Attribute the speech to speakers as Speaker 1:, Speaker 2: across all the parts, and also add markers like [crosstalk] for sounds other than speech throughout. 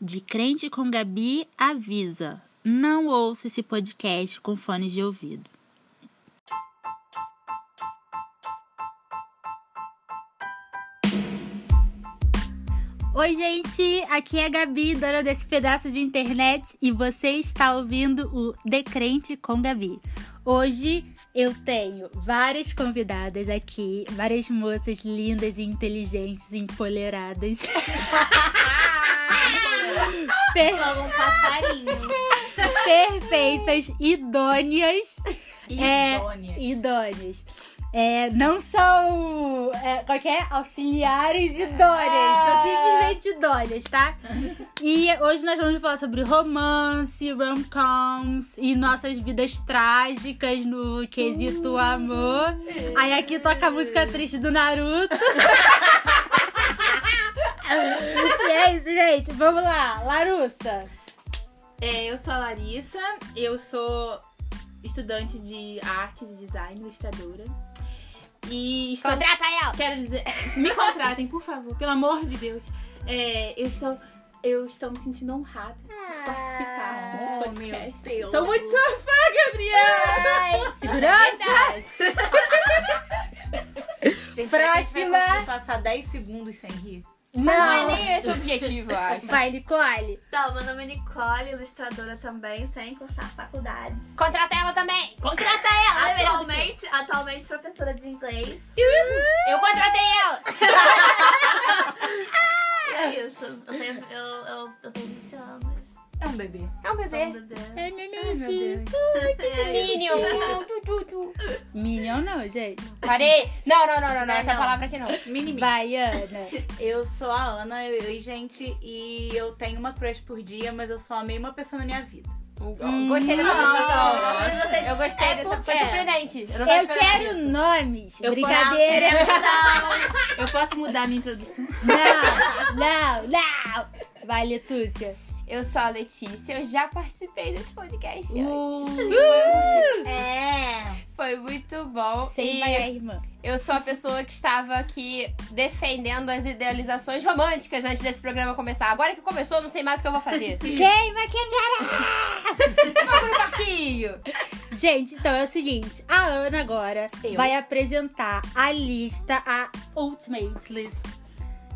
Speaker 1: De Crente com Gabi avisa: não ouça esse podcast com fones de ouvido. Oi, gente! Aqui é a Gabi, dona desse pedaço de internet, e você está ouvindo o Decrente com Gabi. Hoje eu tenho várias convidadas aqui, várias moças lindas e inteligentes, [laughs] empoleradas. Per-
Speaker 2: Só um [laughs] passarinho.
Speaker 1: perfeitas, idôneas, É,
Speaker 2: Idônea.
Speaker 1: idôneas. É, não são é, qualquer auxiliares idôneas, são simplesmente idôneas, tá? E hoje nós vamos falar sobre romance, rom-coms e nossas vidas trágicas no quesito amor. Aí aqui toca a música triste do Naruto. [laughs] e é isso, gente. Vamos lá. Larussa.
Speaker 3: É, eu sou a Larissa, eu sou estudante de artes e design, ilustradora. E estou...
Speaker 2: Contrata ela.
Speaker 3: Quero dizer, [laughs] me contratem, por favor, pelo amor de Deus. É, eu estou, eu estou me sentindo honrada por participar
Speaker 2: Ah,
Speaker 3: desse podcast.
Speaker 2: meu Deus.
Speaker 3: Sou muito sua fã, Gabriela!
Speaker 2: Ai,
Speaker 1: Segurança.
Speaker 2: gente, será que a gente vai
Speaker 1: Próxima.
Speaker 2: conseguir passar 10 segundos sem rir.
Speaker 1: Não.
Speaker 3: é nem esse o objetivo, eu acho.
Speaker 1: Vai, Nicole.
Speaker 4: Então, meu nome é Nicole, ilustradora também, sem cursar faculdades.
Speaker 2: Contrata ela também.
Speaker 4: Contrata ela! Atualmente, atualmente professora de inglês.
Speaker 2: Eu contratei ela.
Speaker 4: E é isso. Eu tenho, eu, eu, eu tenho 20 anos. Sou
Speaker 2: É um bebê.
Speaker 3: É um
Speaker 4: um bebê. É isso.
Speaker 2: Minion.
Speaker 3: [laughs]
Speaker 1: Minion não, gente.
Speaker 5: Parei! Não, não, não, não, não,
Speaker 2: Não,
Speaker 5: essa
Speaker 2: não.
Speaker 5: palavra aqui não.
Speaker 2: Mini
Speaker 1: Vai, Ana.
Speaker 2: Eu sou a Ana, eu, eu gente, e eu tenho uma crush por dia, mas eu só amei uma pessoa na minha vida.
Speaker 1: Hum.
Speaker 5: Gostei dessa
Speaker 2: Mas
Speaker 5: apresentação.
Speaker 2: você-
Speaker 5: Eu gostei
Speaker 2: é
Speaker 5: dessa.
Speaker 2: porque-
Speaker 5: Foi surpreendente. Eu, não tava
Speaker 1: Eu
Speaker 5: esperando
Speaker 1: quero
Speaker 5: isso.
Speaker 1: nomes.
Speaker 3: Eu
Speaker 1: Brincadeira.
Speaker 3: Eu posso mudar minha introdução?
Speaker 1: Não, não, não. Vai, Letúcia.
Speaker 5: Eu sou a Letícia, eu já participei desse podcast.
Speaker 3: Uh,
Speaker 2: É.
Speaker 5: antes. Foi muito bom.
Speaker 1: Sem
Speaker 5: e
Speaker 1: vai a irmã.
Speaker 5: eu sou a pessoa que estava aqui defendendo as idealizações românticas antes desse programa começar. Agora que começou, eu não sei mais o que eu vou
Speaker 1: [laughs]
Speaker 5: fazer. Um
Speaker 1: Queima, queima.
Speaker 5: Vamos no parquinho!
Speaker 1: Gente, então é o seguinte. A Ana agora
Speaker 2: Eu.
Speaker 1: vai apresentar a lista, a ultimate list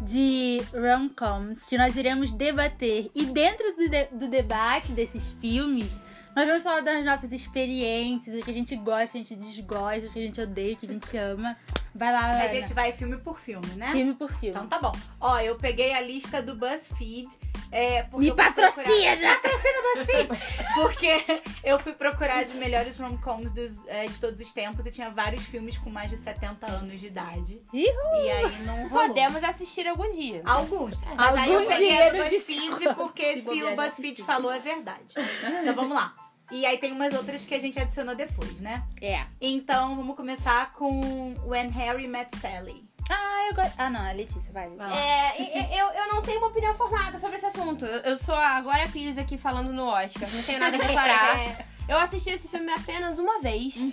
Speaker 1: de rom-coms que nós iremos debater. E dentro do, de- do debate desses filmes, nós vamos falar das nossas experiências, o que a gente gosta, o que a gente desgosta, o que a gente odeia, o que a gente ama. Vai lá, Ana.
Speaker 2: A gente vai filme por filme, né?
Speaker 1: Filme por filme.
Speaker 2: Então tá bom. Ó, eu peguei a lista do BuzzFeed. É, porque
Speaker 1: Me
Speaker 2: eu fui procurar-
Speaker 1: patrocina!
Speaker 2: Porque [laughs] eu fui procurar de melhores rom-coms dos, eh, de todos os tempos e tinha vários filmes com mais de 70 anos de idade. E aí não rolou.
Speaker 5: Podemos assistir algum dia.
Speaker 2: Alguns.
Speaker 1: Ah,
Speaker 2: Mas aí
Speaker 1: Algum
Speaker 2: eu peguei a do
Speaker 1: dia no
Speaker 2: BuzzFeed
Speaker 1: Discord.
Speaker 2: porque
Speaker 3: Se
Speaker 2: se,
Speaker 3: bobear,
Speaker 2: o
Speaker 3: já
Speaker 2: BuzzFeed falou é
Speaker 5: [laughs]
Speaker 2: verdade. Então vamos lá. E aí tem umas outras que a gente adicionou depois, né?
Speaker 1: É.
Speaker 2: Então vamos começar com When Harry Met Sally.
Speaker 1: Ah, eu gosto. Ah, não, a Letícia, vai. Letícia.
Speaker 5: É, e- e- eu, eu não tenho uma opinião formada sobre esse assunto. Eu, eu sou a Glória Pires aqui falando no Oscar, não tenho
Speaker 1: [laughs]
Speaker 5: nada a declarar.
Speaker 2: É,
Speaker 5: Eu assisti esse filme apenas uma vez.
Speaker 1: Uhum.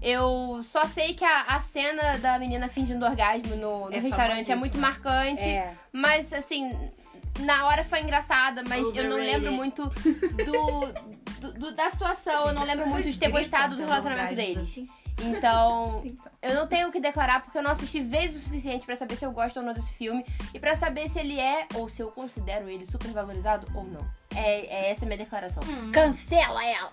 Speaker 5: Eu só sei que a, a cena da menina fingindo orgasmo no, no
Speaker 2: É
Speaker 5: restaurante é muito marcante.
Speaker 1: É.
Speaker 5: Mas, assim, na hora foi engraçada, mas eu não lembro muito do, do- do- da situação. Então, eu não
Speaker 2: é
Speaker 5: lembro muito de ter gostado do relacionamento deles.
Speaker 2: [laughs]
Speaker 5: Então, eu não tenho o que declarar porque eu não assisti vezes o suficiente pra saber se eu gosto ou não desse filme e pra saber se ele é ou se eu considero ele super valorizado ou não. É, é essa a minha declaração.
Speaker 1: Cancela ela!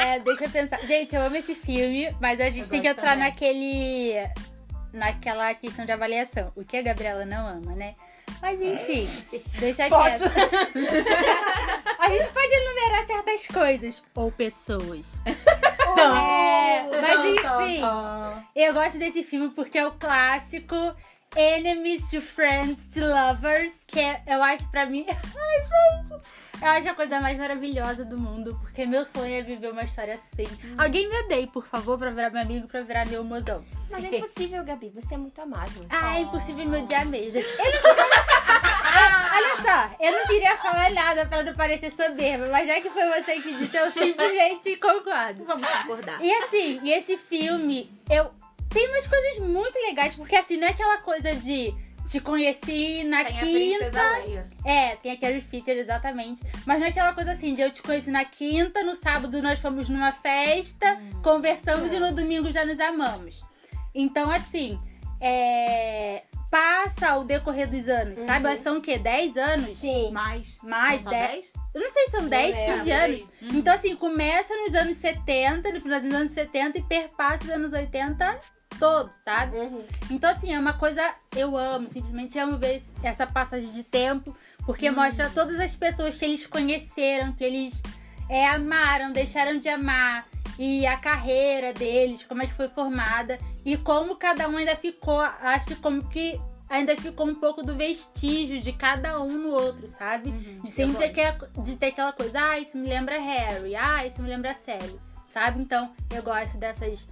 Speaker 1: É, deixa eu pensar. Gente, eu amo esse filme, mas a gente
Speaker 2: Eu
Speaker 1: tem que
Speaker 2: gosto
Speaker 1: entrar
Speaker 2: também.
Speaker 1: naquele. naquela questão de avaliação. O que a Gabriela não ama, né? Mas enfim, deixa
Speaker 5: Posso?
Speaker 1: quieto. [laughs] A gente pode enumerar certas coisas. Ou pessoas. É, mas enfim. Eu gosto desse filme porque é o clássico Enemies to Friends to Lovers, que é- eu acho pra mim. [laughs] Ai, gente! Eu acho a coisa mais maravilhosa do mundo, porque meu sonho é viver uma história assim. Alguém me odeie, por favor, pra virar meu amigo, pra virar meu mozão.
Speaker 5: Mas é impossível, Gabi. Você é muito amável.
Speaker 1: Ah, é impossível me odiar mesmo. Eu não... [laughs] Olha só, eu não queria falar nada pra não parecer soberba, mas já que foi você que disse, eu simplesmente concordo.
Speaker 2: Vamos
Speaker 4: Ah.
Speaker 2: concordar.
Speaker 1: E assim, e esse filme, eu. Tem umas coisas muito legais, porque assim, não é aquela coisa de. Te conheci na
Speaker 2: Tem a
Speaker 1: quinta.
Speaker 2: Princesa Leia.
Speaker 1: É, tem a Carrie Fisher, exatamente. Mas não é aquela coisa assim de eu te conheci na quinta, no sábado nós fomos numa festa,
Speaker 2: Hum.
Speaker 1: conversamos e no domingo já nos amamos. Então, assim, é, passa o decorrer dos anos,
Speaker 2: Uhum.
Speaker 1: sabe? Mas são o quê? 10 anos?
Speaker 5: Sim.
Speaker 2: Mais.
Speaker 1: Mais
Speaker 2: Só
Speaker 1: 10?
Speaker 2: dez?
Speaker 1: Eu não sei se são 10,
Speaker 5: lembro.
Speaker 1: 15 anos. Então, assim, começa nos anos 70, no final dos anos 70 e perpassa os anos 80 todos, sabe?
Speaker 5: Uhum.
Speaker 1: Então, assim, é uma coisa eu amo, simplesmente amo ver esse- essa passagem de tempo, porque
Speaker 5: Uhum.
Speaker 1: mostra todas as pessoas que eles conheceram, que eles é, amaram, deixaram de amar, e a carreira deles, como é que foi formada, e como cada um ainda ficou, acho que como que ainda ficou um pouco do vestígio de cada um no outro, sabe?
Speaker 2: Uhum.
Speaker 5: é
Speaker 1: De sempre ter aquela, de ter aquela coisa, ah, isso me lembra Harry, ah, isso me lembra Sally, sabe? Então, eu gosto dessas,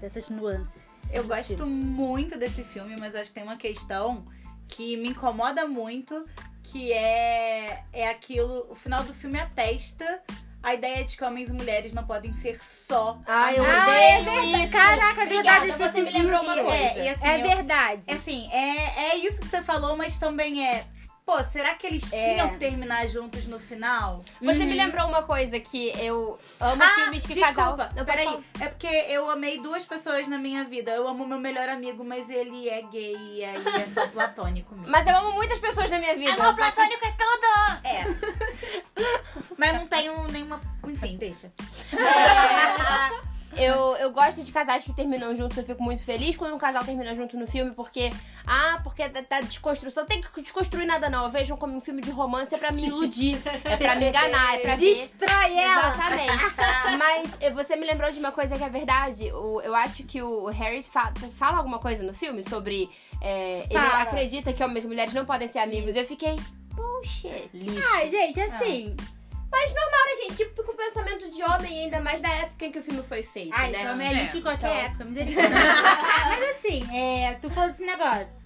Speaker 1: dessas nuances.
Speaker 2: Eu gosto muito desse filme, mas eu acho que tem uma questão que me incomoda muito, que é, é aquilo, o final do filme atesta a ideia de que homens e mulheres não podem ser só.
Speaker 5: Ai, eu
Speaker 1: Ah,
Speaker 5: odeio isso.
Speaker 1: Caraca, é
Speaker 5: Obrigada,
Speaker 1: verdade, eu
Speaker 5: você me
Speaker 1: esqueci
Speaker 5: lembrou
Speaker 1: de-
Speaker 5: uma
Speaker 1: é,
Speaker 5: coisa.
Speaker 2: É, e assim,
Speaker 1: É
Speaker 2: eu-
Speaker 1: verdade.
Speaker 2: é assim, é, é isso que você falou, mas também é, pô, será que eles
Speaker 1: É.
Speaker 2: tinham que terminar juntos no final? Ah,
Speaker 5: Você me
Speaker 1: Uhum.
Speaker 5: lembrou uma coisa que eu
Speaker 2: É
Speaker 5: amo filmes que casal.
Speaker 2: Desculpa,
Speaker 5: Ah, Não,
Speaker 2: peraí.
Speaker 5: peraí.
Speaker 2: É porque eu amei duas pessoas na minha vida. Eu amo meu melhor amigo, mas ele é gay e aí é só platônico mesmo.
Speaker 5: Mas eu amo muitas pessoas na minha vida.
Speaker 4: Amor
Speaker 5: só que-
Speaker 4: platônico é
Speaker 2: É.
Speaker 4: tudo!
Speaker 2: [laughs] Mas não tenho nenhuma. Enfim, [laughs] deixa.
Speaker 5: Eu, eu gosto de casais que terminam juntos, eu fico muito feliz quando um casal termina junto no filme, porque. Ah, porque tá, tá desconstrução. Tem que desconstruir nada, não. Vejam como um filme de romance é pra me iludir, é pra me enganar, é pra ver.
Speaker 1: Destrói ela.
Speaker 5: Exatamente. Mas eh, você me lembrou de uma coisa que é verdade. O- eu acho que o Harry fa- fala alguma coisa no filme sobre. eh, ele
Speaker 1: Fala.
Speaker 5: acredita que homens e mulheres não podem ser amigos. Eu fiquei. Bullshit.
Speaker 1: Ai,
Speaker 5: Ah.
Speaker 1: gente, assim.
Speaker 5: Mas normal, né, gente? Tipo com o pensamento de homem, ainda mais da época em que o filme foi feito.
Speaker 1: Ai,
Speaker 5: né?
Speaker 1: isso é melhor
Speaker 6: É,
Speaker 1: lixo em qualquer
Speaker 5: então.
Speaker 1: época,
Speaker 5: [laughs]
Speaker 1: misericórdia. Mas assim, é, tu falou desse negócio.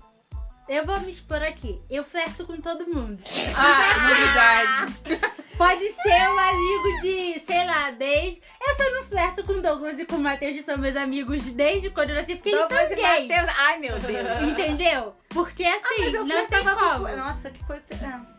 Speaker 1: Eu vou me expor aqui. Eu flerto com todo mundo.
Speaker 6: Ah, novidade.
Speaker 1: Pode ser um amigo de, sei lá, desde. Eu só não flerto com Douglas e com o Matheus, que são meus amigos desde quando eu nasci, porque eles
Speaker 2: Douglas
Speaker 1: são
Speaker 2: e
Speaker 1: gays.
Speaker 2: Matheus. Ah, Ai, meu Deus.
Speaker 1: Entendeu? Porque assim, não tem como.
Speaker 2: Nossa, que coisa. Ah.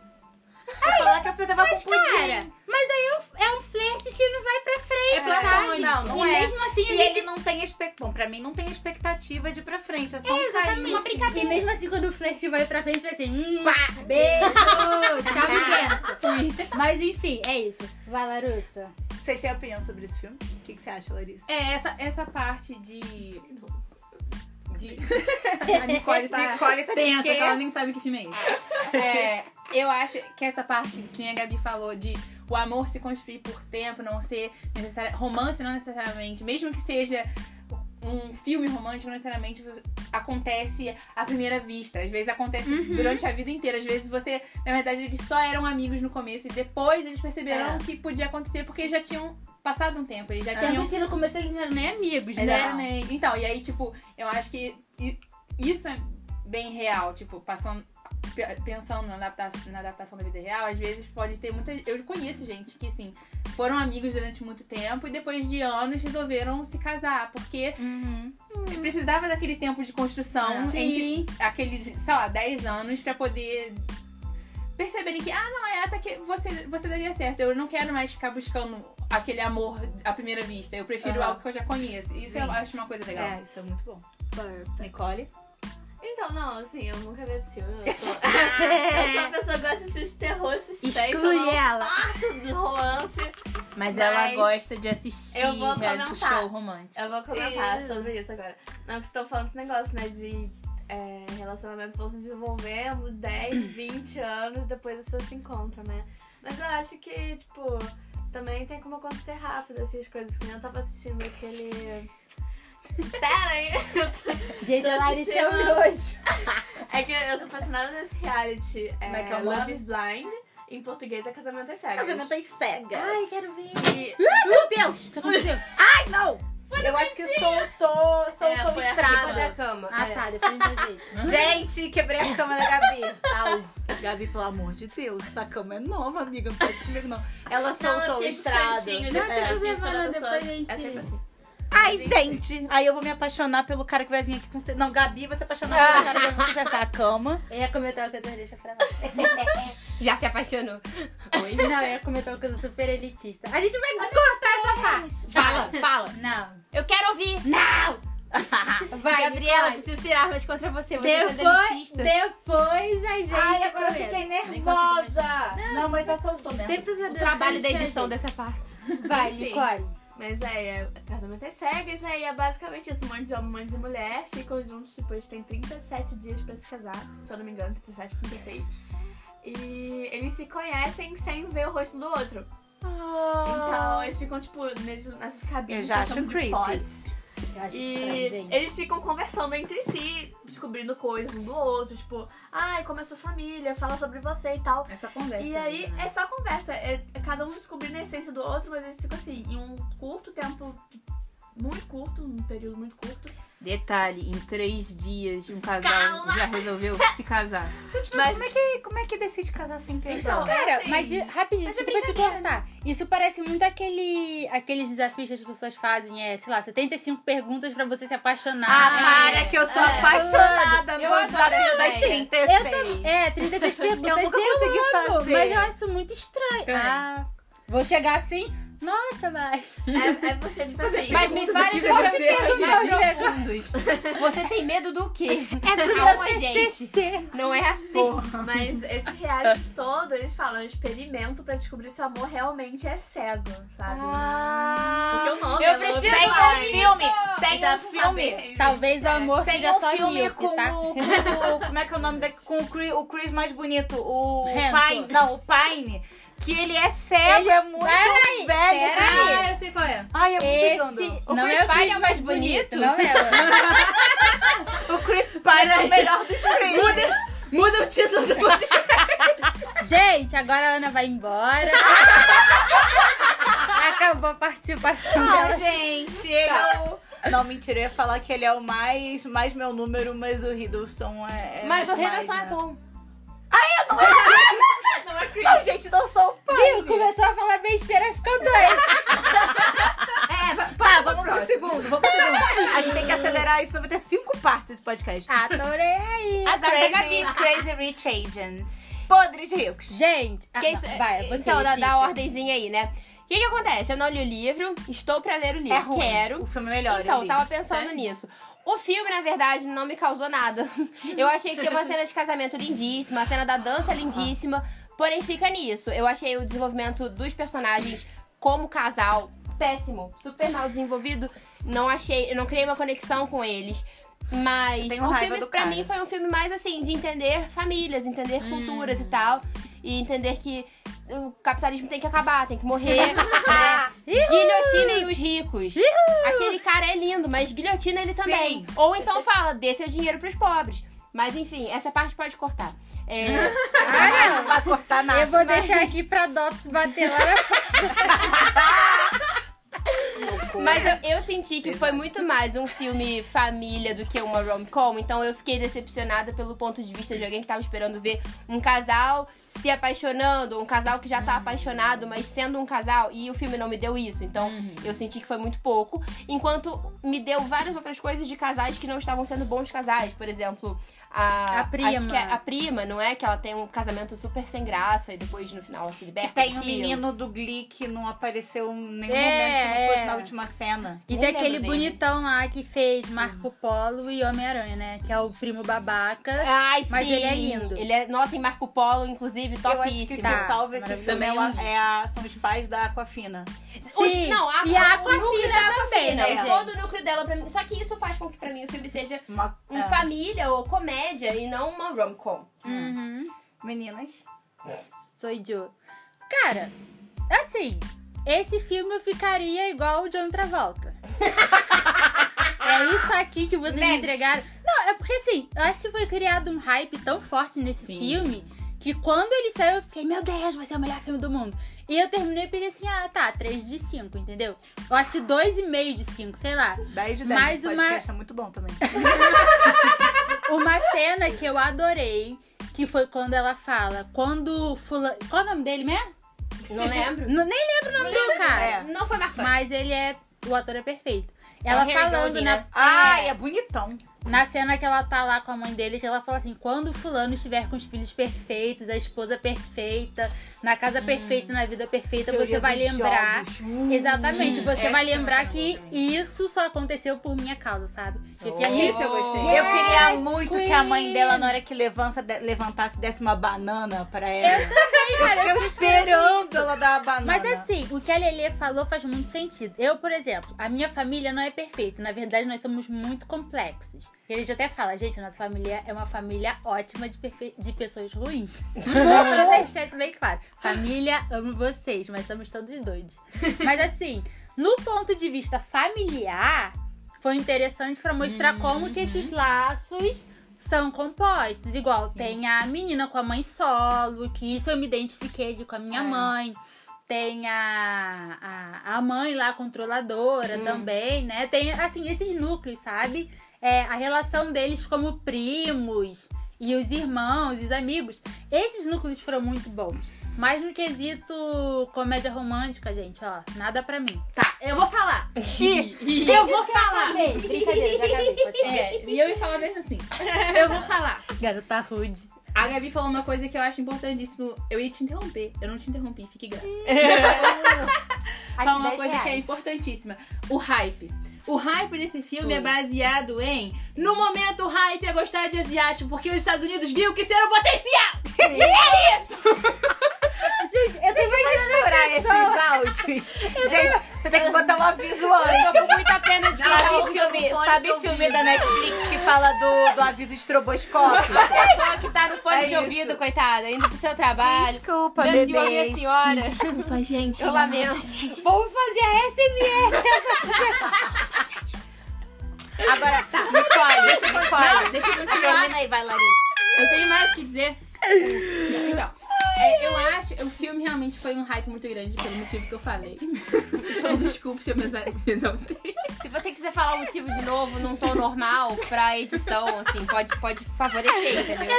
Speaker 2: Eu ia falar que eu flertava com
Speaker 1: Mas,
Speaker 2: o pudim.
Speaker 1: cara, mas aí é um- é um flerte que não vai pra
Speaker 2: É
Speaker 1: frente, sabe?
Speaker 2: platônico. Não, não
Speaker 1: e
Speaker 2: é.
Speaker 1: mesmo assim a
Speaker 2: E
Speaker 1: gente
Speaker 2: ele não tem expectativa. Bom, pra mim não tem expectativa de ir pra frente. É só um carinho.
Speaker 1: Uma brincadeira. E mesmo assim, quando o flerte vai pra frente, vai assim, hum, pá, beijo,
Speaker 2: [laughs]
Speaker 1: tchau e benção. Mas enfim, é isso. Vai, Larussa.
Speaker 2: Vocês têm opinião sobre esse filme? O que, que você acha, Larissa?
Speaker 6: É, essa, essa parte de. de... A Nicole tá.
Speaker 2: Nicole tá de
Speaker 6: tensa,
Speaker 2: quê?
Speaker 6: que ela nem sabe que filme é esse. É, eu acho que essa parte que a Gabi falou de o amor se construir por tempo, não ser necessário. Romance não necessariamente, mesmo que seja um filme romântico, não necessariamente acontece à primeira vista. Às vezes acontece durante a vida inteira. Às vezes você, na verdade, eles só eram amigos no começo e depois eles perceberam
Speaker 2: É.
Speaker 6: que podia acontecer porque já tinham passado um tempo, eles já
Speaker 5: É,
Speaker 6: tinham
Speaker 1: Sendo que no começo eles não eram nem amigos, né?
Speaker 6: Exatamente. Então, e aí, tipo, eu acho que i- isso é bem real, tipo, passando. pe- Pensando na adaptação, na adaptação da vida real, às vezes pode ter muita. Eu conheço gente que, assim, foram amigos durante muito tempo e depois de anos resolveram se casar, porque precisava daquele tempo de construção, entre
Speaker 1: Sim.
Speaker 6: aquele, sei lá, 10 anos, pra poder perceberem que, ah, não, é até que você, você daria certo. Eu não quero mais ficar buscando aquele amor à primeira vista. Eu prefiro
Speaker 2: Aham.
Speaker 6: algo que eu já conheço. Isso eu
Speaker 2: Sim.
Speaker 6: acho uma coisa legal.
Speaker 2: É, isso é muito bom. Nicole?
Speaker 4: Então, não, assim, eu nunca vi esse filme. Eu sou, eu sou uma pessoa que gosta de filmes de terror,
Speaker 6: um
Speaker 4: suspense, eu
Speaker 1: Exclui
Speaker 4: não
Speaker 1: ela.
Speaker 4: gosto de romance.
Speaker 6: Mas
Speaker 4: ela
Speaker 6: gosta de assistir
Speaker 4: eu vou reality comentar. show
Speaker 6: romântico.
Speaker 4: Eu vou comentar sobre isso agora. Não, que estão falando esse negócio, né, de é, relacionamentos vão se
Speaker 2: [clears throat]
Speaker 4: desenvolvendo 10, 20 anos, depois as pessoas se encontram, né? Mas eu acho que, tipo, também tem como acontecer rápido, assim, as coisas. Que nem eu tava assistindo
Speaker 2: [laughs]
Speaker 4: aquele... Pera aí!
Speaker 1: Gente, a
Speaker 4: Tô
Speaker 1: Larissa é
Speaker 4: assistindo.
Speaker 1: um nojo.
Speaker 4: É que eu tô apaixonada nesse reality.
Speaker 2: Como é que é o nome?
Speaker 4: Love is Blind. Em português é Casamento às Cegas.
Speaker 2: às cegas.
Speaker 1: Ai, quero ver.
Speaker 4: E-
Speaker 2: Meu Deus!
Speaker 1: O que aconteceu?
Speaker 2: Ai, não! eu acho que soltou,
Speaker 4: É,
Speaker 2: soltou o
Speaker 4: foi
Speaker 5: Fora
Speaker 4: a
Speaker 5: da
Speaker 2: estrada.
Speaker 5: cama.
Speaker 1: Ah,
Speaker 5: é.
Speaker 1: tá. Depois a gente vai ver.
Speaker 2: Gente, quebrei a cama da Gabi. Gabi, pelo amor de Deus, essa cama é nova, amiga. Não faz isso comigo, não. Ela soltou o
Speaker 4: fiquei
Speaker 2: estrada. É.
Speaker 4: descantinho,
Speaker 1: Não,
Speaker 4: descantinho,
Speaker 1: você não
Speaker 4: É, quando a
Speaker 1: levou, não,
Speaker 4: pessoa-
Speaker 1: depois a gente-
Speaker 4: É sempre assim.
Speaker 2: Ai, gente, aí eu vou me apaixonar pelo cara que vai vir aqui consertar. Não, Gabi vai se apaixonar pelo cara que vai consertar a cama.
Speaker 1: Eu ia comentar o que eu deixa pra lá.
Speaker 5: Já se apaixonou. Oi?
Speaker 1: Não, eu ia comentar uma coisa super elitista. A gente vai cortar essa parte.
Speaker 5: Fala, fala.
Speaker 1: Não.
Speaker 5: Eu quero ouvir.
Speaker 1: Não! Vai,
Speaker 5: Gabriela,
Speaker 1: Nicole.
Speaker 5: preciso tirar armas contra você. Você é
Speaker 1: depois,
Speaker 5: delitista.
Speaker 1: depois a gente
Speaker 2: Ai, agora eu
Speaker 1: comenta.
Speaker 2: fiquei nervosa. Não, mas eu soltou mesmo.
Speaker 1: Tem problema.
Speaker 5: O trabalho da
Speaker 1: Deixa a
Speaker 5: edição
Speaker 1: gente.
Speaker 5: dessa parte.
Speaker 1: Vai,
Speaker 4: Enfim.
Speaker 1: Nicole.
Speaker 4: Mas aí, é casamento às cegas, né? E é basicamente isso: um monte de homem, um monte de mulher ficam juntos, tipo, eles têm 37 dias pra se casar, se eu não me engano, 37, 36. E eles se conhecem sem ver o rosto do outro.
Speaker 2: Ah.
Speaker 4: Então eles ficam, tipo, nesses, nessas cabines.
Speaker 2: Eu já
Speaker 4: que
Speaker 2: acho
Speaker 4: chamam de
Speaker 2: creepy.
Speaker 4: pods.
Speaker 1: Eu acho
Speaker 4: E
Speaker 1: estranho, gente.
Speaker 4: eles ficam conversando entre si, descobrindo coisas um do outro, tipo, ai, como é sua família, fala sobre você e tal.
Speaker 2: Essa conversa.
Speaker 4: E aí
Speaker 1: né?
Speaker 4: é só conversa, é cada um descobrindo a essência do outro, mas eles ficam assim, em um curto tempo, muito curto, um período muito curto.
Speaker 6: Detalhe, em três dias um casal
Speaker 4: Calma!
Speaker 6: já resoleu se casar.
Speaker 4: Mas-
Speaker 2: como, é que, como é que decide casar sem tesão?
Speaker 4: Então,
Speaker 1: Cara,
Speaker 4: assim,
Speaker 1: mas e- rapidinho,
Speaker 4: mas é
Speaker 1: desculpa te cortar. Isso parece muito aquele, aqueles desafios que as pessoas fazem, é, sei lá, 75 perguntas pra você se apaixonar. É.
Speaker 2: Ah, para que eu sou
Speaker 1: É.
Speaker 2: apaixonada,
Speaker 1: Eu
Speaker 2: eu adoro essa das
Speaker 1: também.
Speaker 2: 36.
Speaker 1: Eu também. É, 36 perguntas.
Speaker 2: Eu nunca consegui
Speaker 1: amo,
Speaker 2: fazer.
Speaker 1: Mas eu acho muito estranho. Ah, vou chegar assim. Nossa, mas.
Speaker 4: é, é
Speaker 2: [laughs]
Speaker 4: porque, tipo assim,
Speaker 2: Mas me
Speaker 6: Perguntas
Speaker 2: fale
Speaker 6: aqui
Speaker 2: qual
Speaker 6: deve ser
Speaker 1: perguntas,
Speaker 6: mais
Speaker 1: Diego.
Speaker 6: profundos.
Speaker 5: Você tem medo do quê?
Speaker 1: É pro meu
Speaker 5: Calma, gente.
Speaker 1: TCC.
Speaker 5: Não é assim.
Speaker 4: mas esse reality todo, eles falam, experimento pra descobrir se o amor realmente é cego, sabe?
Speaker 2: Ah.
Speaker 5: Ah,
Speaker 4: porque o nome é
Speaker 5: eu
Speaker 4: Love
Speaker 5: preciso
Speaker 2: Tem um
Speaker 4: Live.
Speaker 2: filme, tem um
Speaker 4: Então,
Speaker 2: filme.
Speaker 1: Talvez o amor
Speaker 2: Tem
Speaker 1: seja
Speaker 2: um
Speaker 1: só
Speaker 2: filme
Speaker 1: Rio,
Speaker 2: com,
Speaker 1: tá?
Speaker 2: o, com o- Como é que é o nome daqui? Com o Chris, o Chris mais bonito. O
Speaker 1: Hanson.
Speaker 2: Pine. Não, o Pine. Que ele é cego,
Speaker 1: Ele-
Speaker 2: é muito
Speaker 1: Peraí,
Speaker 2: velho.
Speaker 1: peraí.
Speaker 2: Ah,
Speaker 6: eu sei qual é.
Speaker 2: Ai, é muito
Speaker 1: Esse
Speaker 2: lindo.
Speaker 5: O
Speaker 1: não
Speaker 5: Chris
Speaker 1: é o
Speaker 5: Pine
Speaker 1: Chris
Speaker 5: é
Speaker 1: mais
Speaker 5: o mais
Speaker 1: bonito,
Speaker 5: bonito.
Speaker 1: não é?
Speaker 2: O Chris Pine é o melhor dos Chris.
Speaker 5: Muda o título do
Speaker 1: Gente, agora a Ana vai embora. Acabou a participação dela.
Speaker 2: Ai, gente, ele é o... Não, mentira, eu ia falar que ele é o mais, mais meu número, mas o Hiddleston é. é
Speaker 6: Mas o
Speaker 2: mais,
Speaker 6: Henderson é
Speaker 2: né?
Speaker 6: Tom.
Speaker 4: Não é Chris.
Speaker 2: Não, gente, não sou o
Speaker 1: Viu?
Speaker 2: Pine.
Speaker 1: Começou a falar besteira, ficou doido.
Speaker 2: Pá, vamos pro segundo, vamos pro segundo. A gente tem que acelerar isso, vai ter cinco partes esse podcast.
Speaker 1: Adorei aí.
Speaker 2: Crazy, Crazy Rich Agents. Podres ricos.
Speaker 1: Gente, ah,
Speaker 5: Que
Speaker 1: não,
Speaker 5: isso-
Speaker 1: vai, você
Speaker 5: Então, dá,
Speaker 1: Letícia.
Speaker 5: dá a ordenzinha aí, né? O que, que acontece? Eu não li o livro, estou pra ler o livro.
Speaker 2: É ruim.
Speaker 5: Quero.
Speaker 2: O filme é melhor. eu
Speaker 5: Então,
Speaker 2: li.
Speaker 5: tava pensando nisso. O filme, na verdade, não me causou nada. Eu achei que tem uma cena de casamento lindíssima, a cena da dança lindíssima. Porém, fica nisso. Eu achei o desenvolvimento dos personagens como casal péssimo, super mal desenvolvido. Não achei, eu não criei uma conexão com eles.
Speaker 2: Eu
Speaker 5: Mas
Speaker 2: tenho
Speaker 5: o
Speaker 2: raiva
Speaker 5: filme,
Speaker 2: do
Speaker 5: pra
Speaker 2: cara.
Speaker 5: mim, foi um filme mais assim, de entender famílias, entender culturas e tal. E entender que o capitalismo tem que acabar, tem que morrer.
Speaker 2: [laughs]
Speaker 5: né? Guilhotinem os ricos. Aquele cara é lindo, mas guilhotina ele
Speaker 2: Sim.
Speaker 5: também. Ou então fala, dê seu dinheiro pros pobres. Mas enfim, essa parte pode cortar. É,
Speaker 1: Ah, não.
Speaker 2: Não vai cortar nada.
Speaker 1: Eu vou deixar aqui pra Dops bater lá.
Speaker 5: mas eu, eu senti que foi muito mais um filme família do que uma rom-com, então eu fiquei decepcionada pelo ponto de vista de alguém que tava esperando ver um casal se apaixonando, um casal que já tá apaixonado, mas sendo um casal, e o filme não me deu isso, então
Speaker 2: Uhum.
Speaker 5: eu senti que foi muito pouco, enquanto me deu várias outras coisas de casais que não estavam sendo bons casais, por exemplo, a,
Speaker 1: A prima.
Speaker 5: acho que é a prima, não é que ela tem um casamento super sem graça e depois no final ela se
Speaker 2: Que
Speaker 5: liberta
Speaker 2: tem um
Speaker 5: daquilo.
Speaker 2: menino do Glee que não apareceu em nenhum
Speaker 1: É,
Speaker 2: momento, se não fosse
Speaker 1: é.
Speaker 2: na última cena.
Speaker 1: E
Speaker 5: Nem
Speaker 1: tem
Speaker 5: lembro
Speaker 1: aquele
Speaker 5: dele.
Speaker 1: bonitão lá que fez Marco Polo e Homem-Aranha, né? Que é o primo babaca.
Speaker 5: Ai, sim.
Speaker 1: Mas ele é lindo.
Speaker 5: Ele é, nossa, em Marco Polo, inclusive,
Speaker 2: Eu acho que
Speaker 5: topíssimo.
Speaker 2: o
Speaker 1: Tá, um
Speaker 2: que salva esse filme é
Speaker 6: maravilhoso.
Speaker 2: a- é a- são os pais da Aquafina.
Speaker 5: Os-
Speaker 1: Sim.
Speaker 5: não, a,
Speaker 1: e a
Speaker 5: o núcleo
Speaker 1: Aquafina
Speaker 5: da
Speaker 1: também,
Speaker 5: Aquafina,
Speaker 1: né, gente?
Speaker 5: Todo o núcleo dela pra mim. Só que isso faz com que pra mim o filme seja
Speaker 2: Uma,
Speaker 5: um
Speaker 1: Ah.
Speaker 2: é.
Speaker 5: família ou comédia e não uma rom-com.
Speaker 1: Uhum.
Speaker 2: Meninas.
Speaker 1: Sou idiota. Cara, assim, esse filme eu ficaria igual o John Travolta. é isso aqui que vocês me
Speaker 2: Mexe.
Speaker 1: entregaram. Não, é porque assim, eu acho que foi criado um hype tão forte nesse
Speaker 6: Sim.
Speaker 1: filme que quando ele saiu eu fiquei, meu Deus, vai ser o melhor filme do mundo. E eu terminei e pensei assim, ah, tá, 3 de 5, entendeu? Eu acho que 2,5 de 5, sei lá.
Speaker 2: 10 de 10.
Speaker 1: Mais
Speaker 2: o
Speaker 1: uma-
Speaker 2: podcast é muito bom também.
Speaker 1: Uma cena que eu adorei, que foi quando ela fala, quando fulano... Qual é o nome dele mesmo?
Speaker 5: Não lembro.
Speaker 1: Não- nem lembro o nome do [laughs] cara.
Speaker 2: É.
Speaker 5: Não foi marcante.
Speaker 1: Mas ele é. O ator é perfeito. Ela
Speaker 5: Here we go,
Speaker 1: falando
Speaker 5: Dina.
Speaker 1: na,
Speaker 7: Ai, é bonitão.
Speaker 1: na cena que ela tá lá com a mãe dele, que ela fala assim: quando fulano estiver com os filhos perfeitos, a esposa perfeita, na casa perfeita, na vida perfeita, Então você
Speaker 7: Teoria
Speaker 1: vai
Speaker 7: dos
Speaker 1: lembrar.
Speaker 7: jogos.
Speaker 2: Uh.
Speaker 1: Exatamente, você
Speaker 6: essa
Speaker 1: vai
Speaker 6: é uma
Speaker 1: lembrar
Speaker 6: cena
Speaker 1: que isso só aconteceu por minha causa, sabe? Tipo, e aí-
Speaker 6: [laughs] Isso é eu gostei.
Speaker 7: Eu queria
Speaker 1: Yes,
Speaker 7: muito
Speaker 1: queen.
Speaker 7: que a mãe dela, na hora que levanta, de- levantasse, desse uma banana pra ela. Eu também, cara. Eu fiquei esperando ela dar uma
Speaker 2: Ah,
Speaker 7: banana.
Speaker 1: Mas assim, o que a Lelê falou faz muito sentido. Eu, por exemplo, a minha família não é perfeita. Na verdade, nós somos muito complexos. E a gente até fala, gente, nossa família é uma família ótima de, perfe- de pessoas ruins. Só pra deixar isso bem claro. Família, amo vocês, mas somos todos doidos. Mas assim, no ponto de vista familiar, foi interessante pra mostrar como que esses laços são compostos. Igual tem a menina com a mãe solo, que isso eu me identifiquei de- com a minha
Speaker 6: É.
Speaker 1: mãe. Tem a, a, a mãe lá, controladora também, né? Tem, assim, esses núcleos, sabe? É, a relação deles como primos e os irmãos, os amigos. Esses núcleos foram muito bons. Mas no quesito comédia romântica, gente, ó, nada pra mim.
Speaker 6: Tá, [laughs] eu vou falar.
Speaker 1: E
Speaker 6: Eu vou falar.
Speaker 1: acabei. Brincadeira, já acabei. Pode falar.
Speaker 6: É, e eu ia falar mesmo [laughs] assim. Eu vou falar.
Speaker 1: Garota rude.
Speaker 6: A Gabi falou uma coisa que eu acho importantíssimo. Eu ia te interromper. Eu não te interrompi, fique grata. [laughs] Fala uma coisa que é importantíssima. O hype. O hype desse filme é baseado em. No momento, o hype é gostar de asiático, porque os Estados Unidos viu que isso era um potencial!
Speaker 1: Gente, eu tenho
Speaker 7: Vai estourar esses
Speaker 1: [laughs]
Speaker 7: áudios. Gente, você tem que botar um aviso antes. Tô com muita pena de Sabe filme, sabe filme da Netflix que fala do, do aviso
Speaker 1: [laughs]
Speaker 7: estroboscópico?
Speaker 5: Só que tá no fone
Speaker 7: É
Speaker 5: de
Speaker 7: isso.
Speaker 5: ouvido, coitada, indo pro seu trabalho.
Speaker 7: Desculpa,
Speaker 5: Minha
Speaker 7: bebês.
Speaker 5: senhora, minha senhora.
Speaker 6: Desculpa, gente.
Speaker 5: Eu lamento.
Speaker 1: Vamos fazer a SMR.
Speaker 7: Agora,
Speaker 1: Tá.
Speaker 7: Nicole,
Speaker 6: Não,
Speaker 7: Nicole.
Speaker 6: deixa eu continuar.
Speaker 7: Termina Tá aí, vai, Larissa.
Speaker 6: Eu tenho mais o que dizer. Então, é, eu acho. O filme realmente foi um hype muito grande pelo motivo que eu [laughs] falei. Então, desculpe se eu me exa- me exaltei.
Speaker 5: Se você quiser falar o motivo de novo num tom normal pra edição, assim, pode, pode favorecer,
Speaker 1: É,
Speaker 5: entendeu?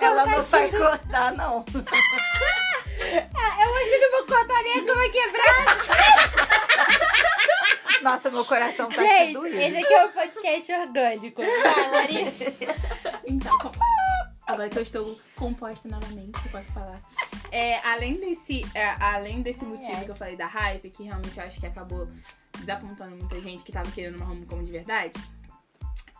Speaker 7: Ela não vai cortar,
Speaker 1: [laughs]
Speaker 7: não.
Speaker 1: É, Eu acho que eu vou cortar minha cama quebrada.
Speaker 7: [laughs] Nossa, meu coração tá
Speaker 1: Gente,
Speaker 7: doido.
Speaker 1: esse aqui é um podcast orgânico. Vai, Larissa.
Speaker 6: Então, com- agora que eu estou composta novamente, eu posso falar. É, além desse, é, além desse motivo que eu falei da hype, que realmente eu acho que acabou desapontando muita gente que tava querendo uma homecoming de verdade. [clears throat]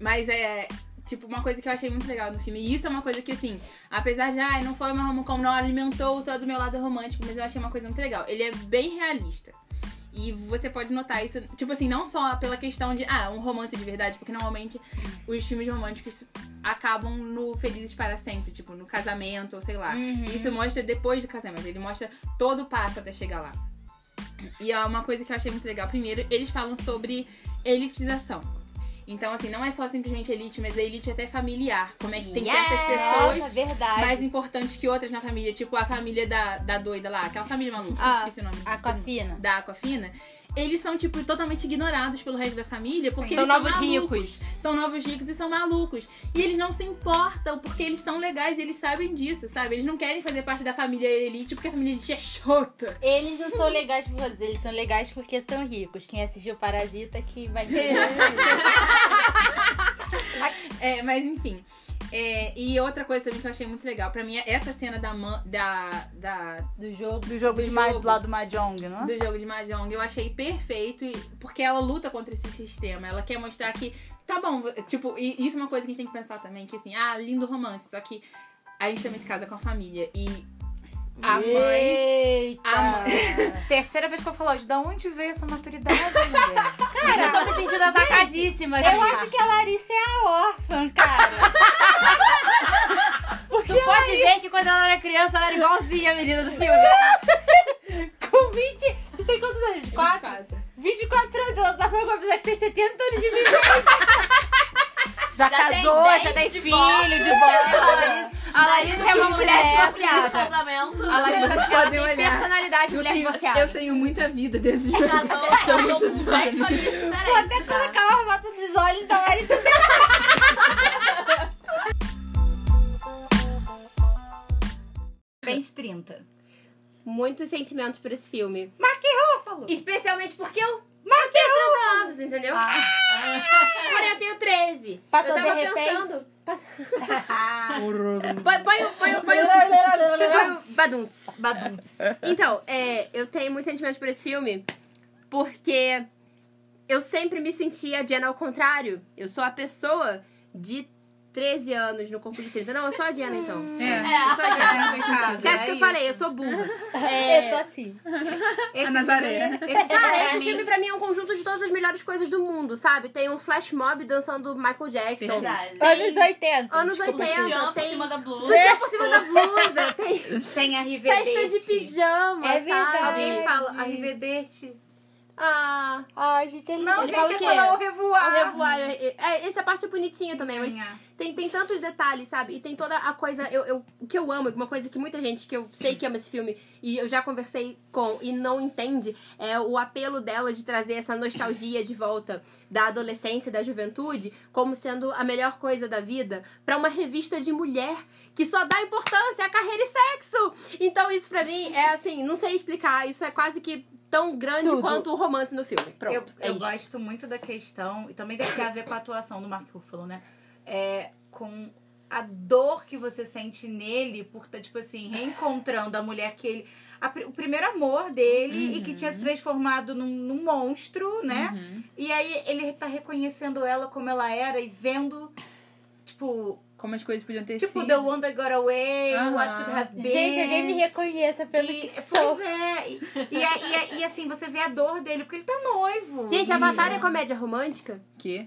Speaker 6: Mas é, tipo, uma coisa que eu achei muito legal no filme. E isso é uma coisa que, assim, apesar de, ai, não foi uma homecoming, não alimentou todo o meu lado romântico, mas eu achei uma coisa muito legal. Ele é bem realista. E você pode notar isso, tipo assim, não só pela questão de, ah, um romance de verdade, porque normalmente os filmes românticos acabam no Felizes para Sempre, tipo, no casamento, ou sei lá. Isso mostra depois do casamento, ele mostra todo o passo até chegar lá. E é uma coisa que eu achei muito legal. Primeiro, eles falam sobre elitização. Então, assim, não é só simplesmente elite, mas a elite até familiar. Como é que tem certas pessoas
Speaker 1: Nossa, verdade.
Speaker 6: mais importantes que outras na família. Tipo, a família da, da doida lá, aquela família maluca,
Speaker 5: Ah,
Speaker 6: esqueci o nome.
Speaker 1: Aquafina.
Speaker 6: Da Aquafina. Eles são, tipo, totalmente ignorados pelo resto da família. Porque
Speaker 5: São
Speaker 6: eles
Speaker 5: novos
Speaker 6: são malucos
Speaker 5: ricos.
Speaker 6: são novos ricos e são malucos. E eles não se importam porque eles são legais e eles sabem disso, sabe? Eles não querem fazer parte da família elite porque a família elite é chota.
Speaker 1: Eles não são legais por vocês, eles são legais porque são ricos. Quem assistiu Parasita que vai entender.
Speaker 6: É, mas enfim. É, e outra coisa também que eu achei muito legal, pra mim, é essa cena da, ma- da, da
Speaker 1: do jogo.
Speaker 7: Do jogo
Speaker 6: Do
Speaker 7: de ma-
Speaker 6: jogo.
Speaker 7: do lado do Mahjong, não é?
Speaker 6: do jogo de Mahjong, eu achei perfeito, e- porque ela luta contra esse sistema. Ela quer mostrar que, tá bom, v- tipo, e isso é uma coisa que a gente tem que pensar também, que assim, ah, lindo romance, só que a gente também se casa com a família. E a mãe.
Speaker 1: Eita.
Speaker 6: A mãe.
Speaker 7: [laughs] Terceira vez que eu falo, de da onde veio essa maturidade, mulher?
Speaker 5: [laughs] Eu tô me sentindo atacadíssima aqui.
Speaker 1: Eu acho que a Larissa é a órfã, cara.
Speaker 5: Tu pode ver que quando ela era criança, ela era igualzinha a menina do filme.
Speaker 1: Com 20. Tu tem quantos anos? 4?
Speaker 6: 24.
Speaker 1: 24 anos. Ela tá falando com uma pessoa que tem 70 anos de vida.
Speaker 7: Já,
Speaker 4: tem
Speaker 7: casou,
Speaker 4: dez
Speaker 7: já tem
Speaker 4: de
Speaker 7: filho,
Speaker 5: [laughs]
Speaker 7: divórcio.
Speaker 5: A Larissa é uma mulher
Speaker 7: Mulher,
Speaker 5: divorciada.
Speaker 4: casamento.
Speaker 5: A Larissa
Speaker 6: Vocês
Speaker 5: ela
Speaker 6: podem
Speaker 5: tem
Speaker 6: olhar.
Speaker 5: personalidade de
Speaker 6: Eu
Speaker 5: mulher
Speaker 6: tenho,
Speaker 5: divorciada.
Speaker 6: eu tenho muita vida dentro de
Speaker 4: [laughs]
Speaker 6: mim. Sou
Speaker 4: Casou,
Speaker 6: muito
Speaker 4: casou com 10
Speaker 6: sábio.
Speaker 4: famílias diferentes.
Speaker 1: Vou até colocar uma foto dos olhos da Larissa.
Speaker 7: Bem de 30.
Speaker 5: Muitos sentimentos por esse filme.
Speaker 7: falou.
Speaker 5: Especialmente porque eu. Marquei anos, entendeu? [laughs] Porém, Ah. eu tenho 13.
Speaker 1: Passou
Speaker 5: eu tava
Speaker 1: de repente?
Speaker 5: pensando. Pass-
Speaker 7: Ah,
Speaker 5: Põe, põe, o- põe, o- põe, o- põe
Speaker 1: [laughs]
Speaker 5: o badum.
Speaker 2: Baduntz.
Speaker 5: Então, é, eu tenho muito sentimento por esse filme, porque eu sempre me senti a Diana ao contrário. Eu sou a pessoa de 13 anos no corpo de 30. Não, eu sou a Diana, então.
Speaker 6: É.
Speaker 5: Eu sou a Diana. [laughs] Ah, Esquece
Speaker 2: é
Speaker 5: que eu
Speaker 2: isso.
Speaker 5: falei, eu sou burra.
Speaker 1: Eu
Speaker 5: É,
Speaker 1: tô assim.
Speaker 6: A Nazaré.
Speaker 5: Cara, esse filme pra mim é um conjunto de todas as melhores coisas do mundo, sabe? Tem um flash mob dançando Michael Jackson.
Speaker 4: Verdade.
Speaker 1: Anos 80.
Speaker 5: Anos
Speaker 1: desculpa.
Speaker 5: 80.
Speaker 6: Jump
Speaker 5: tem-
Speaker 6: por cima da blusa.
Speaker 5: Sutiã por cima da blusa. Tem
Speaker 2: Tem a
Speaker 5: festa de
Speaker 2: Rivedete.
Speaker 5: pijama,
Speaker 1: É verdade.
Speaker 5: sabe?
Speaker 2: Alguém fala a Rivedete.
Speaker 5: Ah,
Speaker 1: Ai, gente, ele
Speaker 2: Não,
Speaker 1: ele
Speaker 2: gente,
Speaker 1: fala
Speaker 7: é
Speaker 2: eu
Speaker 1: o quê?
Speaker 2: falar o
Speaker 5: o
Speaker 2: revoar.
Speaker 5: revoar. é- é, essa parte é bonitinha também,
Speaker 2: Uhum.
Speaker 5: mas tem, tem tantos detalhes, sabe? E tem toda a coisa eu, eu, que eu amo, uma coisa que muita gente que eu sei que ama esse filme e eu já conversei com e não entende, é o apelo dela de trazer essa nostalgia de volta da adolescência, da juventude, como sendo a melhor coisa da vida, pra uma revista de mulher que só dá importância à carreira e sexo. Então isso pra mim é assim, não sei explicar, isso é quase que tão grande
Speaker 1: Tudo.
Speaker 5: quanto o romance no filme. Pronto.
Speaker 2: Eu,
Speaker 5: é
Speaker 2: eu
Speaker 5: isso.
Speaker 2: gosto muito da questão, e também deve ter a ver com a atuação do Mark Ruffalo, né? É, com a dor que você sente nele por tá, tipo assim, reencontrando a mulher que ele. a pri- o primeiro amor dele e que tinha se transformado num, num monstro, né? E aí ele tá reconhecendo ela como ela era e vendo, tipo.
Speaker 6: Como as coisas podiam ter
Speaker 2: Tipo,
Speaker 6: sido.
Speaker 2: The One That Got Away,
Speaker 6: Aham.
Speaker 2: What Could Have Been.
Speaker 1: Gente, alguém me reconheça pelo
Speaker 2: E-
Speaker 1: que sou.
Speaker 2: Pois é. E, e, a- e, a- e assim, você vê a dor dele, porque ele tá noivo.
Speaker 5: Gente, Avatar é comédia romântica?
Speaker 6: Que?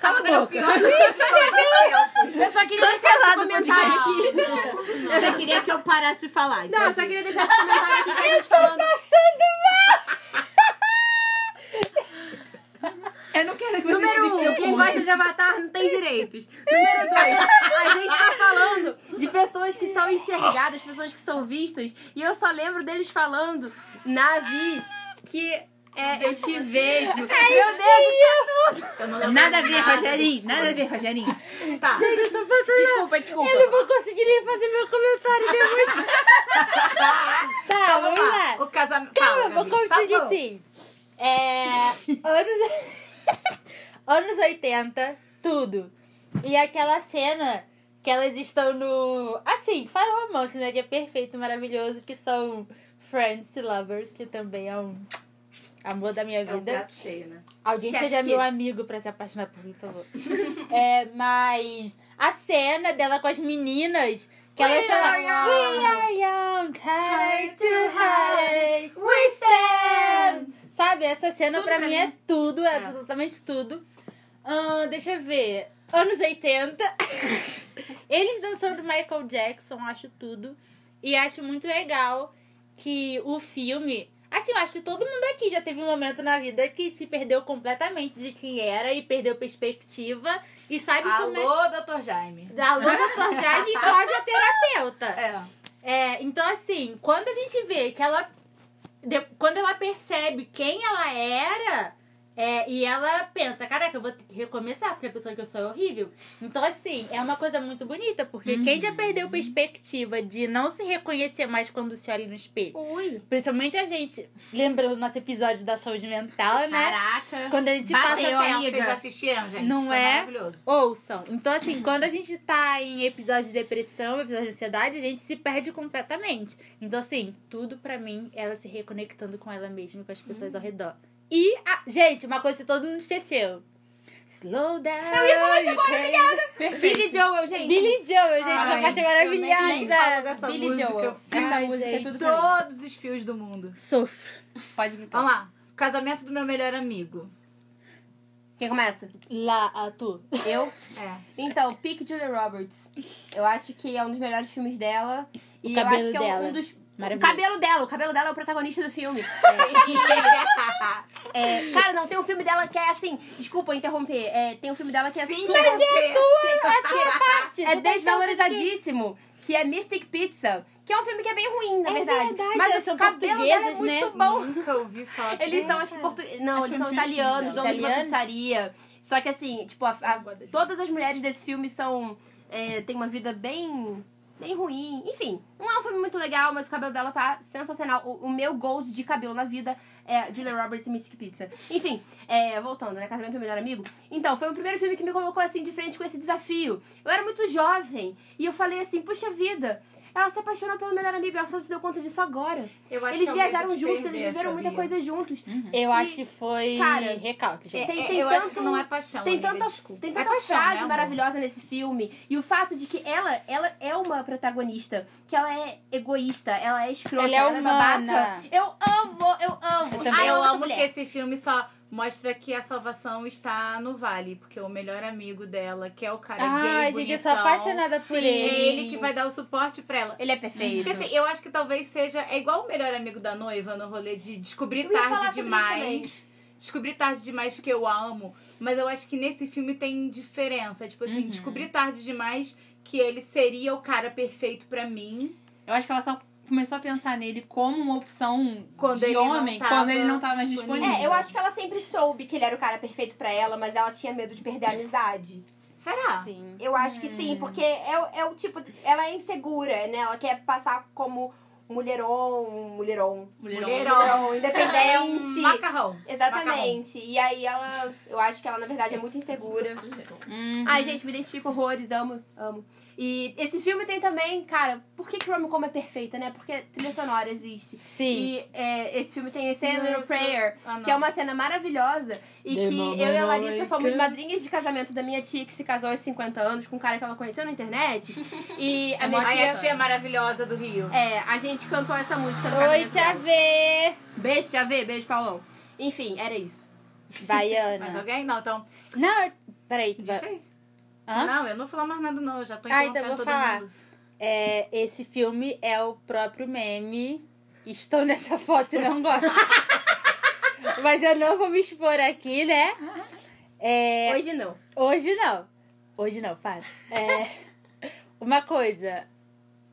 Speaker 2: Calma, era o pior vídeo de todos os tempos.
Speaker 5: Eu só queria deixar esse comentário aqui.
Speaker 2: Você queria que eu parasse de falar. então.
Speaker 5: Não, eu só queria deixar esse comentário aqui. que Eu estou
Speaker 6: Eu não quero que você
Speaker 5: Número um, quem gosta de Avatar não tem direitos. Número dois, a gente tá falando de pessoas que são enxergadas, pessoas que são vistas. E eu só lembro deles falando, Navi, que é, eu te vejo. Meu Deus,
Speaker 6: assim?" Nada a ver, Rogerinho. Nada a ver, Rogerinho.
Speaker 2: Tá.
Speaker 1: Eu tô pensando,
Speaker 5: desculpa, desculpa.
Speaker 1: eu não vou conseguir nem fazer meu comentário
Speaker 2: [laughs]
Speaker 1: depois.
Speaker 2: Então,
Speaker 1: tá, vamos lá.
Speaker 2: O casamento.
Speaker 1: Calma, vou conseguir
Speaker 2: um
Speaker 1: sim. É. Anos. [laughs] anos 80, tudo. E aquela cena que elas estão no. Assim, fala romance, né? Que é perfeito, maravilhoso, que são Friends to Lovers, que também é um amor da minha
Speaker 2: É um
Speaker 1: vida.
Speaker 2: prato cheio, né?
Speaker 1: Alguém
Speaker 5: Chef's
Speaker 1: seja meu
Speaker 5: kiss.
Speaker 1: amigo pra se apaixonar por mim, por favor. [laughs] é, mas a cena dela com as meninas, que ela chama We are young, hard to heartache, we stand. Sabe, essa cena pra mim é tudo, é, totalmente tudo. Ahn, Ah, deixa eu ver. Anos 80. [laughs] Eles dançando Michael Jackson, acho tudo. E acho muito legal que o filme. Assim, eu acho que todo mundo aqui já teve um momento na vida que se perdeu completamente de quem era e perdeu perspectiva. E sabe como é.
Speaker 2: Alô, doutor Jaime.
Speaker 1: Alô, doutor Jaime e Cláudia Terapeuta.
Speaker 2: É.
Speaker 1: É, então, assim, quando a gente vê que ela. de- quando ela percebe quem ela era. é, e ela pensa, caraca, eu vou ter que recomeçar, porque a pessoa que eu sou é horrível. Então, assim, é uma coisa muito bonita, porque quem
Speaker 5: Uhum.
Speaker 1: já perdeu perspectiva de não se reconhecer mais quando se olha no espelho,
Speaker 5: Ui.
Speaker 1: Principalmente a gente, lembrando nosso episódio da saúde mental, né?
Speaker 5: Caraca.
Speaker 1: Quando a gente
Speaker 5: Bateu.
Speaker 1: passa.
Speaker 5: Meu
Speaker 2: Até
Speaker 5: amiga.
Speaker 2: Vocês assistiram, gente?
Speaker 1: Não
Speaker 2: Foi
Speaker 1: é?
Speaker 2: Maravilhoso.
Speaker 1: Ouçam. Então, assim, quando a gente tá em episódio de depressão, episódio de ansiedade, a gente se perde completamente. Então, assim, tudo pra mim, ela se reconectando com ela mesma e com as pessoas ao redor. E, a- gente, uma coisa que todo mundo esqueceu. Slow down. Eu ia falar isso agora, obrigada.
Speaker 5: Billy Joel, gente.
Speaker 1: Billy Joel, gente, essa parte é
Speaker 2: Nem fala
Speaker 1: maravilhosa.
Speaker 2: dessa
Speaker 5: Billy
Speaker 2: música.
Speaker 5: Joel.
Speaker 2: Eu fiz
Speaker 6: Essa
Speaker 1: Ai,
Speaker 6: música é
Speaker 1: gente.
Speaker 6: tudo pra mim.
Speaker 2: todos os fios do mundo.
Speaker 1: Sofro.
Speaker 6: Pode me
Speaker 2: Vamos lá. Casamento do meu melhor amigo.
Speaker 5: Quem começa?
Speaker 1: Lá, a tu.
Speaker 5: Eu? [laughs]
Speaker 2: É.
Speaker 5: Então, Pick Julia Roberts. Eu acho que é um dos melhores filmes dela. E eu
Speaker 1: cabelo
Speaker 5: acho que é
Speaker 1: dela.
Speaker 5: um dos. O
Speaker 1: Maravilhoso.
Speaker 5: cabelo dela, o cabelo dela é o protagonista do filme. É, cara, não, tem um filme dela que é assim. Desculpa interromper. É, tem um filme dela que é
Speaker 2: Sim,
Speaker 5: super.
Speaker 2: mas é
Speaker 1: Parte,
Speaker 5: É
Speaker 1: tu tá
Speaker 5: desvalorizadíssimo. Que é Mystic Pizza. Que é um filme que é bem ruim, na
Speaker 1: É
Speaker 5: verdade.
Speaker 1: verdade, elas
Speaker 5: Mas
Speaker 1: são
Speaker 5: o cabelo dela é
Speaker 1: portuguesas,
Speaker 2: [laughs]
Speaker 5: muito
Speaker 1: né?
Speaker 5: bom.
Speaker 2: Nunca ouvi falar
Speaker 5: Eles são, acho que
Speaker 1: Caraca.
Speaker 5: portugueses. Não,
Speaker 6: Acho
Speaker 5: eles
Speaker 6: que é um
Speaker 5: são
Speaker 6: dos filmes
Speaker 5: italianos,
Speaker 6: deles.
Speaker 5: donos de uma
Speaker 1: Italiano?
Speaker 5: pizzaria. Só que assim, tipo, a- a-
Speaker 2: Água da
Speaker 5: todas as mulheres desse filme são. é, têm uma vida bem bem ruim. Enfim, não é um filme muito legal, mas o cabelo dela tá sensacional. O, o meu goal de cabelo na vida é Julia Roberts e Mystic Pizza. Enfim, é, voltando, né? Casamento do Melhor Amigo. Então, foi o primeiro filme que me colocou assim de frente com esse desafio. Eu era muito jovem e eu falei assim, puxa vida. Ela se apaixonou pelo melhor amigo, ela só se deu conta disso agora.
Speaker 2: Eu acho que
Speaker 5: eles
Speaker 2: é um
Speaker 5: viajaram juntos, eles viveram muita coisa juntos.
Speaker 1: Eu acho que foi
Speaker 5: cara,
Speaker 1: recalque, gente.
Speaker 2: Tem,
Speaker 5: Tem- tem
Speaker 2: eu acho
Speaker 5: tanto-
Speaker 2: que não é paixão.
Speaker 5: Tem
Speaker 2: amiga,
Speaker 5: tanta,
Speaker 2: desculpa.
Speaker 5: tem
Speaker 2: é
Speaker 5: tanta
Speaker 2: paixão, né,
Speaker 5: frase
Speaker 2: amor?
Speaker 5: maravilhosa nesse filme. E o fato de que ela, ela é uma protagonista, que ela é egoísta, ela é escrota,
Speaker 1: Ela é humana.
Speaker 5: babaca. Eu amo, eu amo.
Speaker 1: Eu
Speaker 5: Ai,
Speaker 1: também
Speaker 2: eu
Speaker 5: essa
Speaker 2: amo
Speaker 5: mulher.
Speaker 2: que esse filme só mostra que a salvação está no vale, porque o melhor amigo dela, que é o cara
Speaker 1: Ah,
Speaker 2: gay,
Speaker 1: gente, eu sou
Speaker 2: bonitão,
Speaker 1: apaixonada por
Speaker 2: é
Speaker 1: ele.
Speaker 2: ele que vai dar o suporte pra ela.
Speaker 5: Ele é perfeito.
Speaker 2: Porque assim, eu acho que talvez seja. É igual o melhor amigo da noiva no rolê de descobrir tarde demais. Descobrir tarde demais que eu amo. Mas eu acho que nesse filme tem diferença. Tipo assim,
Speaker 5: Uhum.
Speaker 2: descobrir tarde demais que ele seria o cara perfeito pra mim.
Speaker 6: Eu acho que ela só começou a pensar nele como uma opção
Speaker 2: Quando
Speaker 6: de
Speaker 2: ele não
Speaker 6: homem
Speaker 2: tava
Speaker 6: quando ele não tava mais
Speaker 2: disponível.
Speaker 6: disponível.
Speaker 5: É, eu acho que ela sempre soube que ele era o cara perfeito pra ela, mas ela tinha medo de perder a amizade.
Speaker 2: Será?
Speaker 1: Sim.
Speaker 5: Eu acho que sim, porque é, o- é o tipo. Ela é insegura, né? Ela quer passar como mulheron, mulheron.
Speaker 6: Mulherão.
Speaker 2: Mulherão.
Speaker 5: Mulheron,
Speaker 2: É um
Speaker 5: independente.
Speaker 2: macarrão.
Speaker 5: Exatamente. E aí ela, eu acho que ela na verdade é muito insegura.
Speaker 6: Hum.
Speaker 5: Ai, gente, me identifico horrores, amo, amo. E esse filme tem também, cara, por que que Rom-Com é perfeita, né? Porque trilha sonora existe.
Speaker 1: Sim.
Speaker 5: E é, esse filme tem esse Little Prayer,
Speaker 2: Ah, não.
Speaker 5: que é uma cena maravilhosa e
Speaker 1: The
Speaker 5: que
Speaker 1: moment
Speaker 5: eu e a
Speaker 1: I
Speaker 5: Larissa fomos
Speaker 1: can-
Speaker 5: madrinhas de casamento da minha tia que se casou aos 50 anos com um cara que ela conheceu na internet. E a minha
Speaker 2: Aí a
Speaker 5: tia.
Speaker 2: tia maravilhosa do Rio.
Speaker 5: É, a gente cantou essa música no
Speaker 1: Oi,
Speaker 5: casamento
Speaker 1: Tia
Speaker 5: dela.
Speaker 1: V.
Speaker 5: Beijo, Tia V, beijo, Paulão. Enfim, era isso.
Speaker 2: Mais
Speaker 1: Baiana.
Speaker 2: alguém? Não, então.
Speaker 1: Não, eu- peraí. tu
Speaker 2: Deixa
Speaker 1: vai-
Speaker 2: aí.
Speaker 1: Hã?
Speaker 2: Não, eu não vou falar mais nada, não. Eu já tô
Speaker 1: Ah, então
Speaker 2: interrompendo
Speaker 1: vou
Speaker 2: todo
Speaker 1: falar.
Speaker 2: mundo.
Speaker 1: É, esse filme é o próprio meme. Estou nessa foto e não gosto. Mas eu não vou me expor aqui, né? É,
Speaker 5: Hoje não.
Speaker 1: hoje não. Hoje não, faz. É, uma coisa.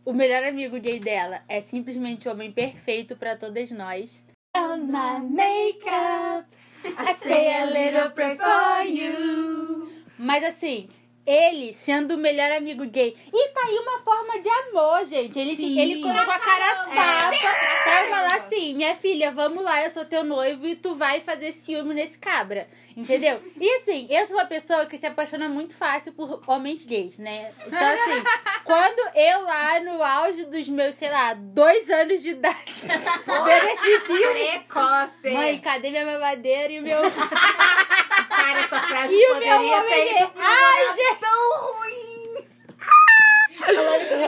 Speaker 1: O melhor amigo gay dela é simplesmente o homem perfeito pra todas nós. On my makeup, I say a little prayer for you. Mas assim, ele sendo o melhor amigo gay. E tá aí uma forma de amor, gente. Ele, se,
Speaker 5: Sim.
Speaker 1: ele colocou a cara
Speaker 5: Pra
Speaker 1: tapa pra falar assim: minha filha, vamos lá, eu sou teu noivo e tu vai fazer ciúme nesse cabra. Entendeu? E assim, eu sou uma pessoa que se apaixona muito fácil por homens gays, né? Então assim, quando eu lá no auge dos meus, sei lá, dois anos de idade, ver Tá esse filme.
Speaker 2: Precoce.
Speaker 1: Mãe, cadê minha mamadeira e o meu.
Speaker 2: Cara, essa frase
Speaker 1: E o meu
Speaker 2: poderia
Speaker 1: homem é
Speaker 2: ter ido pro
Speaker 1: Ai, gente!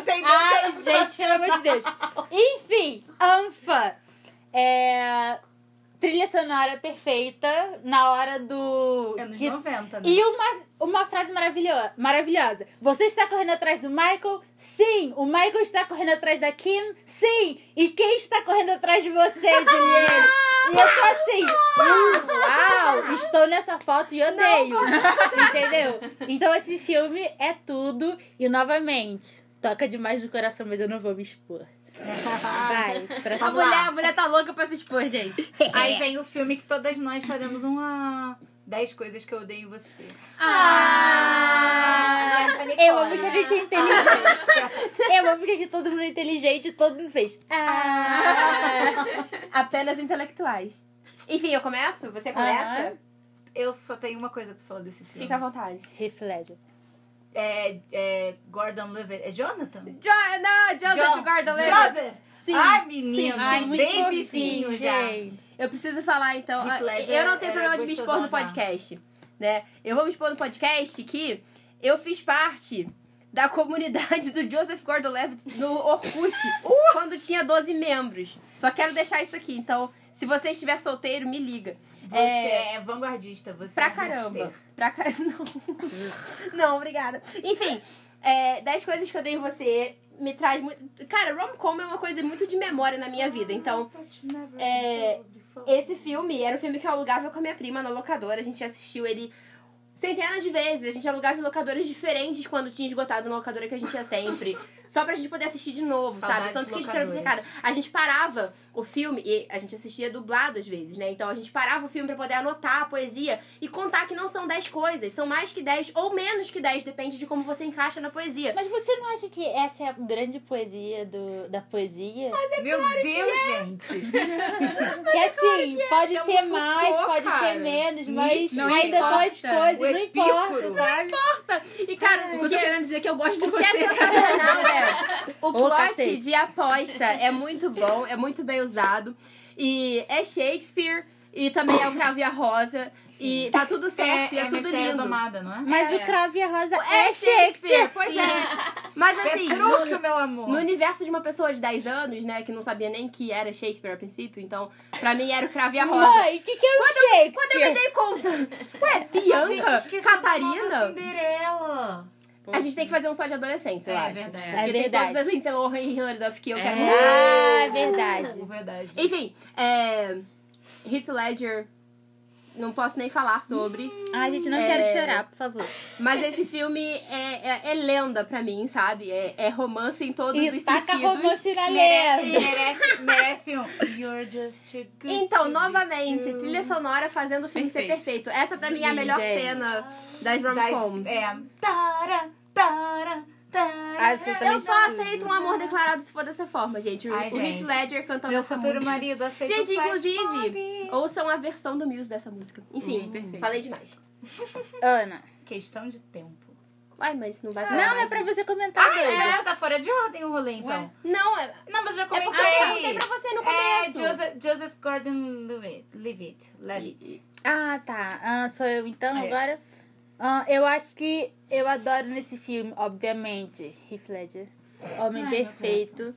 Speaker 2: Tem
Speaker 1: Ai, gente, pelo amor de Deus. Enfim, Anfa. É, Trilha sonora perfeita na hora do.
Speaker 2: Anos
Speaker 1: que-
Speaker 2: 90, né?
Speaker 1: E uma, uma frase maravilhosa, maravilhosa. Você está correndo atrás do Michael? Sim. O Michael está correndo atrás da Kim? Sim. E quem está correndo atrás de você, Juliane? E eu tô assim, uau, estou nessa foto e odeio. Entendeu? Então esse filme é tudo. E novamente, toca demais no coração, mas eu não vou me expor. Vai,
Speaker 5: A
Speaker 1: próximo.
Speaker 2: Vamos lá.
Speaker 5: mulher, a mulher tá louca pra se expor, gente.
Speaker 2: Aí vem o filme que todas nós faremos uma... 10 coisas que eu odeio em você.
Speaker 1: Ah, eu amo que a gente é inteligente. Eu amo que todo mundo é inteligente e todo mundo fez. Ah.
Speaker 5: Apenas intelectuais. Enfim, eu começo? Você começa?
Speaker 1: Aham.
Speaker 2: Eu só tenho uma coisa pra falar desse filme.
Speaker 5: Fica à vontade.
Speaker 1: Reflete.
Speaker 2: É, é Gordon Levitt. É Jonathan?
Speaker 5: Jo não, Joseph
Speaker 2: Jo-
Speaker 5: Gordon-Levitt.
Speaker 2: Joseph!
Speaker 5: Sim.
Speaker 2: Ai, menino. é
Speaker 1: Ai, muito
Speaker 2: bem
Speaker 1: fofinho,
Speaker 2: vizinho já.
Speaker 1: gente.
Speaker 5: Eu preciso falar, então.
Speaker 2: Heath Ledger
Speaker 5: Eu não tenho
Speaker 2: era
Speaker 5: problema de me expor no
Speaker 2: gostosão já.
Speaker 5: podcast, né? Eu vou me expor no podcast que eu fiz parte da comunidade [laughs] do Joseph Gordon-Levitt no Orkut
Speaker 2: Uh!
Speaker 5: quando tinha 12 membros. Só quero deixar isso aqui, então, se você estiver solteiro, me liga.
Speaker 2: Você é, vanguardista. Você é
Speaker 5: Pra
Speaker 2: hipster.
Speaker 5: caramba. Pra caramba. [laughs] Não. Não, obrigada. Enfim, é, das coisas que eu dei em você me traz muito. Cara, rom-com é uma coisa muito de memória na minha vida. Então, é, esse filme era um filme que eu alugava com a minha prima na locadora. A gente assistiu ele centenas de vezes. A gente alugava em locadoras diferentes quando tinha esgotado na locadora que a gente ia sempre. Só pra gente poder assistir de novo, sabe?
Speaker 2: Saudades
Speaker 5: Tanto que a gente era
Speaker 2: locadoras.
Speaker 5: obcecada. A gente parava o filme e a gente assistia dublado às vezes, né? Então a gente parava o filme pra poder anotar a poesia e contar que não são 10 coisas, são mais que 10 ou menos que 10, depende de como você encaixa na poesia.
Speaker 1: Mas você não acha que essa é a grande poesia do, da poesia?
Speaker 5: é
Speaker 2: Meu Deus,
Speaker 5: [laughs]
Speaker 2: gente.
Speaker 1: que
Speaker 5: é
Speaker 1: assim, pode
Speaker 2: Chama o
Speaker 1: ser mais,
Speaker 2: Foucault,
Speaker 1: pode
Speaker 2: cara.
Speaker 1: ser menos, mas
Speaker 6: Não
Speaker 1: ainda são as
Speaker 6: importa.
Speaker 1: coisas,
Speaker 2: O
Speaker 1: não importa,
Speaker 2: Epícoro.
Speaker 1: sabe?
Speaker 5: E cara,
Speaker 6: O
Speaker 5: o
Speaker 6: que eu
Speaker 5: que
Speaker 6: tô
Speaker 5: é
Speaker 6: querendo dizer é que eu gosto de
Speaker 5: o que é
Speaker 6: você.
Speaker 5: sensacional é o plot
Speaker 1: cacete.
Speaker 5: de aposta é muito bom, é muito bem usado. E é Shakespeare, e também é o Cravo e a Rosa. E tá tudo certo, e é, tudo
Speaker 2: Meteoro
Speaker 5: lindo.
Speaker 2: Domada, não é?
Speaker 1: Mas
Speaker 5: É.
Speaker 1: o cravo e a rosa
Speaker 5: É
Speaker 1: é,
Speaker 5: Shakespeare,
Speaker 1: Shakespeare.
Speaker 5: pois é. Mas assim, no,
Speaker 2: Pedrúquio, meu amor.
Speaker 5: no universo de uma pessoa de 10 anos, né, que não sabia nem que era Shakespeare a princípio, então pra mim era o Cravo e a Rosa.
Speaker 1: Mãe, o que, que é o Shakespeare?
Speaker 5: Quando eu me dei conta, ué,
Speaker 2: A gente esqueceu
Speaker 5: Bianca,
Speaker 2: assim da nova
Speaker 5: Catarina.
Speaker 2: Cinderela.
Speaker 5: A gente tem que fazer um só de adolescentes, eu acho.
Speaker 2: verdade.
Speaker 1: É
Speaker 5: Porque tem
Speaker 1: verdade.
Speaker 5: todas as Lindsay Lohan e Hilary Duff que eu quero
Speaker 6: É.
Speaker 5: muito.
Speaker 1: Ah, é verdade.
Speaker 2: Verdade.
Speaker 5: Enfim, é... Heath Ledger, não posso nem falar sobre,
Speaker 1: Ai, gente, não
Speaker 5: É.
Speaker 1: quero chorar, por favor.
Speaker 5: mas esse filme é, é, é lenda pra mim, sabe? É, é romance em todos
Speaker 1: E
Speaker 5: os
Speaker 1: taca
Speaker 5: sentidos.
Speaker 1: romance na
Speaker 2: Merece,
Speaker 1: lenda.
Speaker 2: merece, merece um. You're just a good
Speaker 5: Então,
Speaker 2: to
Speaker 5: novamente,
Speaker 2: be true.
Speaker 5: trilha sonora fazendo o filme ser perfeito. Essa pra mim é a
Speaker 1: Sim,
Speaker 5: melhor
Speaker 1: gente.
Speaker 5: cena das
Speaker 2: Das-
Speaker 5: rom-coms.
Speaker 2: É. Tara, tara, tara.
Speaker 5: Ah,
Speaker 1: Absolutamente.
Speaker 5: Eu só aceito um amor declarado se for dessa forma, gente. O,
Speaker 2: Ai,
Speaker 5: o Heath
Speaker 2: gente.
Speaker 5: Ledger cantando
Speaker 2: Meu
Speaker 5: essa
Speaker 2: futuro
Speaker 5: Tá música.
Speaker 2: marido aceita
Speaker 5: Gente,
Speaker 2: o flash
Speaker 5: inclusive,
Speaker 2: mob.
Speaker 5: Ouçam a versão do Muse dessa música. Enfim,
Speaker 6: Sim, perfeito.
Speaker 5: falei demais.
Speaker 1: Ana.
Speaker 2: Questão de tempo.
Speaker 5: Uai, mas não vai falar
Speaker 1: Não,
Speaker 5: mais,
Speaker 1: é pra você comentar, doida.
Speaker 2: É. Tá fora de ordem o rolê, então.
Speaker 5: né? Não, é,
Speaker 2: Não, mas eu já
Speaker 5: é
Speaker 2: comentei.
Speaker 5: porque eu contei pra você no
Speaker 2: É,
Speaker 5: começo.
Speaker 2: Joseph, Joseph Gordon-Levitt. Levitt. Levitt.
Speaker 1: Ah, tá. Ah, sou eu então
Speaker 2: É.
Speaker 1: agora? Ah, eu acho que eu adoro nesse filme, obviamente, Heath Ledger. Homem
Speaker 2: Ai, meu
Speaker 1: Perfeito.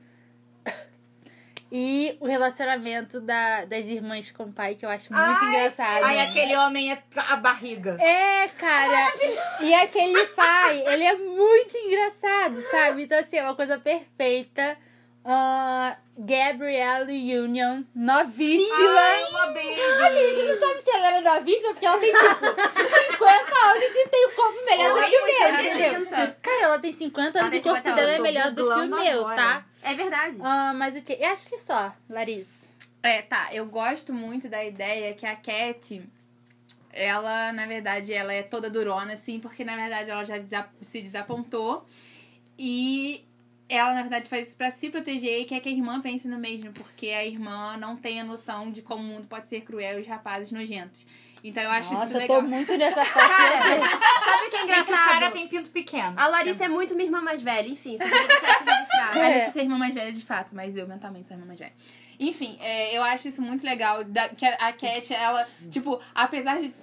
Speaker 1: E o relacionamento da- das irmãs com o pai, que eu acho muito engraçado.
Speaker 2: Ai, aquele homem é a barriga.
Speaker 1: É, cara. E aquele pai, ele é muito engraçado, sabe? Então, assim, é uma coisa perfeita. Ah, Gabrielle Union, novíssima.
Speaker 2: Ai, uma baby.
Speaker 1: Assim, a gente não sabe se ela era novíssima, porque ela tem, tipo, 50 anos e tem o corpo melhor do que o meu, entendeu? Cara, ela tem 50
Speaker 5: Ela
Speaker 1: anos e
Speaker 5: tem
Speaker 1: o corpo
Speaker 5: 50
Speaker 1: dela é
Speaker 5: anos,
Speaker 1: melhor do que o
Speaker 2: dublando
Speaker 1: meu,
Speaker 2: agora.
Speaker 1: tá?
Speaker 5: É verdade.
Speaker 1: Ah, mas o que? Eu acho que só, Larissa.
Speaker 6: É, tá. Eu gosto muito da ideia que a Cat, ela, na verdade, ela é toda durona, assim, porque na verdade ela já desa- se desapontou. E ela, na verdade, faz isso pra se proteger e quer que a irmã pense no mesmo, porque a irmã não tem a noção de como o mundo pode ser cruel e os rapazes nojentos. Então eu acho isso
Speaker 1: Nossa, eu
Speaker 6: legal.
Speaker 1: tô muito nessa [laughs] foto.
Speaker 5: Sabe o que é
Speaker 2: É que o cara
Speaker 5: engraçado?
Speaker 2: tem pinto pequeno.
Speaker 5: A Larissa é muito minha irmã mais velha, enfim, só queria deixar isso registrado.
Speaker 6: A Alice é irmã mais velha de fato, mas eu mentalmente sou a irmã mais velha. Enfim, é, eu acho isso muito legal. da- que a a Cat, ela, tipo, apesar de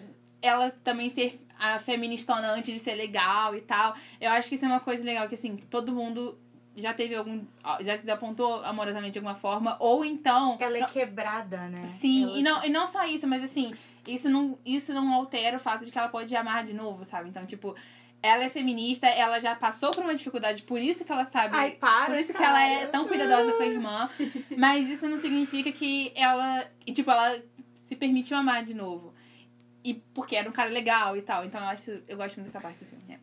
Speaker 6: ela também ser a feministona antes de ser legal e tal, eu acho que isso é uma coisa legal, que assim, todo mundo já teve algum. já se desapontou amorosamente de alguma forma, ou então.
Speaker 2: Ela é quebrada, né?
Speaker 6: Sim,
Speaker 2: Ela-
Speaker 6: e, não, e não só isso, mas assim, isso não, isso não altera o fato de que ela pode amar de novo, sabe? Então, tipo, ela é feminista, ela já passou por uma dificuldade, por isso que ela sabe.
Speaker 2: Ai, para.
Speaker 6: Por isso que
Speaker 2: cara.
Speaker 6: ela é tão cuidadosa com a irmã. Mas isso não significa que ela. e, Tipo, ela se permitiu amar de novo. E porque era um cara legal e tal. Então eu acho. Eu gosto muito dessa parte do filme. Né?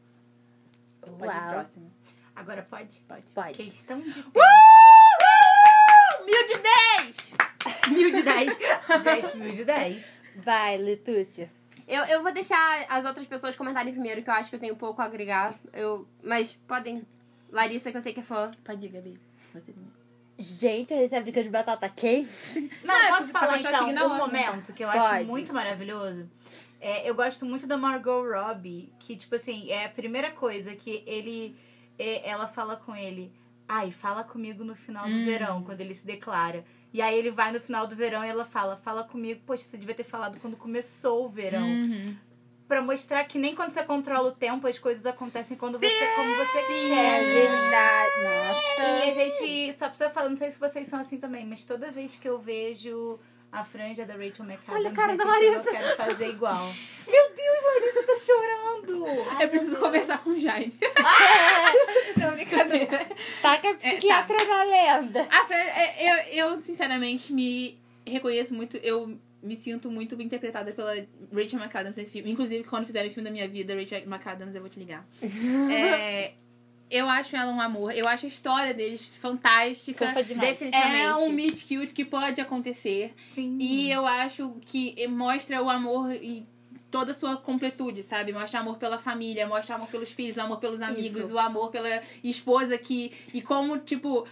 Speaker 6: Pode ir pro
Speaker 1: Uau.
Speaker 6: próximo.
Speaker 2: Agora pode? Pode.
Speaker 1: Pode.
Speaker 2: Questão de tempo.
Speaker 5: Mil de 10! [laughs] Mil de 10.
Speaker 2: Gente, mil de dez.
Speaker 1: Vai, Letúcia.
Speaker 5: Eu, eu vou deixar as outras pessoas comentarem primeiro, que eu acho que eu tenho pouco a agregar. Eu, mas podem. Larissa, que eu sei que é fã.
Speaker 6: Pode ir, Gabi.
Speaker 5: é
Speaker 6: Você primeiro.
Speaker 1: Gente, olha essa briga de batata quente. [laughs]
Speaker 2: Não,
Speaker 6: Não, é
Speaker 2: posso
Speaker 6: porque
Speaker 2: falar
Speaker 6: pra mostrar
Speaker 2: então
Speaker 6: assim na
Speaker 2: um
Speaker 6: hora,
Speaker 2: momento que eu
Speaker 1: Pode.
Speaker 2: acho muito maravilhoso? É, eu gosto muito da Margot Robbie, que, tipo assim, é a primeira coisa que ele. é, ela fala com ele. Ai, fala comigo no final do
Speaker 6: Hum.
Speaker 2: verão, quando ele se declara. E aí ele vai no final do verão e ela fala, fala comigo. Poxa, você devia ter falado quando começou o verão.
Speaker 6: Uhum.
Speaker 2: Pra mostrar que nem quando você controla o tempo, as coisas acontecem quando você, como você
Speaker 1: É
Speaker 2: quer.
Speaker 1: verdade.
Speaker 2: E a
Speaker 1: Nossa.
Speaker 2: gente só precisa falar, não sei se vocês são assim também, mas toda vez que eu vejo a franja da Rachel McAdams,
Speaker 5: Olha a cara
Speaker 2: eu
Speaker 5: da
Speaker 2: sinto que eu quero fazer igual. Meu Deus, Larissa tá chorando!
Speaker 6: eu preciso conversar com o Jaime. não, brincadeira.
Speaker 1: Taca Tá psiquiatra na lenda.
Speaker 6: A Fran, é, eu, eu, sinceramente me reconheço muito, eu me sinto muito interpretada pela Rachel McAdams nesse filme. Inclusive, quando fizerem o filme da minha vida, Rachel McAdams, eu vou te ligar. É, eu acho ela um amor. Eu acho a história deles fantástica.
Speaker 5: [laughs] Definitivamente.
Speaker 6: É um meet cute que pode acontecer.
Speaker 2: Sim.
Speaker 6: E eu acho que mostra o amor e toda a sua completude, sabe? Mostra amor pela família, mostra amor pelos filhos, o amor pelos amigos, o amor pela esposa que. E como, tipo,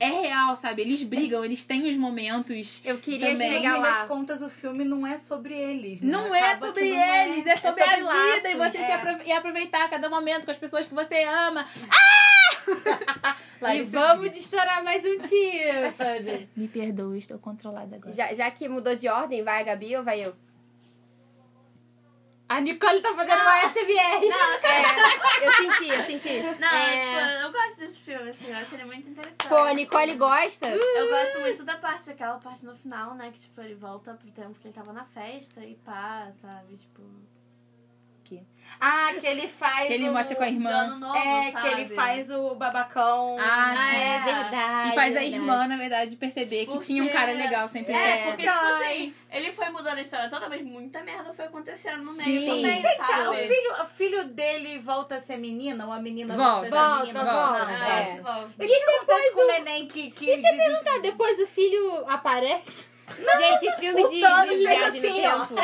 Speaker 6: é real, sabe? Eles brigam, eles têm os momentos.
Speaker 5: Eu queria
Speaker 6: Também.
Speaker 2: No
Speaker 5: chegar
Speaker 2: fim das
Speaker 5: lá.
Speaker 2: contas, o filme não é sobre eles. né?
Speaker 6: Não é
Speaker 2: Acaba que
Speaker 6: sobre
Speaker 2: não é.
Speaker 6: eles, é sobre, a
Speaker 5: sobre
Speaker 6: vida e
Speaker 5: laços.
Speaker 6: você se apro- e
Speaker 5: tá
Speaker 6: aproveitar cada momento com as pessoas que você ama.
Speaker 1: E vamos estourar mais um tiro.
Speaker 6: Me perdoe, estou controlada agora.
Speaker 5: Já, já que mudou de ordem, vai a Gabi ou vai eu?
Speaker 1: A Nicole tá fazendo uma SMR.
Speaker 5: É, eu senti, eu senti.
Speaker 4: Não,
Speaker 1: É.
Speaker 4: tipo, eu gosto desse filme, assim, eu acho ele muito
Speaker 5: [laughs]
Speaker 4: interessante.
Speaker 5: Pô, a Nicole gosta.
Speaker 4: Eu gosto muito da parte, daquela parte no final, né? Que, tipo, ele volta pro tempo que ele tava na festa e pá, sabe? Tipo...
Speaker 2: Ah, que ele faz.
Speaker 6: Que ele
Speaker 2: o...
Speaker 6: mostra com a
Speaker 4: De
Speaker 6: irmã.
Speaker 4: ano novo,
Speaker 2: É,
Speaker 4: sabe?
Speaker 2: que ele faz o babacão.
Speaker 6: Ah, sim.
Speaker 1: É verdade.
Speaker 6: E faz a
Speaker 1: verdade.
Speaker 6: irmã, na verdade, perceber que
Speaker 4: Porque-
Speaker 6: tinha um cara legal sempre.
Speaker 4: É,
Speaker 6: perto.
Speaker 4: porque, tipo assim, ele foi mudando a história toda, mas muita merda foi acontecendo no meio
Speaker 5: Sim.
Speaker 4: também,
Speaker 2: Gente,
Speaker 4: sabe?
Speaker 2: o filho, o filho dele volta a ser menina ou a menina
Speaker 6: Volta.
Speaker 2: volta, a ser menina?
Speaker 1: Volta,
Speaker 2: Não,
Speaker 1: volta.
Speaker 2: não,
Speaker 4: Ah,
Speaker 1: É.
Speaker 2: volta.
Speaker 4: se volta.
Speaker 2: O que, que acontece com o neném que... que e
Speaker 1: Tá, depois o filho aparece.
Speaker 5: Gente, filmes
Speaker 2: o
Speaker 5: de, de
Speaker 2: Thanos fez
Speaker 5: viagem
Speaker 2: assim, ó.
Speaker 5: no tempo.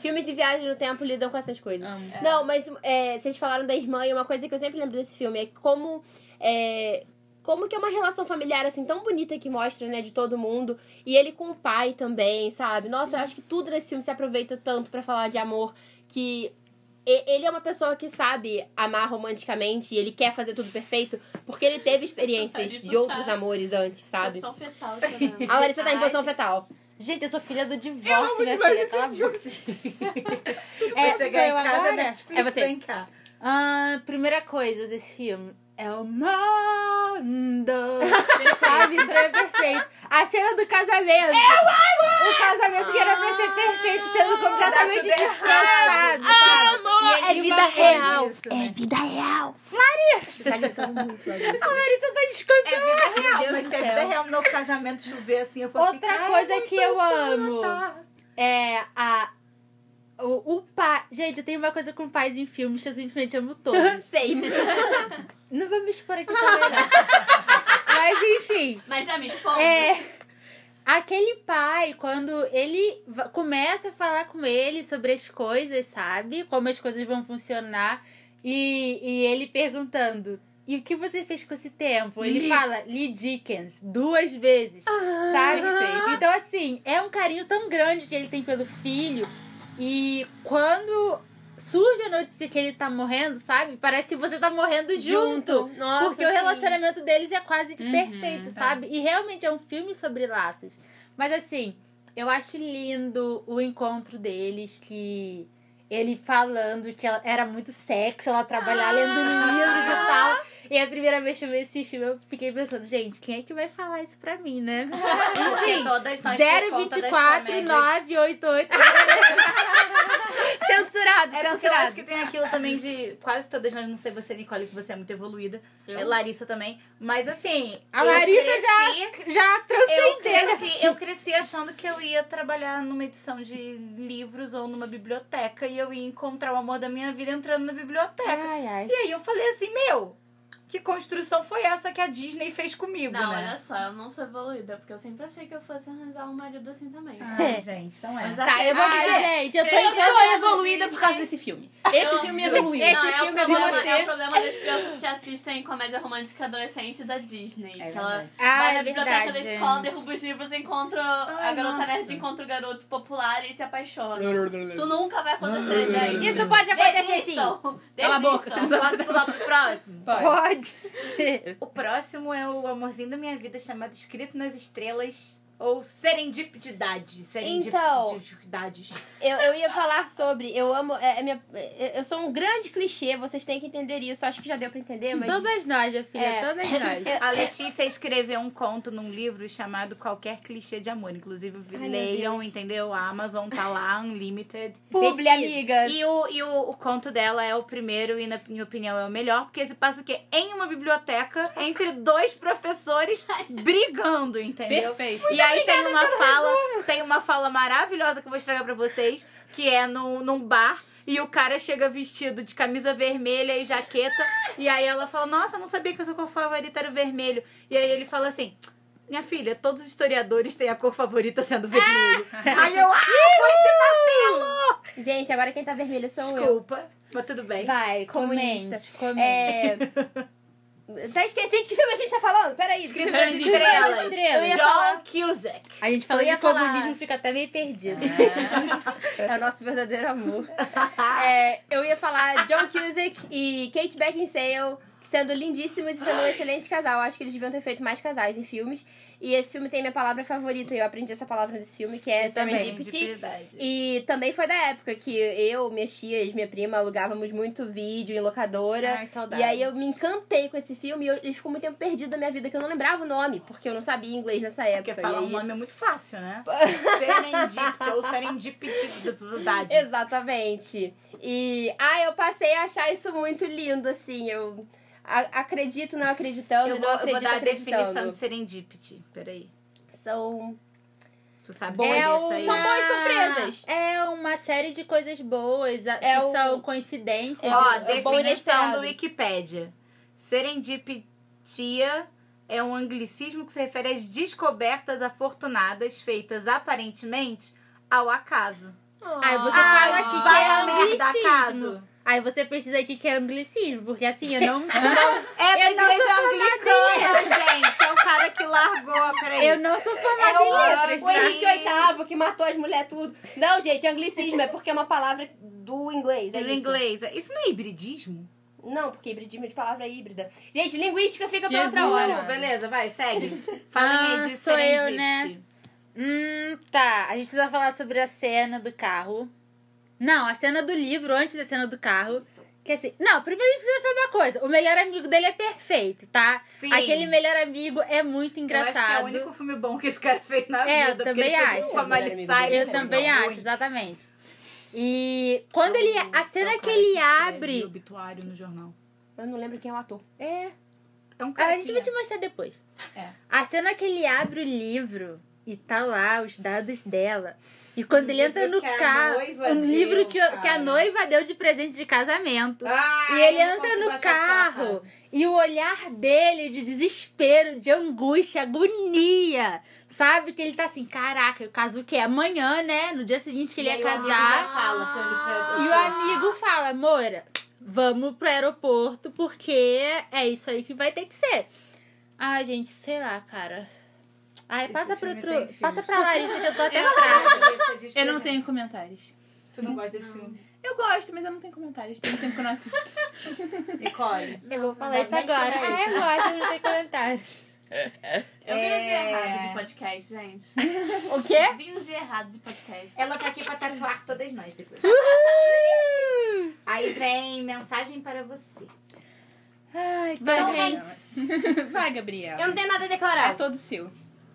Speaker 5: filmes de viagem no tempo lidam com essas coisas.
Speaker 6: Amo.
Speaker 5: Não, mas é, vocês falaram da irmã e uma coisa que eu sempre lembro desse filme é como. é, como que é uma relação familiar, assim, tão bonita que mostra, né, de todo mundo. E ele com o pai também, sabe? Nossa, eu acho que tudo nesse filme se aproveita tanto pra falar de amor que. e- Ele é uma pessoa que sabe amar romanticamente e ele quer fazer tudo perfeito porque ele teve experiências
Speaker 4: [laughs] Isso
Speaker 5: de outros
Speaker 4: tá. é
Speaker 5: amores antes, sabe?
Speaker 4: Posição fetal
Speaker 6: [laughs]
Speaker 4: chorando.
Speaker 5: A Larissa tá em
Speaker 1: Ai,
Speaker 5: posição fetal.
Speaker 1: Gente, eu sou filha do divórcio, minha filha. Cala a boca. [laughs]
Speaker 2: Vai
Speaker 1: É, sou
Speaker 2: chegar
Speaker 1: eu
Speaker 2: em casa,
Speaker 1: agora?
Speaker 2: Netflix,
Speaker 5: É você.
Speaker 2: vem cá.
Speaker 1: Ah, primeira coisa desse filme é o mundo.
Speaker 2: [laughs]
Speaker 1: sabe? Isso é perfeito. A cena do casamento. O casamento que era pra ser perfeito, sendo completamente
Speaker 2: Tá tudo errado. Ah,
Speaker 1: destroçado. sabe?
Speaker 2: E
Speaker 1: é
Speaker 2: ele
Speaker 1: vida
Speaker 2: uma coisa
Speaker 1: real.
Speaker 2: disso, né?
Speaker 5: É vida real. Tá gritando muito, Larissa.
Speaker 1: A Larissa tá descontando.
Speaker 2: É vida real,
Speaker 5: Deus
Speaker 2: mas
Speaker 5: do
Speaker 2: se é
Speaker 5: céu.
Speaker 2: vida real no meu casamento chover assim, eu vou
Speaker 1: Outra
Speaker 2: ficar, "Ai,
Speaker 1: coisa
Speaker 2: vamos
Speaker 1: que eu
Speaker 2: dançar,
Speaker 1: amo
Speaker 2: tá?"
Speaker 1: é a. O, o pai. Gente, eu tenho uma coisa com pais em filmes, assim, eu simplesmente amo todos.
Speaker 5: Sei.
Speaker 1: Não vou me expor aqui também, não. Mas enfim.
Speaker 4: [laughs] Mas já me expõe.
Speaker 1: É. Aquele pai, quando ele va- começa a falar com ele sobre as coisas, sabe? Como as coisas vão funcionar. E, e ele perguntando: E o que você fez com esse tempo? Ele fala Lee Dickens duas vezes, sabe? Então, assim, é um carinho tão grande que ele tem pelo filho. E quando surge a notícia que ele tá morrendo, sabe? Parece que você tá morrendo junto.
Speaker 5: Nossa,
Speaker 1: Porque o
Speaker 5: sim.
Speaker 1: relacionamento deles é quase que
Speaker 6: Uhum,
Speaker 1: perfeito,
Speaker 6: é.
Speaker 1: sabe? E realmente é um filme sobre laços. Mas assim, eu acho lindo o encontro deles, que ele falando que ela era muito sexy, ela trabalhar lendo livros e tal. E a primeira vez que eu vi esse filme, eu fiquei pensando, gente, quem é que vai falar isso pra mim, né?
Speaker 2: Porque
Speaker 1: Enfim,
Speaker 2: todas nós, por Então, conta né, das comédias,
Speaker 1: 024-988.
Speaker 5: Censurado,
Speaker 2: É porque eu
Speaker 5: censurado.
Speaker 2: acho que tem aquilo também de quase todas nós, não sei você, Nicole, que você é muito evoluída.
Speaker 6: Eu?
Speaker 2: É, Larissa também. Mas assim.
Speaker 1: A
Speaker 2: eu
Speaker 1: Larissa
Speaker 2: cresci,
Speaker 1: Já
Speaker 2: Eu
Speaker 1: transcendeu.
Speaker 2: cresci, eu cresci achando que eu ia trabalhar numa edição de livros ou numa biblioteca e eu ia encontrar o amor da minha vida entrando na biblioteca.
Speaker 1: Ai, ai.
Speaker 2: E aí eu falei assim: meu, que construção foi essa que a Disney fez comigo,
Speaker 1: Tipo,
Speaker 4: Não, é
Speaker 2: né?
Speaker 4: olha só, eu não sou evoluída, porque eu sempre achei que eu fosse arranjar um marido assim também.
Speaker 1: Ah.
Speaker 2: Ai, gente, então é.
Speaker 4: Mas já-
Speaker 6: Tá, eu vou dizer.
Speaker 1: Ai, gente, eu tô
Speaker 6: Eu
Speaker 1: entendendo.
Speaker 6: sou evoluída por causa desse filme. Esse
Speaker 4: Eu
Speaker 6: filme
Speaker 4: juro.
Speaker 6: evoluiu.
Speaker 4: Não, é o,
Speaker 2: filme
Speaker 4: problema,
Speaker 6: você-
Speaker 4: é o problema das crianças que assistem comédia romântica adolescente da Disney.
Speaker 6: É
Speaker 4: que ela
Speaker 6: verdade.
Speaker 1: Ah,
Speaker 4: vai
Speaker 1: é
Speaker 4: na biblioteca da
Speaker 1: verdade,
Speaker 4: escola,
Speaker 1: gente.
Speaker 4: derruba os livros, encontra a
Speaker 2: Ai,
Speaker 4: garota
Speaker 2: nossa.
Speaker 4: nerd, encontra o garoto popular e se apaixona. Isso nunca vai acontecer, gente.
Speaker 5: Isso pode acontecer sim.
Speaker 4: Desistam.
Speaker 6: Cala a boca,
Speaker 4: Desistam.
Speaker 2: Posso pular pro próximo?
Speaker 1: Pode.
Speaker 2: O próximo é o amorzinho da minha vida chamado Escrito nas Estrelas ou Serendipidade. Serendipidades.
Speaker 5: Eu, eu ia falar sobre. Eu amo. É, é minha, é- eu sou um grande clichê, vocês têm que entender isso. Acho que já deu pra entender, mas.
Speaker 1: Todas nós, minha filha,
Speaker 5: É.
Speaker 1: todas
Speaker 2: [laughs]
Speaker 1: nós.
Speaker 2: A Letícia escreveu um conto num livro chamado Qualquer Clichê de Amor. Inclusive,
Speaker 5: meu
Speaker 2: leiam,
Speaker 5: Deus.
Speaker 2: entendeu? A Amazon tá lá, Unlimited.
Speaker 5: Publi,
Speaker 1: Pesquisa.
Speaker 5: amigas.
Speaker 2: E, o, e o, o conto dela é o primeiro e, na minha opinião, é o melhor. Porque se passa o quê? Em uma biblioteca, entre dois professores atores brigando, entendeu?
Speaker 6: Perfeito.
Speaker 2: E aí tem uma fala, tem uma fala maravilhosa que eu vou estragar pra vocês, que é num, num bar. E o cara chega vestido de camisa vermelha e jaqueta. e aí ela fala, nossa, eu não sabia que o seu cor favorita era o vermelho. E aí ele fala assim, minha filha, todos os historiadores têm a cor favorita sendo vermelho. aí eu, ah, foi esse
Speaker 5: Gente, agora quem tá vermelho sou
Speaker 2: martelo!
Speaker 5: eu.
Speaker 2: Desculpa, mas tudo bem.
Speaker 1: Vai,
Speaker 5: Comunista.
Speaker 1: comente, comente.
Speaker 5: É... Tá esquecido de que filme a gente tá falando? Peraí, tá
Speaker 2: Escritora de
Speaker 5: esqueci.
Speaker 2: estrelas.
Speaker 5: Eu ia falar-
Speaker 2: John Cusack.
Speaker 1: A gente falou
Speaker 5: Eu ia
Speaker 1: de comunismo,
Speaker 5: falar-
Speaker 1: fica até meio perdido.
Speaker 5: É o nosso verdadeiro amor. É, eu ia falar John Cusack e Kate Beckinsale sendo lindíssimos e sendo um excelente casal. Acho que eles deviam ter feito mais casais em filmes. E esse filme tem minha palavra favorita. e Eu aprendi essa palavra nesse filme, que é serendipity. E também foi da época que eu, minhas tias, minha prima alugávamos muito vídeo em locadora.
Speaker 1: Ai, saudade.
Speaker 5: E aí eu me encantei com esse filme e eu- ele ficou muito tempo perdido da minha vida, que eu não lembrava o nome, porque eu não sabia inglês nessa época.
Speaker 2: Porque falar
Speaker 5: E
Speaker 2: um
Speaker 5: aí-
Speaker 2: nome é muito fácil,
Speaker 5: [laughs]
Speaker 2: né? Serendipity ou serendipitidade.
Speaker 5: Exatamente. E ah, eu passei a achar isso muito lindo, assim. Eu a- acredito não acreditando,
Speaker 2: Eu vou,
Speaker 5: não
Speaker 2: eu vou
Speaker 5: acredito
Speaker 2: dar a definição
Speaker 5: acreditando.
Speaker 2: de serendipity. Peraí.
Speaker 5: São
Speaker 2: Tu sabe
Speaker 5: Boas-
Speaker 2: disso
Speaker 1: É
Speaker 2: aí?
Speaker 5: São boas surpresas.
Speaker 1: É uma série de coisas boas, a-
Speaker 5: É
Speaker 1: que
Speaker 5: o-
Speaker 1: são coincidências.
Speaker 2: Ó,
Speaker 5: é bom e
Speaker 2: definição
Speaker 5: inesperado.
Speaker 2: do Wikipédia. Serendipitia é um anglicismo que se refere às descobertas afortunadas feitas aparentemente ao acaso.
Speaker 1: Aí
Speaker 2: Ah,
Speaker 1: você fala aqui que
Speaker 2: vai
Speaker 1: é
Speaker 2: a merda,
Speaker 1: anglicismo.
Speaker 2: acaso.
Speaker 1: Aí você precisa aqui que é anglicismo, porque assim, eu
Speaker 6: [laughs]
Speaker 1: não,
Speaker 2: É da
Speaker 1: Eu não
Speaker 2: igreja anglicana, gente. É o cara que largou, peraí.
Speaker 1: eu não sou
Speaker 5: é
Speaker 1: formada em letras,
Speaker 5: o, o
Speaker 1: tá?
Speaker 5: Henrique VIII que matou as mulheres tudo. Não, gente, anglicismo é porque é uma palavra do inglês. É
Speaker 2: Em
Speaker 5: isso.
Speaker 2: inglês. Isso não é hibridismo?
Speaker 5: Não, porque hibridismo é de palavra híbrida. Gente, linguística fica pra outra
Speaker 1: Jesus.
Speaker 5: hora.
Speaker 2: Não, beleza, vai, segue. Fala
Speaker 1: Ah,
Speaker 2: aí de
Speaker 1: sou eu,
Speaker 2: serendipity.
Speaker 1: né? Hum, tá. A gente precisa falar sobre a cena do carro. Não, a cena do livro antes da cena do carro. Que assim, não, primeiro a gente precisa falar uma coisa. O melhor amigo dele é perfeito, tá?
Speaker 2: Sim.
Speaker 1: Aquele melhor amigo é muito
Speaker 2: Eu acho que é o
Speaker 1: engraçado.
Speaker 2: único filme bom que esse cara fez na
Speaker 1: É, eu
Speaker 2: vida. porque
Speaker 1: também
Speaker 2: ele fez um
Speaker 1: acho.
Speaker 2: Com a Miley
Speaker 5: Eu
Speaker 2: Cyrus,
Speaker 1: Eu
Speaker 2: foi
Speaker 1: também
Speaker 2: tão
Speaker 1: acho,
Speaker 2: é ruim. É
Speaker 1: exatamente. E quando ele. A cena que ele abre.
Speaker 2: obituário no jornal.
Speaker 5: Eu não lembro quem é o ator.
Speaker 1: É.
Speaker 2: É um cara.
Speaker 1: A gente vai te mostrar depois.
Speaker 2: É.
Speaker 1: A cena que ele abre o livro e tá lá os dados dela. E quando ele entra no
Speaker 2: Um que a
Speaker 1: carro,
Speaker 2: noiva
Speaker 1: um
Speaker 2: deu,
Speaker 1: livro que, o-
Speaker 2: cara.
Speaker 1: que a noiva deu de presente de casamento.
Speaker 2: Ah,
Speaker 1: E ele
Speaker 2: eu não
Speaker 1: entra
Speaker 2: consigo
Speaker 1: no
Speaker 2: achar essa
Speaker 1: carro.
Speaker 2: frase.
Speaker 1: E o olhar dele de desespero, de angústia, agonia. Sabe? Que ele tá assim, caraca, eu caso o quê? Amanhã, né? No dia seguinte que ele
Speaker 2: E
Speaker 1: ia
Speaker 2: aí o amigo
Speaker 1: casar.
Speaker 2: já fala, tô indo pra-
Speaker 1: E o
Speaker 2: [laughs]
Speaker 1: amigo fala, Moura, vamos pro aeroporto porque é isso aí que vai ter que ser. Ai, gente, sei lá, cara. Ai, passa pra,
Speaker 2: filme
Speaker 1: outro,
Speaker 2: tem filhos.
Speaker 1: passa pra Larissa que eu tô até fraca.
Speaker 6: Eu não tenho comentários.
Speaker 2: é Tu não gosta desse filme?
Speaker 6: Eu gosto, mas eu não tenho comentários. Tem um tempo que eu não assisto.
Speaker 2: Nicole.
Speaker 1: Eu vou falar isso
Speaker 2: bem que
Speaker 1: agora.
Speaker 2: é
Speaker 1: Ah, eu gosto, não tem comentários.
Speaker 4: Eu vim no dia errado de podcast, gente.
Speaker 5: É. [laughs] O quê?
Speaker 4: Vim no dia errado de podcast.
Speaker 2: Ela tá aqui pra tatuar todas nós depois. Aí vem mensagem para você. um
Speaker 1: Ai,
Speaker 5: Vai,
Speaker 1: então,
Speaker 5: Gabriela.
Speaker 6: [laughs] Vai, Gabriela.
Speaker 5: Eu não tenho nada a
Speaker 6: É
Speaker 5: declarar.
Speaker 6: todo seu.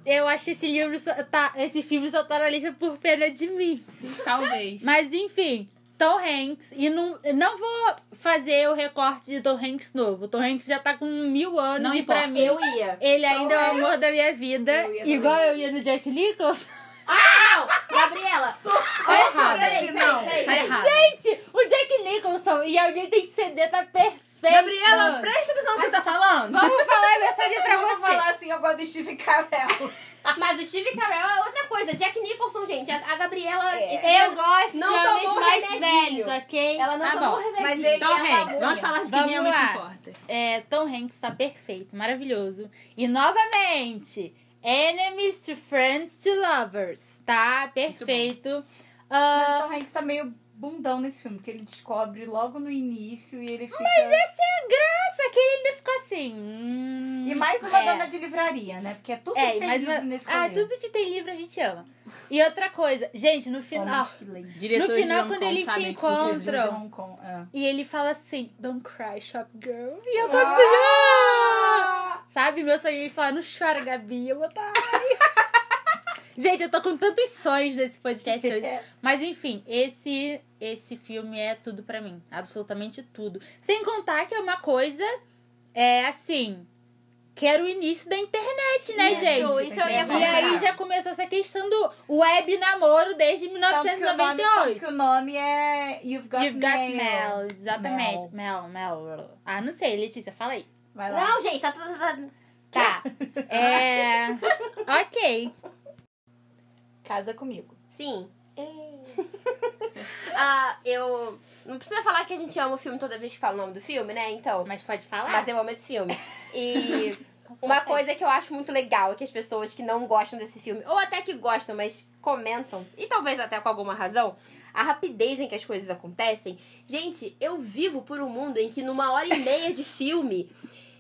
Speaker 1: eu acho que esse livro só tá, esse filme só tá na lista por pena de mim.
Speaker 6: Talvez.
Speaker 1: Mas enfim, Tom Hanks. E não, não vou fazer o recorte de Tom Hanks novo. Tom Hanks já tá com mil anos
Speaker 6: Não
Speaker 1: e pra
Speaker 6: importa.
Speaker 1: mim.
Speaker 5: Eu ia.
Speaker 1: Ele ainda é o amor da minha vida,
Speaker 2: Eu ia também.
Speaker 1: igual eu ia no Jack Nicholson. [laughs]
Speaker 5: Não! Gabriela! Olha só, peraí, peraí, peraí.
Speaker 6: Tá errado.
Speaker 1: Gente, o Jack Nicholson e alguém tem que ceder tá perfeito.
Speaker 6: Gabriela, presta atenção no que você tá falando.
Speaker 1: vamos falar a mensagem pra
Speaker 2: eu vou
Speaker 1: você.
Speaker 2: falar assim, eu gosto do Steve Carell.
Speaker 5: Mas o Steve Carell é outra coisa. Jack Nicholson, gente. A, a Gabriela...
Speaker 4: É.
Speaker 5: esse
Speaker 1: Eu
Speaker 5: cara-
Speaker 1: gosto
Speaker 5: Não
Speaker 1: de homens
Speaker 5: tomou
Speaker 1: mais
Speaker 5: remedinho.
Speaker 1: velhos, ok?
Speaker 5: Ela não
Speaker 6: Tá
Speaker 5: tomou
Speaker 6: bom.
Speaker 5: remédio.
Speaker 2: Mas ele
Speaker 6: Tom
Speaker 2: é uma
Speaker 6: Hanks,
Speaker 2: múmia.
Speaker 6: vamos falar de quem
Speaker 1: Vamos
Speaker 6: realmente
Speaker 1: lá.
Speaker 6: importa.
Speaker 1: É, Tom Hanks tá perfeito, maravilhoso. E novamente, enemies to friends to lovers, tá? Perfeito. Ah,
Speaker 2: Mas o Tom Hanks tá meio bundão nesse filme, porque ele descobre logo no início e ele fica... Mas
Speaker 1: é assim.
Speaker 2: esse...
Speaker 1: Nossa, que ele ainda ficou assim. hum,
Speaker 2: E mais uma
Speaker 1: é.
Speaker 2: dona de livraria, né? Porque é tudo
Speaker 1: É,
Speaker 2: que
Speaker 1: e
Speaker 2: tem
Speaker 1: mais
Speaker 2: livro
Speaker 1: uma...
Speaker 2: nesse
Speaker 1: Ah,
Speaker 2: filme.
Speaker 1: tudo que tem livro a gente ama. E outra coisa, gente, no final.
Speaker 2: Homens que leem.
Speaker 6: Diretores
Speaker 1: No final,
Speaker 6: de Hong
Speaker 1: quando
Speaker 6: Kong
Speaker 1: eles se
Speaker 6: sabem que
Speaker 1: encontram-
Speaker 6: os
Speaker 2: De Hong Kong, é.
Speaker 1: E ele fala assim, don't cry, shop girl. E eu tô assim, "Ah!" Sabe, meu sonho, ele fala, não chora, Gabi, eu vou tá. [laughs] Gente, eu tô com tantos sonhos nesse podcast
Speaker 2: [laughs]
Speaker 1: hoje.
Speaker 2: É.
Speaker 1: Mas enfim, esse esse filme é tudo pra mim, absolutamente tudo. Sem contar que é uma coisa é assim, que era o início da internet, né,
Speaker 5: Isso,
Speaker 1: gente?
Speaker 5: isso eu ia
Speaker 1: E aí já começou essa questão do web namoro desde
Speaker 2: Tanto que o nome- tanto
Speaker 1: 1998.
Speaker 2: que o nome é You've Got,
Speaker 1: You've got
Speaker 2: Mail.
Speaker 1: Mel, exatamente. Mel. Mel, Ah, não sei, Letícia, fala
Speaker 5: [laughs]
Speaker 1: aí.
Speaker 2: Vai lá.
Speaker 5: Não, gente, tá tudo. tá-
Speaker 1: Tá. é. Ok.
Speaker 2: Casa comigo.
Speaker 5: Sim. [laughs] ah, eu. Não precisa falar que a gente ama o filme toda vez que fala o nome do filme, né? Então.
Speaker 1: Mas pode falar?
Speaker 5: Mas eu amo esse filme.
Speaker 1: [laughs]
Speaker 5: E uma coisa que eu acho muito legal é que as pessoas que não gostam desse filme, ou até que gostam, mas comentam, e talvez até com alguma razão, a rapidez em que as coisas acontecem. Gente, eu vivo por um mundo em que numa hora e meia de filme.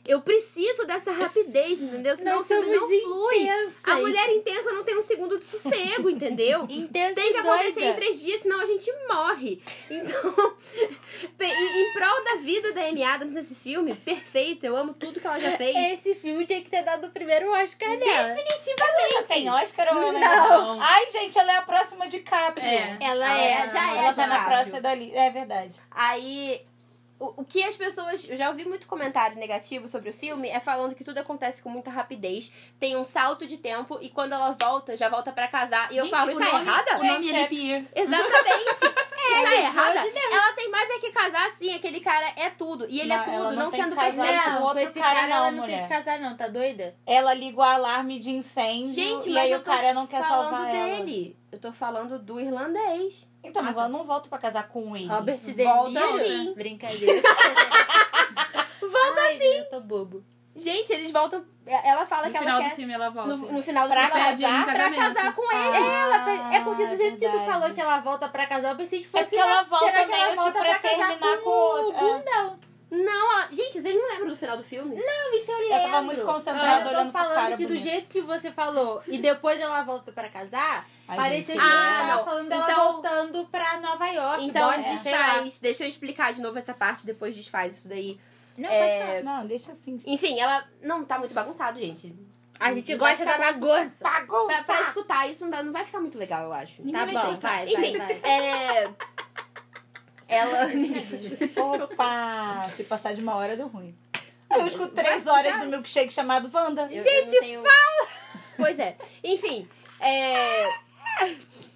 Speaker 5: Eu preciso dessa rapidez, entendeu? Senão
Speaker 1: Nós
Speaker 5: o filme não
Speaker 1: somos
Speaker 5: flui.
Speaker 1: Intensas.
Speaker 5: A mulher intensa não tem um segundo de sossego, entendeu?
Speaker 1: Intensa
Speaker 5: Tem que
Speaker 1: e
Speaker 5: acontecer em
Speaker 1: doida.
Speaker 5: três dias, senão a gente morre. Então, [laughs] pe- em, em prol da vida da Amy Adams nesse filme, perfeito, eu amo tudo que ela
Speaker 6: É,
Speaker 5: já fez.
Speaker 1: Esse filme tinha que ter dado o primeiro Oscar dela.
Speaker 2: Ela tem Oscar ou ela é
Speaker 6: Não.
Speaker 2: Ai, gente, ela é a próxima de Caprio.
Speaker 6: É.
Speaker 1: Ela
Speaker 5: Ah,
Speaker 1: é.
Speaker 5: já é.
Speaker 2: Ela tá na
Speaker 5: Caprio.
Speaker 2: próxima da lista. É verdade.
Speaker 5: Aí, o, o que as pessoas. Eu já ouvi muito comentário negativo sobre o filme, é falando que tudo acontece com muita rapidez, tem um salto de tempo e quando ela volta, já volta pra casar. E eu
Speaker 6: Gente,
Speaker 5: falo,
Speaker 6: o
Speaker 5: tá
Speaker 6: nome-
Speaker 5: errada?
Speaker 6: O nome
Speaker 2: Gente,
Speaker 6: é
Speaker 2: é-
Speaker 6: Leap Year.
Speaker 5: [laughs] Exatamente.
Speaker 1: É,
Speaker 5: tá
Speaker 1: gente,
Speaker 5: errada.
Speaker 1: pelo amor de Deus.
Speaker 5: Ela tem mais é que casar assim, aquele cara é tudo. E ele é
Speaker 2: Não,
Speaker 5: tudo,
Speaker 2: ela
Speaker 5: não,
Speaker 2: não tem
Speaker 5: sendo
Speaker 2: que casar.
Speaker 5: perfeito.
Speaker 2: com
Speaker 1: Não, com
Speaker 2: outro
Speaker 1: esse
Speaker 2: cara
Speaker 1: cara, ela
Speaker 2: não,
Speaker 1: não tem
Speaker 2: mulher.
Speaker 1: que casar, não, tá doida?
Speaker 2: Ela liga o alarme de incêndio
Speaker 5: Gente,
Speaker 2: e
Speaker 5: mas
Speaker 2: aí
Speaker 5: eu
Speaker 2: o
Speaker 5: tô
Speaker 2: cara não quer
Speaker 5: falando
Speaker 2: salvar ela.
Speaker 5: dele. Eu tô falando do irlandês.
Speaker 2: Então, mas
Speaker 5: Ah, tá.
Speaker 2: ela não volta pra casar com ele.
Speaker 1: Robert De
Speaker 5: Volta
Speaker 1: Niro?
Speaker 5: sim.
Speaker 1: Brincadeira. assim. [laughs] Volta assim. Ai, sim. Eu tô bobo.
Speaker 5: Gente, eles voltam. é, Ela fala
Speaker 6: No
Speaker 5: que
Speaker 6: final
Speaker 5: ela
Speaker 6: do
Speaker 5: quer.
Speaker 6: filme ela volta. um
Speaker 5: No, no final do
Speaker 2: Pra
Speaker 5: filme, ela
Speaker 2: casar?
Speaker 5: vai pra
Speaker 6: Casamento.
Speaker 5: casar com ele.
Speaker 1: Ela- é porque do jeito que tu
Speaker 2: Ah, verdade.
Speaker 1: falou que ela volta pra casar, eu pensei que
Speaker 2: É
Speaker 1: fosse
Speaker 2: porque ela
Speaker 1: uma-
Speaker 2: volta
Speaker 1: será que
Speaker 2: meio
Speaker 1: ela
Speaker 2: que
Speaker 1: volta
Speaker 2: pra
Speaker 1: pra, casar
Speaker 2: terminar
Speaker 1: com
Speaker 2: com
Speaker 1: o
Speaker 2: outro, é.
Speaker 1: bundão.
Speaker 5: Não, ela... gente, vocês não lembram do final do filme?
Speaker 1: Não, isso eu lembro.
Speaker 2: Eu tava muito
Speaker 1: Mas
Speaker 2: concentrada
Speaker 1: eu tô
Speaker 2: olhando pro cara
Speaker 1: falando que do
Speaker 2: bonito.
Speaker 1: jeito que você falou e depois ela volta pra casar,
Speaker 2: Ai,
Speaker 1: pareceu
Speaker 2: gente,
Speaker 1: que você
Speaker 5: Ah,
Speaker 1: tava
Speaker 5: não.
Speaker 1: falando dela
Speaker 5: Então-
Speaker 1: voltando pra Nova York.
Speaker 5: então
Speaker 1: Boston, sei lá.
Speaker 5: desfaz. Deixa eu explicar de novo essa parte, depois desfaz isso daí.
Speaker 1: Não,
Speaker 5: É,
Speaker 1: pode falar.
Speaker 2: Não, deixa assim.
Speaker 5: Enfim, ela não tá muito bagunçado, gente.
Speaker 1: A gente
Speaker 5: não
Speaker 1: gosta
Speaker 5: vai
Speaker 1: da Tá
Speaker 5: ficar
Speaker 1: bagunça.
Speaker 2: Pagou!
Speaker 5: Pra, pra escutar isso não, dá- não vai ficar muito legal, eu acho.
Speaker 1: Tá
Speaker 6: vai
Speaker 1: bom,
Speaker 6: escutar.
Speaker 1: vai, vai,
Speaker 5: Enfim,
Speaker 1: vai.
Speaker 5: é. Ela. [laughs]
Speaker 2: Opa! Se passar de uma hora, deu ruim. Eu escuto três horas do milkshake chamado Wanda.
Speaker 5: Gente, fala! [laughs] Pois é. Enfim, é...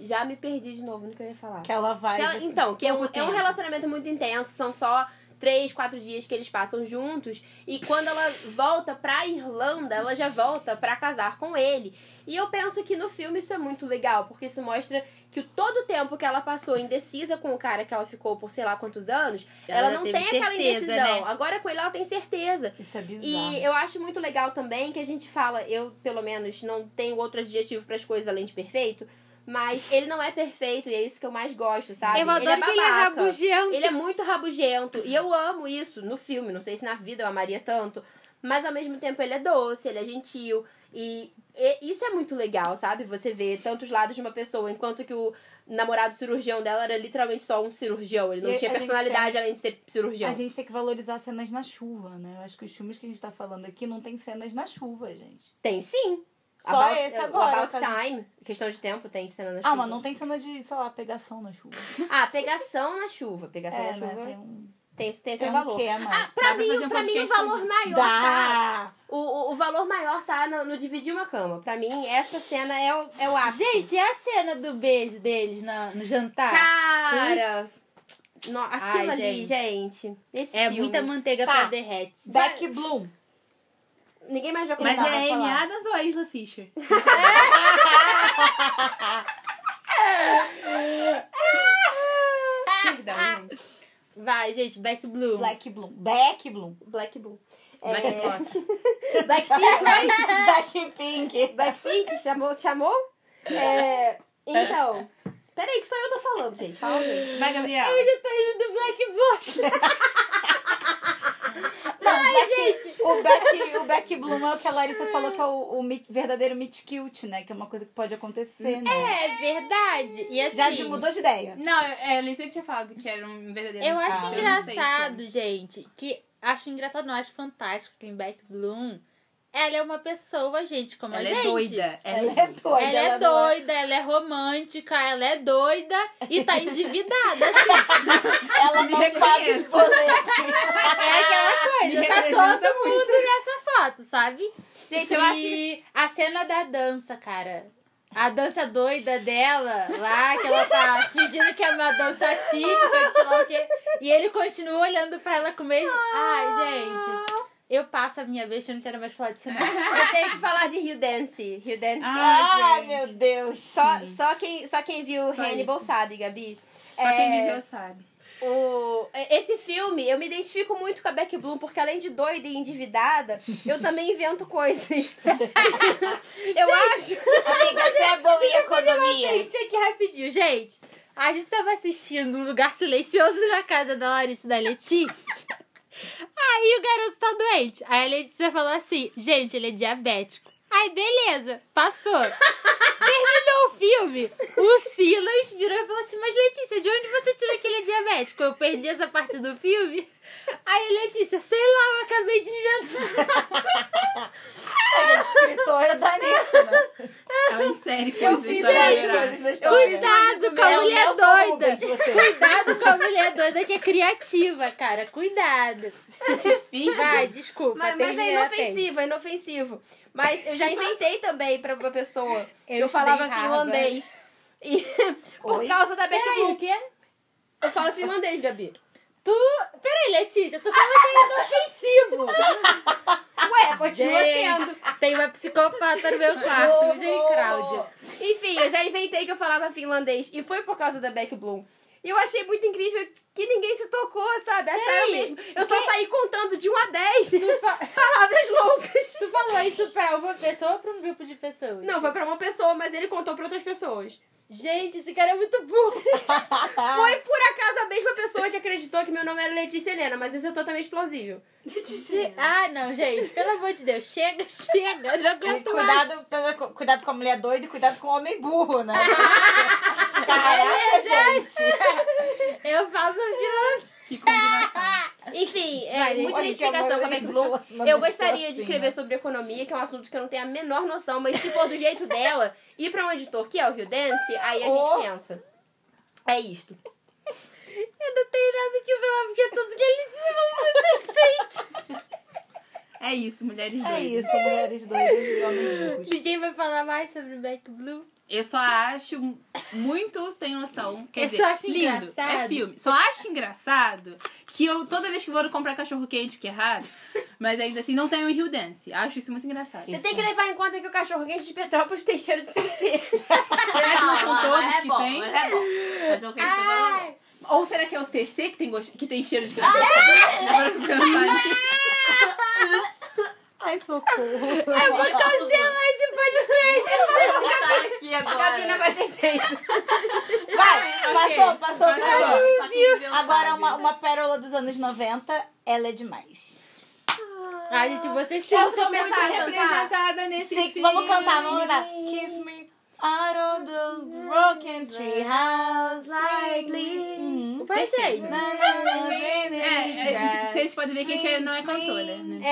Speaker 5: Já me perdi de novo no que eu ia falar.
Speaker 2: Que ela vai.
Speaker 5: Ela-
Speaker 2: desse-
Speaker 5: então, que é um,
Speaker 1: pouco
Speaker 5: é um
Speaker 1: tempo.
Speaker 5: relacionamento muito intenso, são só três, quatro dias que eles passam juntos. E quando ela volta pra Irlanda, ela já volta pra casar com ele. E eu penso que no filme isso é muito legal, porque isso mostra que todo o tempo que ela passou indecisa com o cara que ela ficou por sei lá quantos anos, ela, não tem
Speaker 1: teve
Speaker 5: aquela
Speaker 1: certeza,
Speaker 5: indecisão.
Speaker 1: né?
Speaker 5: Agora com ele ela tem certeza.
Speaker 2: Isso é bizarro.
Speaker 5: E eu acho muito legal também que a gente fala, eu pelo menos não tenho outro adjetivo para as coisas além de perfeito, mas ele não é perfeito e é isso que eu mais gosto, sabe?
Speaker 1: Eu adoro que ele é
Speaker 5: babaca.
Speaker 1: rabugento.
Speaker 5: Ele é muito rabugento e eu amo isso no filme, não sei se na vida eu amaria tanto, mas ao mesmo tempo ele é doce, ele é gentil e, e isso é muito legal, sabe? Você vê tantos lados de uma pessoa, enquanto que o namorado cirurgião dela era literalmente só um cirurgião, ele não
Speaker 2: E
Speaker 5: tinha
Speaker 2: a gente
Speaker 5: personalidade
Speaker 2: tem-
Speaker 5: além de ser cirurgião.
Speaker 2: A gente tem que valorizar cenas na chuva, né? Eu acho que os filmes que a gente tá falando aqui não tem cenas na chuva, gente.
Speaker 5: Tem sim.
Speaker 2: Só
Speaker 5: About-
Speaker 2: esse
Speaker 5: o
Speaker 2: agora,
Speaker 5: About
Speaker 2: por causa-
Speaker 5: Time, questão de tempo, tem cena na chuva.
Speaker 2: Ah, mas não tem cena de, sei lá, pegação na chuva.
Speaker 5: Ah, pegação na chuva. Pegação
Speaker 2: É,
Speaker 5: na
Speaker 2: né?
Speaker 5: chuva
Speaker 2: Tem um,
Speaker 5: tem, isso- tem seu
Speaker 2: tem um
Speaker 5: valor.
Speaker 2: quê a mais.
Speaker 5: Ah, pra
Speaker 6: Dá pra
Speaker 5: mim,
Speaker 6: fazer um
Speaker 5: pra mim o
Speaker 6: podcast só
Speaker 5: valor
Speaker 6: disso.
Speaker 5: maior tá.
Speaker 2: Dá!
Speaker 5: O, o, o valor maior tá no, no dividir uma cama. Pra mim, essa cena é o, é o ápice.
Speaker 1: Gente, e a cena do beijo deles na- no jantar?
Speaker 5: Cara! No, aquilo
Speaker 1: Ai,
Speaker 5: ali, gente. Esse
Speaker 1: É
Speaker 5: filme.
Speaker 1: muita manteiga
Speaker 2: Tá.
Speaker 1: pra derrete.
Speaker 2: Beck Bloom.
Speaker 5: Ninguém mais vai
Speaker 6: Mas
Speaker 5: contar.
Speaker 6: é a Amy
Speaker 2: falar.
Speaker 6: Adams ou a Isla Fisher? Perdão, gente.
Speaker 1: Vai, gente, Back Blue.
Speaker 2: Black Bloom. Beck Bloom.
Speaker 5: Black Bull.
Speaker 6: Black Block.
Speaker 5: Blackpink, né?
Speaker 2: [laughs] Blackpink.
Speaker 5: Blackpink, chamou? chamou? É, então... Peraí, que só eu tô falando, gente. Fala alguém.
Speaker 6: Vai, Gabriel.
Speaker 1: Ele tá indo do Black Blue.
Speaker 2: Não, Beck- O Beck, o Beck Bloom é o que a Larissa falou que é o, o mi- verdadeiro meet cute, né? Que é uma coisa que pode acontecer, né?
Speaker 1: É verdade. E assim,
Speaker 2: Já se mudou de ideia.
Speaker 6: Não, é, a Letícia que tinha falado que era um verdadeiro
Speaker 1: eu
Speaker 6: desastre,
Speaker 1: acho
Speaker 6: eu não sei é. se-
Speaker 1: engraçado, gente, que... Acho engraçado, não, acho fantástico que em Back Bloom, ela é uma pessoa, gente, como
Speaker 6: Ela
Speaker 1: a gente.
Speaker 6: é doida. Ela
Speaker 2: Ela
Speaker 6: é
Speaker 2: é doida.
Speaker 1: Ela é doida, ela é romântica, ela é doida e tá endividada, assim.
Speaker 2: Ela
Speaker 6: Me
Speaker 2: não paga os
Speaker 6: reconheço.
Speaker 2: boletos.
Speaker 1: É aquela
Speaker 6: Me
Speaker 1: coisa, tá
Speaker 6: representa
Speaker 1: todo mundo nessa foto, sabe?
Speaker 5: Gente, eu acho
Speaker 1: e a cena da dança, cara. A dança doida dela, lá, que ela tá fingindo que é uma dança típica, sei lá o quê. E ele continua olhando pra ela com o mesmo. Ai, gente. Eu passo a minha vez, eu não quero mais falar disso. não.
Speaker 5: Eu tenho que falar de Rio Dance. Rio Dance.
Speaker 2: Ai, meu Deus.
Speaker 5: só, só, quem, só quem viu Hannibal sabe, Gabi.
Speaker 6: Só quem viveu sabe.
Speaker 5: O, esse filme, eu me identifico muito com a Beck Bloom, porque além de doida e [laughs] endividada, eu também invento [laughs] coisas. eu acho.
Speaker 2: Amiga, você é boa em economia.
Speaker 1: Gente, isso aqui rapidinho, gente. A gente tava assistindo um lugar silencioso na casa da Larissa e da Letícia.
Speaker 2: [laughs]
Speaker 1: Aí o garoto tá doente. Aí a Letícia falou assim: gente, ele é diabético. Aí, beleza,
Speaker 2: [laughs]
Speaker 1: passou. Terminou o filme. O Silas virou e falou assim: Mas Letícia, de onde você tirou que ele é diabético? Eu perdi essa parte do filme. Aí, Letícia, sei lá, eu acabei de inventar.
Speaker 2: A escritora tá nisso, né?
Speaker 6: Ela insere coisas
Speaker 2: Fiz várias
Speaker 6: historiadas.
Speaker 2: coisas da história.
Speaker 1: Cuidado com a
Speaker 2: É o
Speaker 1: mulher
Speaker 2: Nelson
Speaker 1: doida.
Speaker 2: Rubens, você.
Speaker 1: Cuidado com a mulher doida que é criativa, cara. Cuidado. Vai, desculpa.
Speaker 5: Mas, mas é
Speaker 1: terminei a tese.
Speaker 5: inofensivo, é inofensivo. Mas eu já inventei também pra uma pessoa.
Speaker 1: Eu
Speaker 5: Eu, falava
Speaker 1: estudei em
Speaker 5: finlandês. E, por
Speaker 2: Oi?
Speaker 5: causa da Beck
Speaker 1: Peraí,
Speaker 5: Bloom.
Speaker 1: o quê?
Speaker 5: Eu falo finlandês, Gabi.
Speaker 1: Tu. Peraí, Letícia, tu fala que é inofensivo.
Speaker 5: Ué, continua
Speaker 1: Gente.
Speaker 5: sendo.
Speaker 1: Tem uma psicopata no meu quarto, misericórdia.
Speaker 5: Enfim, eu já inventei que eu falava finlandês. E foi por causa da Beck Bloom. E eu achei muito incrível que ninguém se tocou, sabe? Acharam
Speaker 1: Peraí,
Speaker 5: mesmo. Eu só saí contando de 1 a 10
Speaker 1: Tu, fa- [laughs]
Speaker 5: palavras loucas.
Speaker 1: tu falou isso pra uma pessoa ou pra um grupo de pessoas?
Speaker 5: Não, foi pra uma pessoa, mas ele contou pra outras pessoas.
Speaker 1: Gente, esse cara é muito burro.
Speaker 5: Foi por acaso a mesma pessoa que acreditou que meu nome era Letícia Helena, mas isso é totalmente plausível.
Speaker 1: Ge- Ah, não, gente. Pelo amor de Deus. Chega, [laughs] chega. Eu não
Speaker 2: E
Speaker 1: aguento mais.
Speaker 2: Cuidado, cuidado- cuidado com a mulher doida e cuidado com o homem burro, né? Caraca,
Speaker 1: [laughs] É
Speaker 2: gente.
Speaker 1: Eu falo vilão.
Speaker 6: Que combinação.
Speaker 5: Enfim, é
Speaker 1: Vai, gente.
Speaker 5: muita
Speaker 2: Olha que a
Speaker 5: identificação com a
Speaker 2: maioria
Speaker 5: Beck
Speaker 2: dos
Speaker 5: Bloom.
Speaker 2: relacionamentos
Speaker 5: Eu
Speaker 2: são
Speaker 5: gostaria de
Speaker 2: assim,
Speaker 5: escrever sobre economia, que é um assunto que eu não tenho a menor noção, mas se for do jeito dela, ir pra um editor que é o Rio Dance, aí a
Speaker 2: Oh.
Speaker 5: gente pensa. É isto.
Speaker 1: Eu não tenho nada que falar, porque tudo que ele disse
Speaker 6: É isso, mulheres
Speaker 2: né?
Speaker 6: doidas.
Speaker 2: É isso, mulheres doidas e homens burros.
Speaker 1: Ninguém vai falar mais sobre Back Blue.
Speaker 6: Eu só acho muito sem noção. Quer
Speaker 1: Eu
Speaker 6: dizer,
Speaker 1: só acho
Speaker 6: lindo. É
Speaker 1: engraçado.
Speaker 6: filme. Só acho engraçado que eu, toda vez que vou comprar cachorro quente, que é raro, mas ainda assim não tenho em Rio Dance. Acho isso muito engraçado. É
Speaker 5: Você tem que levar em conta que o cachorro quente de Petrópolis tem cheiro de CP.
Speaker 6: Será que não são todos
Speaker 4: mas é
Speaker 6: que
Speaker 4: bom,
Speaker 6: tem?
Speaker 4: Mas é bom. Cachorro quente de Petrópolis é bom. Ah,
Speaker 6: Ou será que é o CC que tem, gosto- que tem cheiro de
Speaker 4: é?
Speaker 6: cachorro quente? Agora eu fico pensando.
Speaker 2: Ai, socorro.
Speaker 4: Eu vou cancelar esse podcast. tá aqui
Speaker 5: A Gabi não
Speaker 4: agora.
Speaker 5: vai ter jeito.
Speaker 2: Vai, passou, passou, passou.
Speaker 4: Só quem viveu
Speaker 2: Agora,
Speaker 4: sabe.
Speaker 2: uma, uma pérola dos anos 90, ela é demais.
Speaker 1: Ai, Ah, gente, vocês um
Speaker 5: Eu
Speaker 1: tinham
Speaker 5: sou
Speaker 6: Muito
Speaker 5: pensar a cantar.
Speaker 6: representada nesse
Speaker 2: Sim,
Speaker 6: filme.
Speaker 2: vamos cantar, vamos cantar. Kiss me out of the broken tree house lightly. Uhum.
Speaker 1: Foi, gente.
Speaker 2: Na, na, na, na,
Speaker 6: É,
Speaker 2: na, na.
Speaker 6: é, vocês podem ver que a gente não é cantora, né?
Speaker 5: É,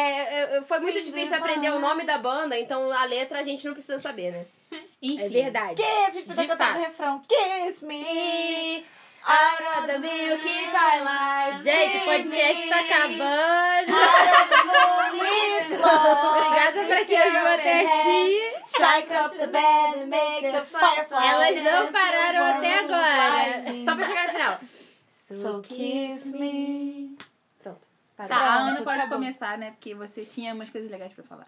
Speaker 5: é, é, foi muito
Speaker 2: Sim,
Speaker 5: difícil
Speaker 2: vai.
Speaker 5: aprender o nome da banda, então a letra a gente não precisa saber, né?
Speaker 6: Enfim.
Speaker 1: É verdade.
Speaker 2: Que? Vocês precisam
Speaker 1: De
Speaker 2: cantar
Speaker 1: fato.
Speaker 2: o refrão. Kiss me
Speaker 5: Out of the milk is our life.
Speaker 1: Gente, o podcast tá
Speaker 5: é?
Speaker 1: acabando.
Speaker 2: Please, Lord.
Speaker 1: Obrigada pra quem ouviu até aqui.
Speaker 2: Strike up the band and make the firefly.
Speaker 1: Elas não
Speaker 2: dance
Speaker 1: pararam até
Speaker 2: warm
Speaker 1: agora.
Speaker 2: lightning.
Speaker 5: Só pra chegar no [laughs] final.
Speaker 2: So kiss me.
Speaker 6: Tá, a Ana
Speaker 2: Pronto,
Speaker 6: pode
Speaker 2: acabou.
Speaker 6: começar, né? Porque você tinha umas coisas legais pra falar.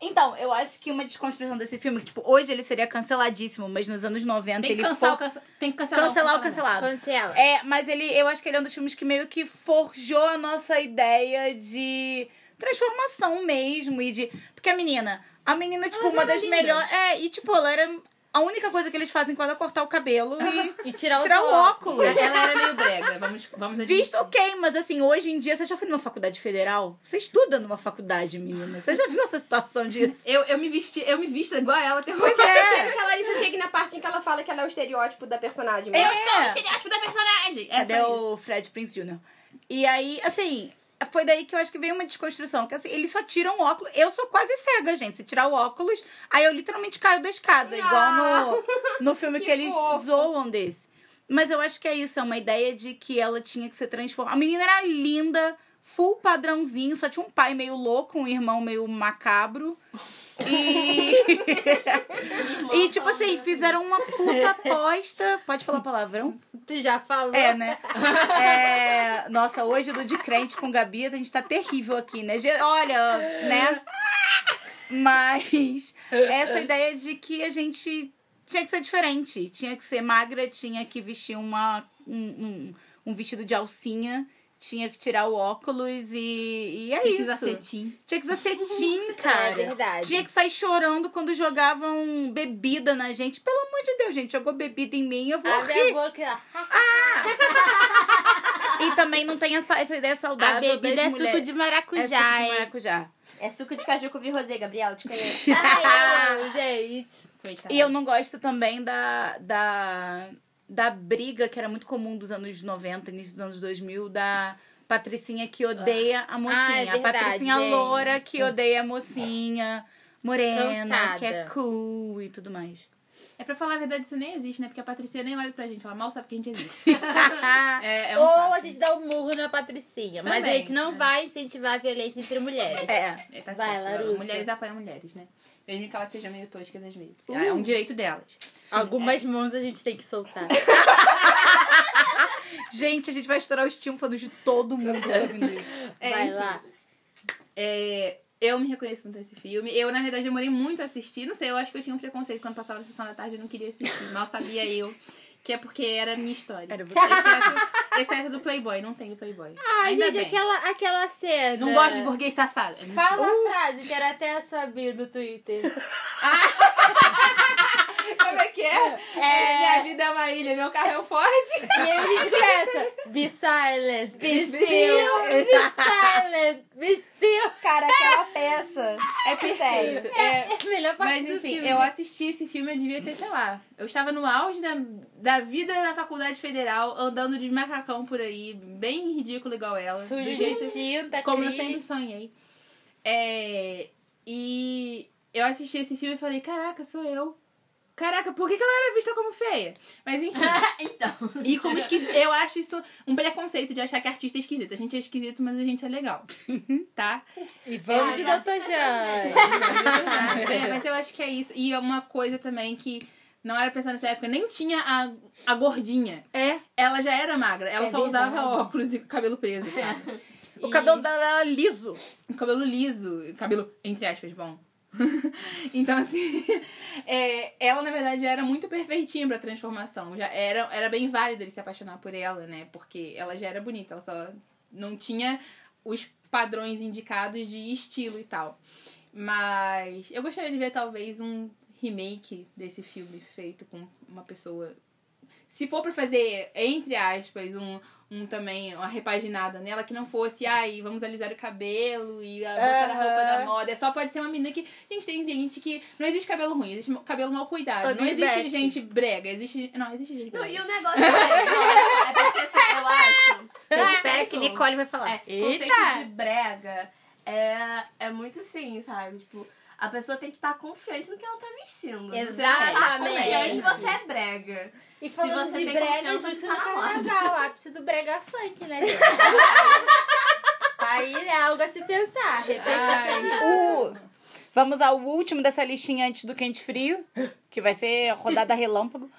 Speaker 2: Então, eu acho que uma desconstrução desse filme, tipo, hoje ele seria canceladíssimo, mas nos anos 90
Speaker 6: Tem que
Speaker 2: ele
Speaker 6: cancelar,
Speaker 2: for-
Speaker 6: o cance- tem que cancelar, o
Speaker 2: cancelar o
Speaker 6: cancelamento.
Speaker 2: cancelado.
Speaker 1: Cancela.
Speaker 2: É, mas ele, eu acho que ele é um dos filmes que meio que forjou a nossa ideia de transformação mesmo e de, porque a menina, a menina tipo uma das melhores, é, e tipo ela era a única coisa que eles fazem com ela é cortar o cabelo
Speaker 6: [laughs]
Speaker 2: e
Speaker 1: E tirar o
Speaker 2: tirar o
Speaker 1: óculos.
Speaker 2: óculos.
Speaker 6: Ela era meio brega, vamos, vamos admitir.
Speaker 2: Visto ok, mas assim, hoje em dia, você já foi numa faculdade federal? Você estuda numa faculdade, menina. Você já viu essa situação disso?
Speaker 6: [laughs] Eu, eu me vesti, eu me visto igual a ela até hoje.
Speaker 2: Pois é.
Speaker 5: Quero que a Larissa chegue na parte em que ela fala que ela é o estereótipo da personagem. né?
Speaker 2: É.
Speaker 5: Mas...
Speaker 6: Eu sou o estereótipo da personagem. É
Speaker 2: Cadê
Speaker 6: só isso.
Speaker 2: o Fred Prince Jr.? E aí, assim, foi daí que eu acho que veio uma desconstrução. Que assim, eles só tiram o óculos. Eu sou quase cega, gente. Se tirar o óculos, aí eu literalmente caio da escada. Igual
Speaker 6: Ah,
Speaker 2: no, no
Speaker 6: [laughs]
Speaker 2: filme que,
Speaker 5: Que
Speaker 2: eles
Speaker 5: fofo.
Speaker 2: zoam desse. Mas eu acho que é isso. É uma ideia de que ela tinha que ser transformada. A menina era linda. full padrãozinho, só tinha um pai meio louco, um irmão meio macabro.
Speaker 6: [laughs]
Speaker 2: E. [laughs] e tipo assim, fizeram uma puta aposta. Pode falar palavrão?
Speaker 1: Tu já falou?
Speaker 2: É, né? É, Nossa, hoje do de crente com Gabi, a gente tá terrível aqui, né? Ge- Olha, né? Mas essa ideia de que a gente tinha que ser diferente. Tinha que ser magra, tinha que vestir uma, um, um, um vestido de alcinha, tinha que tirar o óculos e, e é
Speaker 6: Tinha
Speaker 2: isso.
Speaker 6: que usar cetim. Uhum.
Speaker 2: Tinha que ser cetim, cara.
Speaker 8: É verdade.
Speaker 2: Tinha que sair chorando quando jogavam bebida na gente. Pelo amor de Deus, gente, jogou bebida em mim, eu vou
Speaker 6: Ah,
Speaker 1: Abre a
Speaker 2: rir.
Speaker 1: boca e lá.
Speaker 2: E também não tem essa, essa ideia saudável
Speaker 1: A bebida
Speaker 2: das
Speaker 1: é
Speaker 2: mulheres.
Speaker 1: suco de
Speaker 2: É suco
Speaker 1: maracujá,
Speaker 2: de
Speaker 1: hein?
Speaker 2: maracujá.
Speaker 5: É suco de caju com virrosé, Gabriela, te conheço.
Speaker 1: Ai, gente.
Speaker 2: E eu não gosto também da, da, da briga que era muito comum dos anos 90, início dos anos 2000, da Patricinha que odeia a mocinha.
Speaker 1: Ah, é
Speaker 2: a
Speaker 1: verdade,
Speaker 2: Patricinha
Speaker 1: gente.
Speaker 2: loura que odeia a mocinha. Morena,
Speaker 1: Cansada.
Speaker 2: que é cool e tudo mais.
Speaker 6: É pra falar a verdade, isso nem existe, né? Porque a Patrícia nem olha pra gente, ela mal sabe que a gente
Speaker 2: [laughs]
Speaker 6: existe.
Speaker 1: Hum.
Speaker 2: Ah,
Speaker 6: É, é um
Speaker 1: Ou
Speaker 6: fato.
Speaker 1: a gente dá um murro na Patricinha. Mas a
Speaker 6: Também,
Speaker 1: gente não
Speaker 6: é.
Speaker 1: vai incentivar a violência entre mulheres.
Speaker 2: É.
Speaker 6: É, tá
Speaker 1: Vai,
Speaker 6: certo.
Speaker 1: Larussa.
Speaker 6: Mulheres apoiam mulheres, né? Mesmo que elas sejam meio toscas às vezes. É
Speaker 2: Uhum.
Speaker 6: um direito delas.
Speaker 1: Algumas mãos a gente tem que soltar.
Speaker 2: Gente, a gente vai estourar os tímpanos de todo mundo tá ouvindo isso.
Speaker 6: É,
Speaker 1: vai
Speaker 6: enfim.
Speaker 1: lá.
Speaker 6: É, eu me reconheço muito nesse filme. Eu, na verdade, demorei muito a assistir. Não sei, eu acho que eu tinha um preconceito quando passava na sessão da tarde eu não queria assistir. Mal sabia eu. Que é porque era a minha história.
Speaker 2: Era você.
Speaker 6: Exceto, exceto do Playboy. Não tenho Playboy.
Speaker 1: Ah,
Speaker 6: Ainda
Speaker 1: gente,
Speaker 6: bem.
Speaker 1: aquela, aquela cena.
Speaker 6: Não gosto de burguês [laughs] safado. É mentira.
Speaker 1: Fala a frase, que era até a sua bio no Twitter.
Speaker 6: Como é que é?
Speaker 1: É,
Speaker 6: Minha vida é uma ilha, meu carro é um Ford.
Speaker 1: e eles começam. Be silent, be still, be silent, be still.
Speaker 5: Cara, aquela peça.
Speaker 6: É perfeito. É,
Speaker 1: É a melhor parte
Speaker 6: Mas
Speaker 1: do
Speaker 6: enfim,
Speaker 1: filme.
Speaker 6: eu assisti esse filme, eu devia ter, sei lá. Eu estava no auge da, da vida na faculdade federal, andando de macacão por aí, bem ridículo igual ela.
Speaker 1: Sujo
Speaker 6: do
Speaker 1: de
Speaker 6: jeito
Speaker 1: tinta,
Speaker 6: como eu
Speaker 1: cri.
Speaker 6: sempre sonhei. É, e eu assisti esse filme e falei, caraca, sou eu. Caraca, por que, que ela era vista como feia? Mas enfim. [laughs] então. E como esquisito. Eu acho isso um preconceito de achar que artista é esquisito. A gente é esquisito, mas a gente é [laughs] legal. Tá?
Speaker 1: E vamos
Speaker 6: É,
Speaker 1: de
Speaker 6: nossa,
Speaker 1: Dr. Jean.
Speaker 6: É, mas eu acho que é isso. E é uma coisa também que não era pensar nessa época, nem tinha a, a gordinha.
Speaker 2: É.
Speaker 6: Ela já era magra, ela só usava óculos e cabelo preso, [laughs] sabe?
Speaker 2: O
Speaker 6: E-
Speaker 2: cabelo dela era liso.
Speaker 6: o cabelo liso, cabelo, entre aspas, bom. [laughs] então, assim, é, ela na verdade já era muito perfeitinha pra transformação. Já era, era bem válido ele se apaixonar por ela, né? Porque ela já era bonita, ela só não tinha os padrões indicados de estilo e tal. Mas eu gostaria de ver talvez um remake desse filme feito com uma pessoa. Se for pra fazer, entre aspas, um, um também, uma repaginada nela, que não fosse, ai, vamos alisar o cabelo e a- botar a roupa
Speaker 1: Aham.
Speaker 6: da moda. É só pode ser uma menina que. Gente, tem gente que. Não existe cabelo ruim, existe cabelo mal cuidado.
Speaker 2: Toda
Speaker 6: não existe
Speaker 2: Ivete.
Speaker 6: gente brega, existe. Não, existe gente
Speaker 4: Não,
Speaker 6: brega.
Speaker 4: e o [laughs] negócio é, não, é porque assim, eu acho.
Speaker 2: Gente, pera que É. Nicole vai falar.
Speaker 4: É,
Speaker 1: Eita!
Speaker 4: conceito de brega é, é muito assim, sabe? Tipo, a pessoa tem que estar confiante no que ela tá vestindo. Se você não tá
Speaker 5: Exatamente.
Speaker 4: confiante, você é brega.
Speaker 1: E falando
Speaker 4: você
Speaker 1: de
Speaker 4: tem
Speaker 1: brega,
Speaker 4: confiança,
Speaker 1: justo
Speaker 4: você
Speaker 1: no
Speaker 4: tá na moda.
Speaker 1: carnaval, ápice do brega funk, né, gente? Aí é algo a se pensar. Repete
Speaker 6: Ai,
Speaker 2: O- Vamos ao último dessa listinha antes do quente frio, que vai ser rodada relâmpago.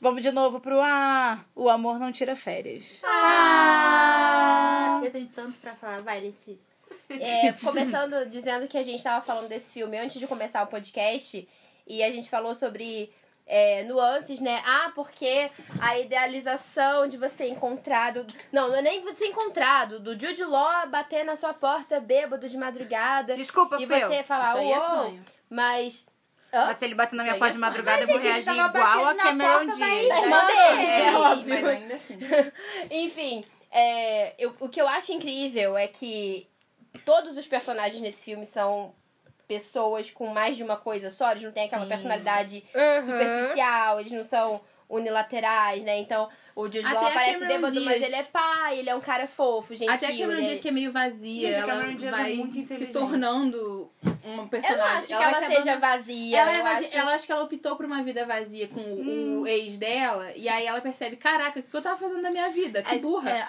Speaker 2: Vamos de novo pro Ah, o amor não tira férias.
Speaker 1: Ah, Eu tenho tanto pra falar. Vai, Letícia.
Speaker 5: É, começando dizendo que a gente tava falando desse filme antes de começar o podcast e a gente falou sobre é, nuances, né? Ah, porque a idealização de você encontrado. Não, não é nem você encontrado, do Jude Law bater na sua porta bêbado de madrugada
Speaker 2: Desculpa,
Speaker 5: e
Speaker 2: Fê.
Speaker 5: você falar,
Speaker 6: Isso aí é
Speaker 5: uou,
Speaker 6: sonho.
Speaker 5: mas.
Speaker 2: Mas se ele bater na minha
Speaker 6: Isso
Speaker 2: porta
Speaker 6: aí é
Speaker 2: de
Speaker 6: só-
Speaker 2: madrugada, eu vou
Speaker 1: Gente, ele
Speaker 2: reagir
Speaker 1: tava
Speaker 2: igual a
Speaker 1: batendo na
Speaker 2: Cameron
Speaker 1: porta da
Speaker 2: Diaz.
Speaker 1: irmã dele.
Speaker 5: É,
Speaker 6: Mas ainda assim.
Speaker 5: Enfim, é, eu- o que eu acho incrível é que todos os personagens nesse filme são pessoas com mais de uma coisa só, eles não têm aquela
Speaker 6: Sim.
Speaker 5: personalidade
Speaker 1: Uhum.
Speaker 5: superficial, eles não são unilaterais, né? Então, o Jude
Speaker 6: Até
Speaker 5: Law
Speaker 6: a
Speaker 5: aparece
Speaker 6: Cameron
Speaker 5: bêbado,
Speaker 6: Diaz.
Speaker 5: mas ele é pai, ele é um cara fofo, gentil.
Speaker 6: Até a Cameron
Speaker 5: ele é-
Speaker 6: Diaz que é meio vazia,
Speaker 2: Gente, a
Speaker 6: ela
Speaker 2: Cameron Diaz é
Speaker 6: vai
Speaker 2: muito
Speaker 6: se
Speaker 2: inteligente.
Speaker 6: tornando uma
Speaker 5: Eu não
Speaker 6: é personagem.
Speaker 5: acho que ela,
Speaker 6: se
Speaker 5: seja
Speaker 6: abandona-
Speaker 5: vazia,
Speaker 6: Ela, é
Speaker 5: eu
Speaker 6: vazia-
Speaker 5: acho...
Speaker 6: ela acho que ela optou por uma vida vazia
Speaker 2: Hum.
Speaker 6: com o- o ex dela, e aí ela percebe, caraca, o que eu tava fazendo da minha vida? Que burra.
Speaker 2: É,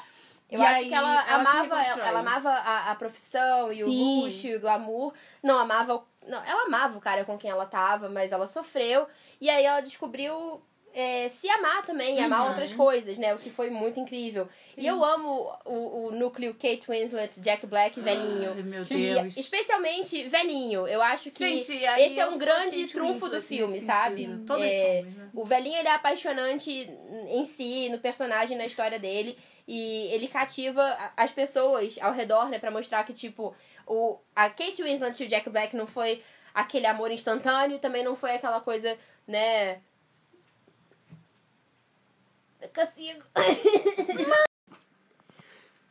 Speaker 5: Eu
Speaker 6: E
Speaker 5: acho
Speaker 6: aí,
Speaker 5: que ela,
Speaker 6: ela se
Speaker 5: amava,
Speaker 6: reconstrói.
Speaker 5: ela, ela amava a, a profissão e
Speaker 6: Sim.
Speaker 5: o luxo e o glamour. Não amava, o- não, ela amava o cara com quem ela tava, mas ela sofreu. E aí ela descobriu é, se amar também, e amar
Speaker 6: Uhum.
Speaker 5: outras coisas, né? O que foi muito incrível. E eu amo o, o núcleo Kate Winslet, Jack Black, velhinho.
Speaker 2: Ai, meu
Speaker 5: E,
Speaker 2: Deus.
Speaker 5: especiamente é velhinho. Eu acho que
Speaker 2: Gente, aí
Speaker 5: esse é
Speaker 2: eu
Speaker 5: um
Speaker 2: sou
Speaker 5: grande
Speaker 2: Kate
Speaker 5: trunfo
Speaker 2: Winslet
Speaker 5: do filme,
Speaker 2: nesse
Speaker 5: sabe?
Speaker 2: sentido. Todas
Speaker 5: É,
Speaker 2: somos, né?
Speaker 5: o velhinho ele é apaixonante em si, no personagem, na história dele. E ele cativa a- as pessoas ao redor, né? Pra mostrar que, tipo, o, a Kate Winslet e o Jack Black não foi aquele amor instantâneo, também não foi aquela coisa, né? Eu consigo.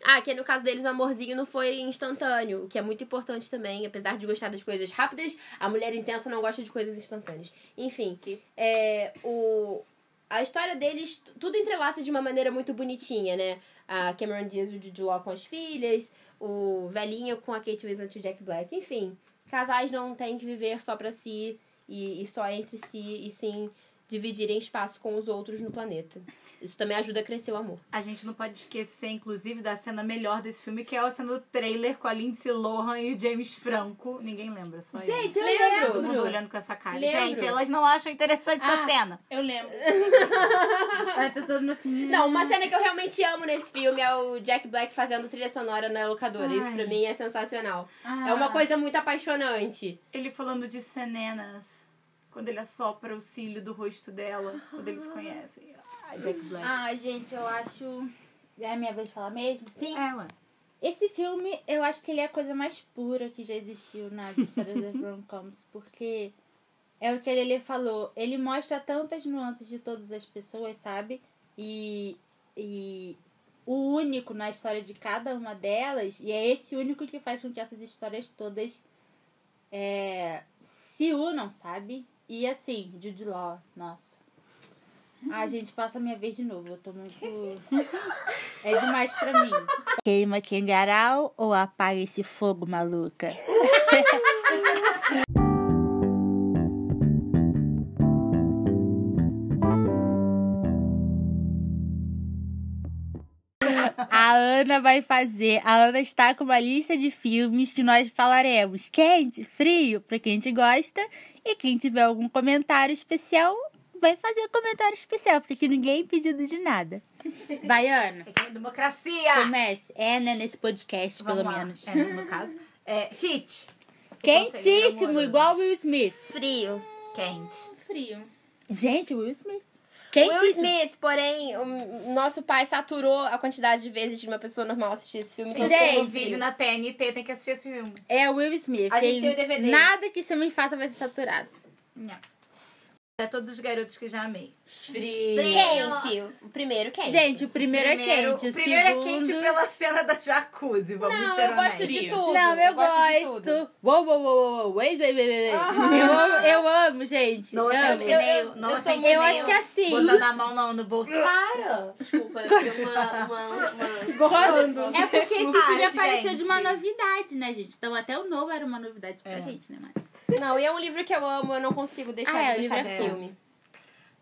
Speaker 5: ah, que no caso deles o amorzinho não foi instantâneo, o que é muito importante também, apesar de gostar das coisas rápidas, a mulher intensa não gosta de coisas instantâneas. Enfim, é, o, a história deles, t- tudo entrelaça de uma maneira muito bonitinha, né? A Cameron Diaz e o Jude Law com as filhas, o velhinho com a Kate Winslet e o Jack Black, enfim. Casais não têm que viver só pra si e, e só entre si, e sim dividirem espaço com os outros no planeta. Isso também ajuda a crescer o amor.
Speaker 2: A gente não pode esquecer, inclusive, da cena melhor desse filme, que é a cena do trailer com a Lindsay Lohan e o James Franco. Ninguém lembra, só eu.
Speaker 1: Gente, eu
Speaker 5: Lembro.
Speaker 2: Todo mundo
Speaker 1: lembro.
Speaker 2: olhando com essa cara.
Speaker 5: Lembro.
Speaker 2: Gente, elas não acham interessante essa
Speaker 6: Ah.
Speaker 2: cena.
Speaker 6: Eu lembro.
Speaker 1: Aí tá todo mundo assim.
Speaker 5: Não, uma cena que eu realmente amo nesse filme é o Jack Black fazendo trilha sonora na locadora. Isso pra mim é sensacional. É uma coisa muito apaixonante.
Speaker 2: Ele falando de cenenas, quando ele assopra o cílio do rosto dela, quando eles se conhecem. Ai, Jack Black.
Speaker 1: Ah, gente, eu acho. É a minha vez de falar mesmo?
Speaker 5: Sim.
Speaker 2: É, ué.
Speaker 1: Esse filme, eu acho que ele é a coisa mais pura que já existiu nas histórias das [laughs] rom-coms, porque é o que a Lele falou, ele mostra tantas nuances de todas as pessoas, sabe? E, e o único na história de cada uma delas, e é esse único que faz com que essas histórias todas é, se unam, sabe? E assim, Jude Law, nossa. Ah, gente, passa a minha vez de novo, eu tô muito... [laughs] É demais pra mim. Queima Kengarau ou apaga esse fogo, maluca? A Ana vai fazer. A Ana está com uma lista de filmes que nós falaremos quente, frio, pra quem te gosta. E quem tiver algum comentário especial, vai fazer um comentário especial, porque ninguém é impedido de [laughs] nada. Vai, Ana.
Speaker 2: É democracia!
Speaker 1: Comece. É, né, nesse podcast,
Speaker 2: Vamos
Speaker 1: pelo
Speaker 2: lá.
Speaker 1: menos.
Speaker 2: É, no caso. É, hit.
Speaker 1: Quentíssimo, igual Will Smith.
Speaker 5: Frio.
Speaker 2: Quente.
Speaker 6: Frio.
Speaker 1: Gente, Will Smith.
Speaker 5: Will
Speaker 1: Quentíssimo.
Speaker 5: Smith, porém, o nosso pai saturou a quantidade de vezes de uma pessoa normal assistir esse filme. então
Speaker 1: Gente.
Speaker 5: ficou
Speaker 2: O um vídeo
Speaker 5: frio.
Speaker 2: na TNT tem que assistir esse filme.
Speaker 1: É Will Smith.
Speaker 5: A gente tem o DVD.
Speaker 1: Nada que você me faça vai ser saturado.
Speaker 2: Pra todos os garotos que já amei.
Speaker 5: quente. O primeiro quente.
Speaker 1: Gente, o primeiro, é quente. O,
Speaker 2: o primeiro é
Speaker 1: segundo...
Speaker 2: quente pela cena da jacuzzi, vamos
Speaker 5: não,
Speaker 2: ser
Speaker 5: eu gosto
Speaker 2: honestos.
Speaker 5: de
Speaker 6: honestos.
Speaker 5: tudo.
Speaker 1: Não, eu
Speaker 5: de
Speaker 1: gosto.
Speaker 5: tudo.
Speaker 1: Uou, uou, uou, uou. Wait, wait, wait, wait.
Speaker 5: Aham.
Speaker 1: Eu, amo, eu amo, gente.
Speaker 2: Não
Speaker 1: amo.
Speaker 2: aceite
Speaker 5: Eu-
Speaker 2: e-mail,
Speaker 5: eu-
Speaker 2: não
Speaker 5: eu sou
Speaker 2: aceite
Speaker 5: muito-
Speaker 1: Eu
Speaker 2: e-mail.
Speaker 1: acho que é assim. Ah.
Speaker 2: Botando a mão no, no bolso. Para!
Speaker 4: Desculpa, eu dei uma, uma, uma...
Speaker 1: Quando- É porque esse
Speaker 2: Ai,
Speaker 1: filme apareceu
Speaker 2: gente.
Speaker 1: de uma novidade, né, gente? Então até o novo era uma novidade pra
Speaker 2: É.
Speaker 1: gente, né, Márcia?
Speaker 5: Não, e é um livro que eu amo, eu não consigo deixar
Speaker 1: Ah, é, o
Speaker 5: de gostar
Speaker 1: livro é
Speaker 5: do filme.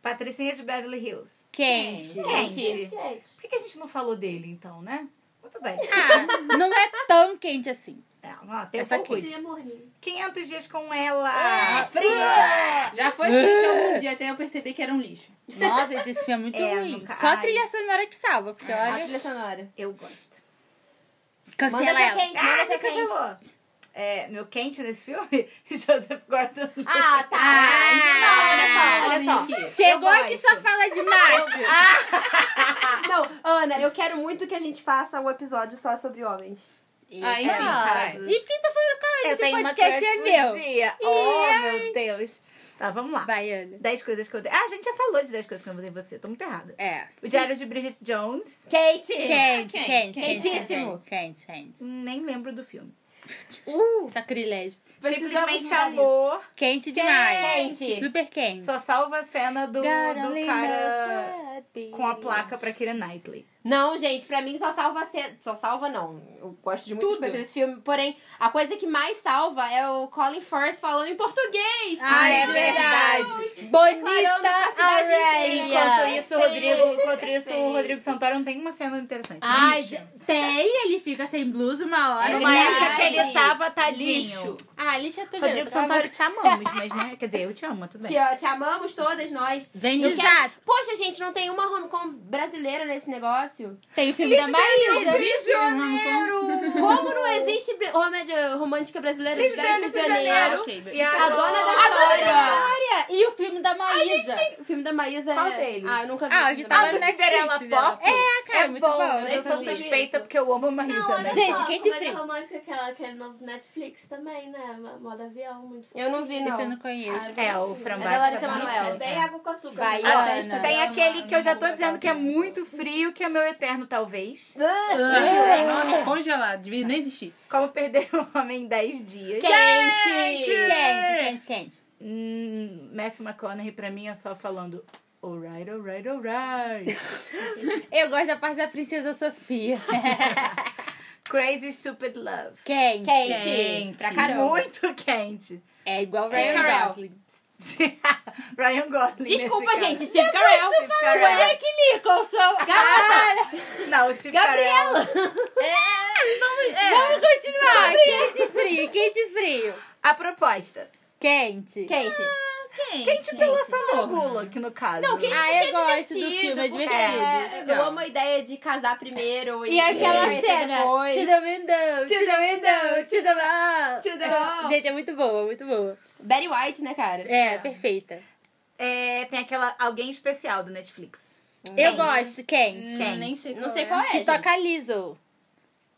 Speaker 2: Patricinha de Beverly Hills.
Speaker 1: Quente.
Speaker 2: Quente.
Speaker 4: Gente,
Speaker 2: Por que que a gente não falou dele, então, né? Muito bem.
Speaker 1: Ah, não é tão quente assim.
Speaker 2: É, vamos lá, tem
Speaker 1: Essa É,
Speaker 2: um pouco
Speaker 4: eu ia
Speaker 2: de-
Speaker 4: morrer.
Speaker 2: 500 dias com ela.
Speaker 6: Já foi quente algum dia até eu perceber que era um lixo.
Speaker 1: Nossa, gente, esse filme é muito
Speaker 2: É,
Speaker 1: ruim.
Speaker 2: nunca-
Speaker 1: Só
Speaker 2: ai.
Speaker 1: a trilha sonora que salva, porque
Speaker 5: A
Speaker 1: olha.
Speaker 5: trilha sonora.
Speaker 2: Eu gosto.
Speaker 5: Manda
Speaker 1: Cancela Assim
Speaker 2: tá.
Speaker 5: ser
Speaker 1: ela. é.
Speaker 5: quente, manda
Speaker 2: você
Speaker 5: ser quente.
Speaker 2: cancelou. É, meu quente nesse filme? [laughs] Joseph Gordon.
Speaker 5: Ah, tá.
Speaker 2: Não, olha só, olha só.
Speaker 1: Chegou
Speaker 2: tá. Eu
Speaker 1: aqui
Speaker 2: gosto.
Speaker 1: só fala de macho.
Speaker 5: Não, Ana, eu quero muito que a gente faça um episódio só sobre homens.
Speaker 6: Ah, enfim, vai.
Speaker 1: tá. E quem tá falando com
Speaker 2: É, Eu
Speaker 1: esse
Speaker 2: tenho uma
Speaker 1: podcast é
Speaker 2: crush por
Speaker 1: meu.
Speaker 2: dia. Oh, meu Deus. Tá, vamos lá.
Speaker 1: Vai, Ana.
Speaker 2: 10 coisas que eu odeio. Ah, a gente já falou de 10 coisas que eu odeio em você. Tô muito errada.
Speaker 1: É.
Speaker 2: O Diário de Bridget Jones.
Speaker 5: Kate!
Speaker 1: Quente, quente,
Speaker 5: Quentíssimo.
Speaker 1: quentíssimo. Quente, quente.
Speaker 2: Nem lembro do filme.
Speaker 5: Uh,
Speaker 1: Sacrilégio.
Speaker 5: precisamos
Speaker 2: Simplesmente
Speaker 5: mudar
Speaker 2: amor.
Speaker 1: Quente demais.
Speaker 5: Quente.
Speaker 1: Super quente.
Speaker 2: Só salva a cena do, do
Speaker 1: God only
Speaker 2: cara
Speaker 1: knows what be.
Speaker 2: com a placa pra Kira Knightley.
Speaker 5: isso. Não, gente, pra mim só salva ser. Só salva, não. Eu gosto de muitas
Speaker 6: Tudo.
Speaker 5: coisas desse filme. Porém, a coisa que mais salva é o Colin Firth falando em português.
Speaker 1: Ah, é
Speaker 2: verdade.
Speaker 1: Bonita
Speaker 5: Declarando que a cidade inteira
Speaker 1: Aurélia.
Speaker 2: Enquanto isso, o Rodrigo, enquanto isso, o Rodrigo Santoro não tem uma cena interessante.
Speaker 1: Ai, tem, ele fica sem blusa uma hora.
Speaker 2: Numa época que ele tava tadinho.
Speaker 6: Lixo.
Speaker 1: Ah, lixa é tudo.
Speaker 2: Rodrigo Santoro, te amamos, mas né? Quer dizer, eu te amo, mas tudo
Speaker 5: Te,
Speaker 2: bem.
Speaker 5: te amamos todas nós.
Speaker 1: Vem
Speaker 5: Eu
Speaker 1: de
Speaker 5: quero-
Speaker 1: zap.
Speaker 5: Poxa, gente, não tem uma romcom brasileira nesse negócio?
Speaker 1: Tem o filme da Maísa.
Speaker 5: Como não existe bri- comédia romântica brasileira de Rio de Janeiro?
Speaker 6: Ok, be-
Speaker 2: [laughs] E
Speaker 5: A
Speaker 2: agora-
Speaker 5: dona da história.
Speaker 1: Olha, E o filme da Maísa.
Speaker 5: O filme da Maísa é...
Speaker 2: Qual deles?
Speaker 5: Ah, eu nunca vi.
Speaker 1: Ah, eu
Speaker 5: o filme
Speaker 1: vi
Speaker 5: da
Speaker 2: Ah,
Speaker 1: tava
Speaker 2: do
Speaker 1: na Netflix,
Speaker 2: Cinderela
Speaker 1: Cinderela
Speaker 2: Pop. É,
Speaker 1: cara,
Speaker 2: é
Speaker 1: muito
Speaker 2: bom.
Speaker 1: bom,
Speaker 2: Eu sou
Speaker 5: nunca vi
Speaker 2: suspeita
Speaker 5: isso.
Speaker 2: porque eu amo a
Speaker 4: Não,
Speaker 2: Marisa,
Speaker 4: olha
Speaker 2: né?
Speaker 1: Gente,
Speaker 4: só, é
Speaker 1: Kate
Speaker 4: comédia
Speaker 1: Free.
Speaker 4: romântica, aquela, aquele novo Netflix também, né? Moda avião, muito
Speaker 1: É,
Speaker 4: Ah,
Speaker 5: Eu não vi, não.
Speaker 1: Esse eu não conheço.
Speaker 2: É, o
Speaker 5: É da
Speaker 2: Frambasta.
Speaker 5: Larissa Manoela.
Speaker 4: É bem água com açúcar.
Speaker 1: Vai,
Speaker 6: Ah,
Speaker 4: né?
Speaker 1: ó.
Speaker 2: Agora, Tem aquele que eu já tô dizendo que é muito frio, que é meu eterno, talvez.
Speaker 6: Nossa, congelado, devia nem existir.
Speaker 2: Como perder um homem em 10 dias.
Speaker 5: Quente!
Speaker 1: Quente, quente, quente.
Speaker 2: Hum, Matthew McConaughey pra mim é só falando alright, alright, alright. [laughs]
Speaker 1: Eu gosto da parte da Princesa Sofia.
Speaker 2: Crazy Stupid Love.
Speaker 1: Quente.
Speaker 5: [laughs] Quente! Pra caramba.
Speaker 2: Muito quente. [laughs]
Speaker 1: É igual
Speaker 5: Steve
Speaker 1: Ryan
Speaker 5: Carell.
Speaker 1: Gosling.
Speaker 2: Ryan Gosling.
Speaker 5: Desculpa,
Speaker 2: nesse caso.
Speaker 5: gente. Steve Carell.
Speaker 2: Steve Carell.
Speaker 1: Jack Nicholson.
Speaker 2: Não, Steve
Speaker 5: Gabriela.
Speaker 2: Carell.
Speaker 5: É.
Speaker 1: Vamos continuar. Quente frio, quente frio.
Speaker 2: A proposta.
Speaker 1: Quente.
Speaker 5: Quente.
Speaker 2: Quente pela Sandra Bullock, no caso.
Speaker 5: Não, quente
Speaker 1: Ah,
Speaker 5: porque
Speaker 1: eu
Speaker 5: é
Speaker 1: gosto do
Speaker 5: divertido,
Speaker 1: filme, é
Speaker 5: porque
Speaker 1: divertido.
Speaker 5: é, eu amo a ideia de casar
Speaker 2: é
Speaker 5: primeiro e,
Speaker 1: E aquela
Speaker 5: conhecer
Speaker 1: cena.
Speaker 5: depois.
Speaker 1: To the window, to the window, to the wall.
Speaker 5: To the wall.
Speaker 1: Gente, é muito boa, muito boa.
Speaker 5: Betty White, né, cara?
Speaker 1: É, perfeita.
Speaker 2: É, tem aquela alguém especial do Netflix.
Speaker 1: Eu gosto, quente.
Speaker 2: Quente.
Speaker 6: Hum, Nem sei
Speaker 5: Não sei qual é,
Speaker 1: Que tá
Speaker 5: gente.
Speaker 1: toca Lizzo.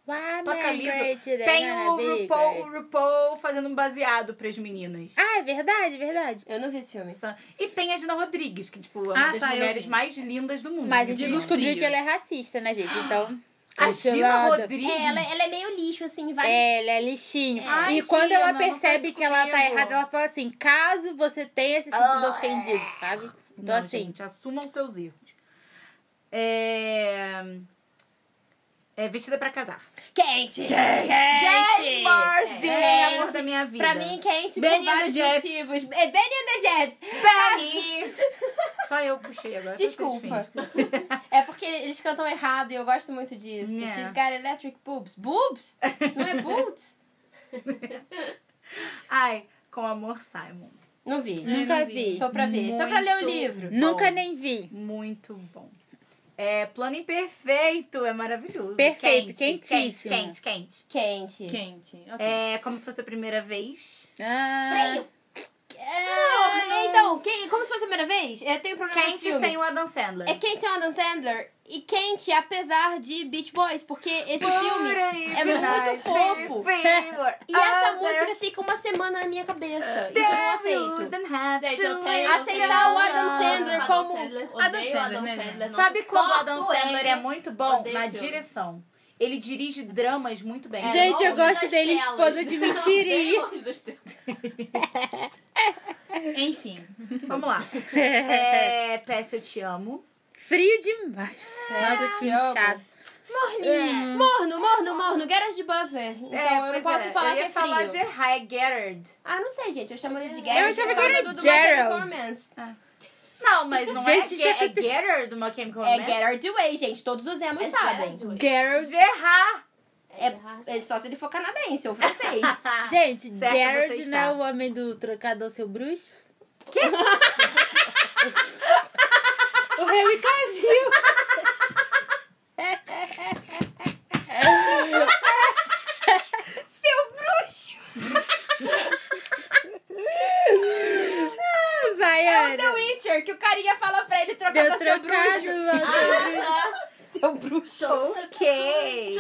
Speaker 1: Why
Speaker 2: Toca
Speaker 1: am I
Speaker 2: Lizzo.
Speaker 1: greater than
Speaker 2: Tem
Speaker 1: I
Speaker 2: o
Speaker 1: bigger?
Speaker 2: RuPaul, o RuPaul fazendo um baseado pras meninas.
Speaker 1: Ah, é verdade, verdade.
Speaker 5: Eu não vi esse filme.
Speaker 2: Essa- E tem a Dina Rodrigues, que, tipo, é uma
Speaker 6: Ah,
Speaker 2: das
Speaker 6: tá, eu
Speaker 2: mulheres
Speaker 6: vi.
Speaker 2: mais lindas do mundo.
Speaker 1: Mas a gente
Speaker 6: Digo
Speaker 1: descobriu
Speaker 6: frio.
Speaker 1: que ela é racista, né, gente? Então,
Speaker 2: [gasps] A Gina
Speaker 1: cancelada.
Speaker 2: Rodrigues.
Speaker 5: É, ela, ela é meio lixo, assim, vai.
Speaker 1: é, ela é lixinho.
Speaker 2: Ai,
Speaker 1: e quando ela
Speaker 2: Gina, não
Speaker 1: percebe
Speaker 2: faz
Speaker 1: que ela tá
Speaker 2: comigo. Ah,
Speaker 1: errada, ela fala assim: caso você tenha se sentido ofendido, sabe? Então,
Speaker 2: é. Não,
Speaker 1: assim,
Speaker 2: gente, assumam seus erros. É... É vestida pra casar.
Speaker 5: Quente! Quente!
Speaker 2: James Marsden,
Speaker 5: É.
Speaker 2: amor da minha vida.
Speaker 5: Pra mim, quente por
Speaker 6: Benny and
Speaker 5: vários
Speaker 6: the Jets.
Speaker 5: motivos. É Benny and the Jets.
Speaker 2: Penny! Só eu puxei agora.
Speaker 5: Desculpa.
Speaker 2: vocês fingem.
Speaker 5: É porque eles cantam errado e eu gosto muito disso.
Speaker 2: É.
Speaker 5: She's got electric boobs. Boobs? Não é boobs?
Speaker 2: Ai, com amor, Simon.
Speaker 5: Não vi.
Speaker 1: nunca vi.
Speaker 5: Tô pra ver. Tô pra ler o
Speaker 2: Muito
Speaker 5: livro.
Speaker 1: Nunca
Speaker 2: bom.
Speaker 1: nem vi.
Speaker 2: Muito bom. É, plano imperfeito, é maravilhoso.
Speaker 1: Perfeito,
Speaker 2: quente,
Speaker 1: quentíssimo.
Speaker 2: Quente, quente, quente.
Speaker 5: Quente.
Speaker 6: Quente. Ok.
Speaker 2: É como se fosse a primeira vez.
Speaker 1: Ah,
Speaker 5: Ah, então, quem, como se fosse a primeira vez, eu tenho problema com esse
Speaker 2: Quente
Speaker 5: filme.
Speaker 2: sem o Adam Sandler.
Speaker 5: É quente sem o Adam Sandler e quente apesar de Beach Boys, porque esse filme é muito fofo. E
Speaker 2: Ah,
Speaker 5: essa música fica uma semana na minha cabeça. Isso eu não aceito.
Speaker 4: Gente, eu tenho-
Speaker 5: Aceitar o Adam Sandler
Speaker 4: Adam
Speaker 5: como-
Speaker 4: Sandler,
Speaker 6: Adam
Speaker 4: odeio o
Speaker 6: Sandler,
Speaker 4: Adam
Speaker 6: né, gente?
Speaker 4: Sandler. não
Speaker 2: Sabe como o
Speaker 4: suporto
Speaker 2: Adam Sandler
Speaker 4: ele.
Speaker 2: é muito bom?
Speaker 4: Odeio
Speaker 2: Na
Speaker 4: esse filme.
Speaker 2: direção. Ele dirige dramas muito
Speaker 5: É.
Speaker 2: bem.
Speaker 1: gente, eu
Speaker 4: É, Longe das
Speaker 1: gosto dele,
Speaker 4: telas. [laughs]
Speaker 1: esposa de mentirinha.
Speaker 4: Longe das telas.
Speaker 2: É.
Speaker 6: Enfim.
Speaker 2: Vamos
Speaker 5: [laughs]
Speaker 2: lá. É, Peça Eu Te Amo.
Speaker 1: Frio demais.
Speaker 2: É.
Speaker 5: Nossa, Diogo.
Speaker 1: Chato.
Speaker 5: Morninho. Morno, morno, morno. Gareth Butler. Então eu não
Speaker 2: pois
Speaker 5: posso
Speaker 2: é.
Speaker 5: falar
Speaker 2: eu ia
Speaker 5: que é frio.
Speaker 2: falar Gerard, é Gerard.
Speaker 5: Ah, não sei, gente. Eu chamo ele de Gareth.
Speaker 1: achava que
Speaker 5: por causa
Speaker 1: era
Speaker 5: do- do
Speaker 1: Gerald.
Speaker 5: Modern Romance.
Speaker 2: Não, mas não
Speaker 1: Gente,
Speaker 2: é, Ge-
Speaker 5: [laughs]
Speaker 2: é
Speaker 1: isso é-
Speaker 2: Gerard do My Chemical
Speaker 5: É
Speaker 2: Romance?
Speaker 5: Gerard Way, gente. Todos os emos
Speaker 4: É
Speaker 5: sabem.
Speaker 4: Gerard.
Speaker 1: Gerald.
Speaker 2: Gerard.
Speaker 5: É só se ele for canadense ou francês.
Speaker 1: Gente,
Speaker 2: Certo,
Speaker 1: Gerald
Speaker 2: você está.
Speaker 1: não é o homem do trocador seu bruxo? Que? [laughs] o Harry
Speaker 5: [laughs]
Speaker 1: Cavill. [laughs] seu bruxo. Ah, Vai,
Speaker 5: É o The
Speaker 1: Ana.
Speaker 5: Witcher, que o carinha fala pra ele trocar
Speaker 1: Deu
Speaker 5: pra seu bruxo. Ah,
Speaker 1: trocado.
Speaker 2: Ok.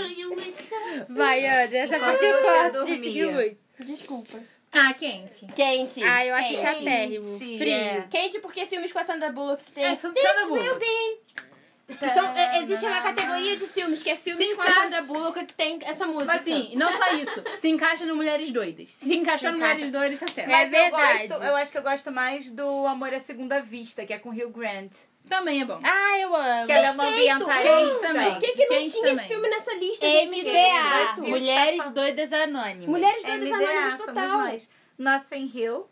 Speaker 1: Vai, Ana. Essa parte é eu
Speaker 2: você
Speaker 1: corto.
Speaker 2: dormia.
Speaker 1: gente, que muito.
Speaker 5: Desculpa.
Speaker 6: Ah, quente.
Speaker 5: Quente.
Speaker 1: Ah, eu acho que é
Speaker 5: quente.
Speaker 1: térrimo.
Speaker 2: Gente,
Speaker 1: Frio.
Speaker 2: é.
Speaker 5: Quente porque filmes com a Sandra Bullock que tem...
Speaker 6: É, filme com a Sandra
Speaker 5: This will
Speaker 6: Bullock.
Speaker 5: be- Que são, é, existe uma categoria de filmes que é filmes
Speaker 6: Sim,
Speaker 5: com a
Speaker 6: cara.
Speaker 5: Sandra Bullock que tem essa música.
Speaker 6: Mas assim, não só isso. Se encaixa no Mulheres Doidas. Se encaixou no
Speaker 2: encaixa. É.
Speaker 6: Mulheres Doidas, tá
Speaker 5: É
Speaker 6: certo.
Speaker 2: Mas eu
Speaker 1: verdade.
Speaker 2: gosto, eu acho que eu gosto mais do Amor à Segunda Vista, que é com Hugh Grant.
Speaker 6: Também é bom.
Speaker 1: Ah, eu amo.
Speaker 2: Que ela é uma
Speaker 5: Perfeito.
Speaker 6: Quente
Speaker 2: ambientalista.
Speaker 6: também.
Speaker 5: Por que, que não
Speaker 6: Quente
Speaker 5: tinha
Speaker 6: também.
Speaker 5: esse filme nessa lista, gente?
Speaker 1: MDA,
Speaker 2: Brasil,
Speaker 1: Mulheres
Speaker 2: tá
Speaker 1: Doidas Anônimas.
Speaker 5: Mulheres
Speaker 2: É
Speaker 5: Doidas
Speaker 2: MDA,
Speaker 5: Anônimas
Speaker 2: somos
Speaker 5: total.
Speaker 2: nós. Nothing Hill.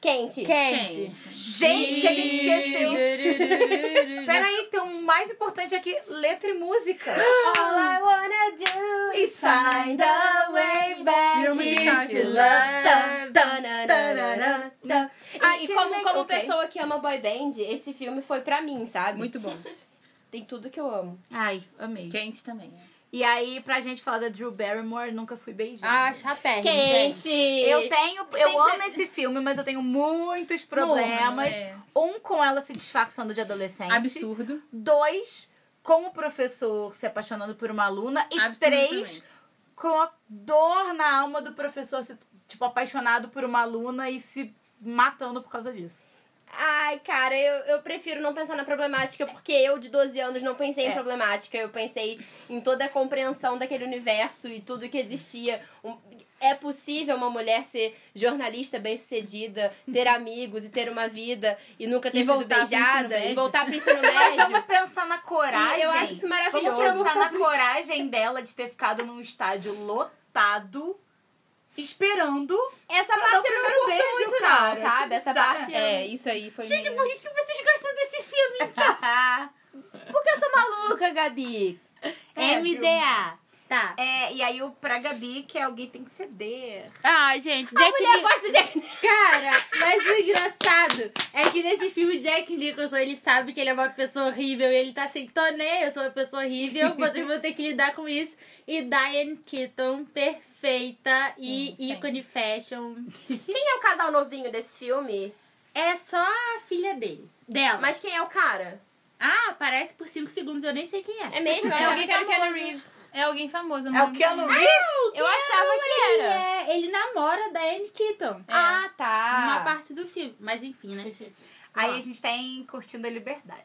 Speaker 5: Quente.
Speaker 9: Quente.
Speaker 2: Gente, a
Speaker 1: [laughs]
Speaker 2: gente esqueceu. Peraí, tem um mais importante aqui: letra e música.
Speaker 5: [gasps] All I wanna do
Speaker 2: It's find a way back
Speaker 9: Virou musical,
Speaker 2: into
Speaker 9: isso.
Speaker 2: É love.
Speaker 5: Tananana.
Speaker 2: Ah,
Speaker 5: E, e
Speaker 2: que
Speaker 5: como,
Speaker 2: legal,
Speaker 5: como
Speaker 2: ok.
Speaker 5: pessoa que ama boy band, esse filme foi pra mim, sabe?
Speaker 6: Muito bom.
Speaker 5: Tem tudo que eu amo.
Speaker 2: Ai, amei.
Speaker 6: Quente também. né?
Speaker 2: E aí, pra gente falar da Drew Barrymore, nunca fui beijada.
Speaker 9: Ah,
Speaker 1: É,
Speaker 9: chapéu.
Speaker 5: Quente!
Speaker 2: Eu tenho,
Speaker 5: Tem
Speaker 2: eu amo esse filme, mas eu tenho muitos problemas.
Speaker 6: É.
Speaker 2: Um com ela se disfarçando de adolescente.
Speaker 6: Absurdo.
Speaker 2: Dois, com o professor se apaixonando por uma aluna. E
Speaker 6: Absolutamente.
Speaker 2: três, com a dor na alma do professor se, tipo, apaixonado por uma aluna e se matando por causa disso.
Speaker 5: Ai, cara, eu, eu prefiro não pensar na problemática, porque eu, de 12 anos, não pensei em problemática. Eu pensei em toda a compreensão daquele universo e tudo que existia. Um- é possível uma mulher ser jornalista bem-sucedida, ter amigos e ter uma vida e nunca ter
Speaker 6: E
Speaker 5: sido
Speaker 6: voltar pro ensino
Speaker 5: beijada e
Speaker 6: médio.
Speaker 5: voltar pro ensino
Speaker 2: Mas
Speaker 5: médio.
Speaker 2: vamos pensar na coragem.
Speaker 5: É, eu acho isso maravilhoso.
Speaker 2: Vamos pensar na coragem dela de ter ficado num estádio lotado,
Speaker 5: [laughs]
Speaker 2: esperando.
Speaker 5: Essa
Speaker 2: Pra dar o
Speaker 5: parte eu não me
Speaker 2: primeiro
Speaker 5: importo
Speaker 2: beijo,
Speaker 5: muito,
Speaker 2: cara.
Speaker 5: não, sabe? Essa
Speaker 2: Bizarro.
Speaker 5: parte
Speaker 6: É,
Speaker 5: é.
Speaker 6: isso aí foi. Gente,
Speaker 2: tipo,
Speaker 6: por que
Speaker 5: Porque eu sou maluca, Gabi.
Speaker 2: É,
Speaker 1: MDA. Tá.
Speaker 2: É, e aí o pra Gabi que alguém tem que ceder.
Speaker 1: Ah, gente, Jack
Speaker 5: Eu
Speaker 1: Nicholson.
Speaker 5: gosto de.
Speaker 1: Cara, mas o engraçado é que nesse filme Jack Nicholson, ele sabe que ele é uma pessoa horrível e ele tá assim, tô nem, eu sou uma pessoa horrível, vocês vão ter que lidar com isso. E Diane Keaton, perfeita e
Speaker 6: Sim, sim.
Speaker 1: ícone fashion.
Speaker 5: Quem é o casal novinho desse filme?
Speaker 1: É só a filha dele. Dela.
Speaker 5: Mas quem é o cara?
Speaker 1: Ah, aparece por 5 segundos, eu nem sei quem é.
Speaker 5: É mesmo? Eu
Speaker 6: É
Speaker 5: achava
Speaker 6: alguém
Speaker 5: que era o Keanu
Speaker 6: famoso.
Speaker 5: Reeves.
Speaker 6: É alguém famoso. eu não
Speaker 2: É o
Speaker 6: lembro.
Speaker 2: Keanu Reeves?
Speaker 5: Eu achava que
Speaker 1: Ele,
Speaker 5: era.
Speaker 1: é, ele namora a Diane Keaton.
Speaker 5: Ah, tá.
Speaker 1: Uma parte do filme. Mas enfim, né?
Speaker 2: Aí a gente tem Curtindo a Liberdade.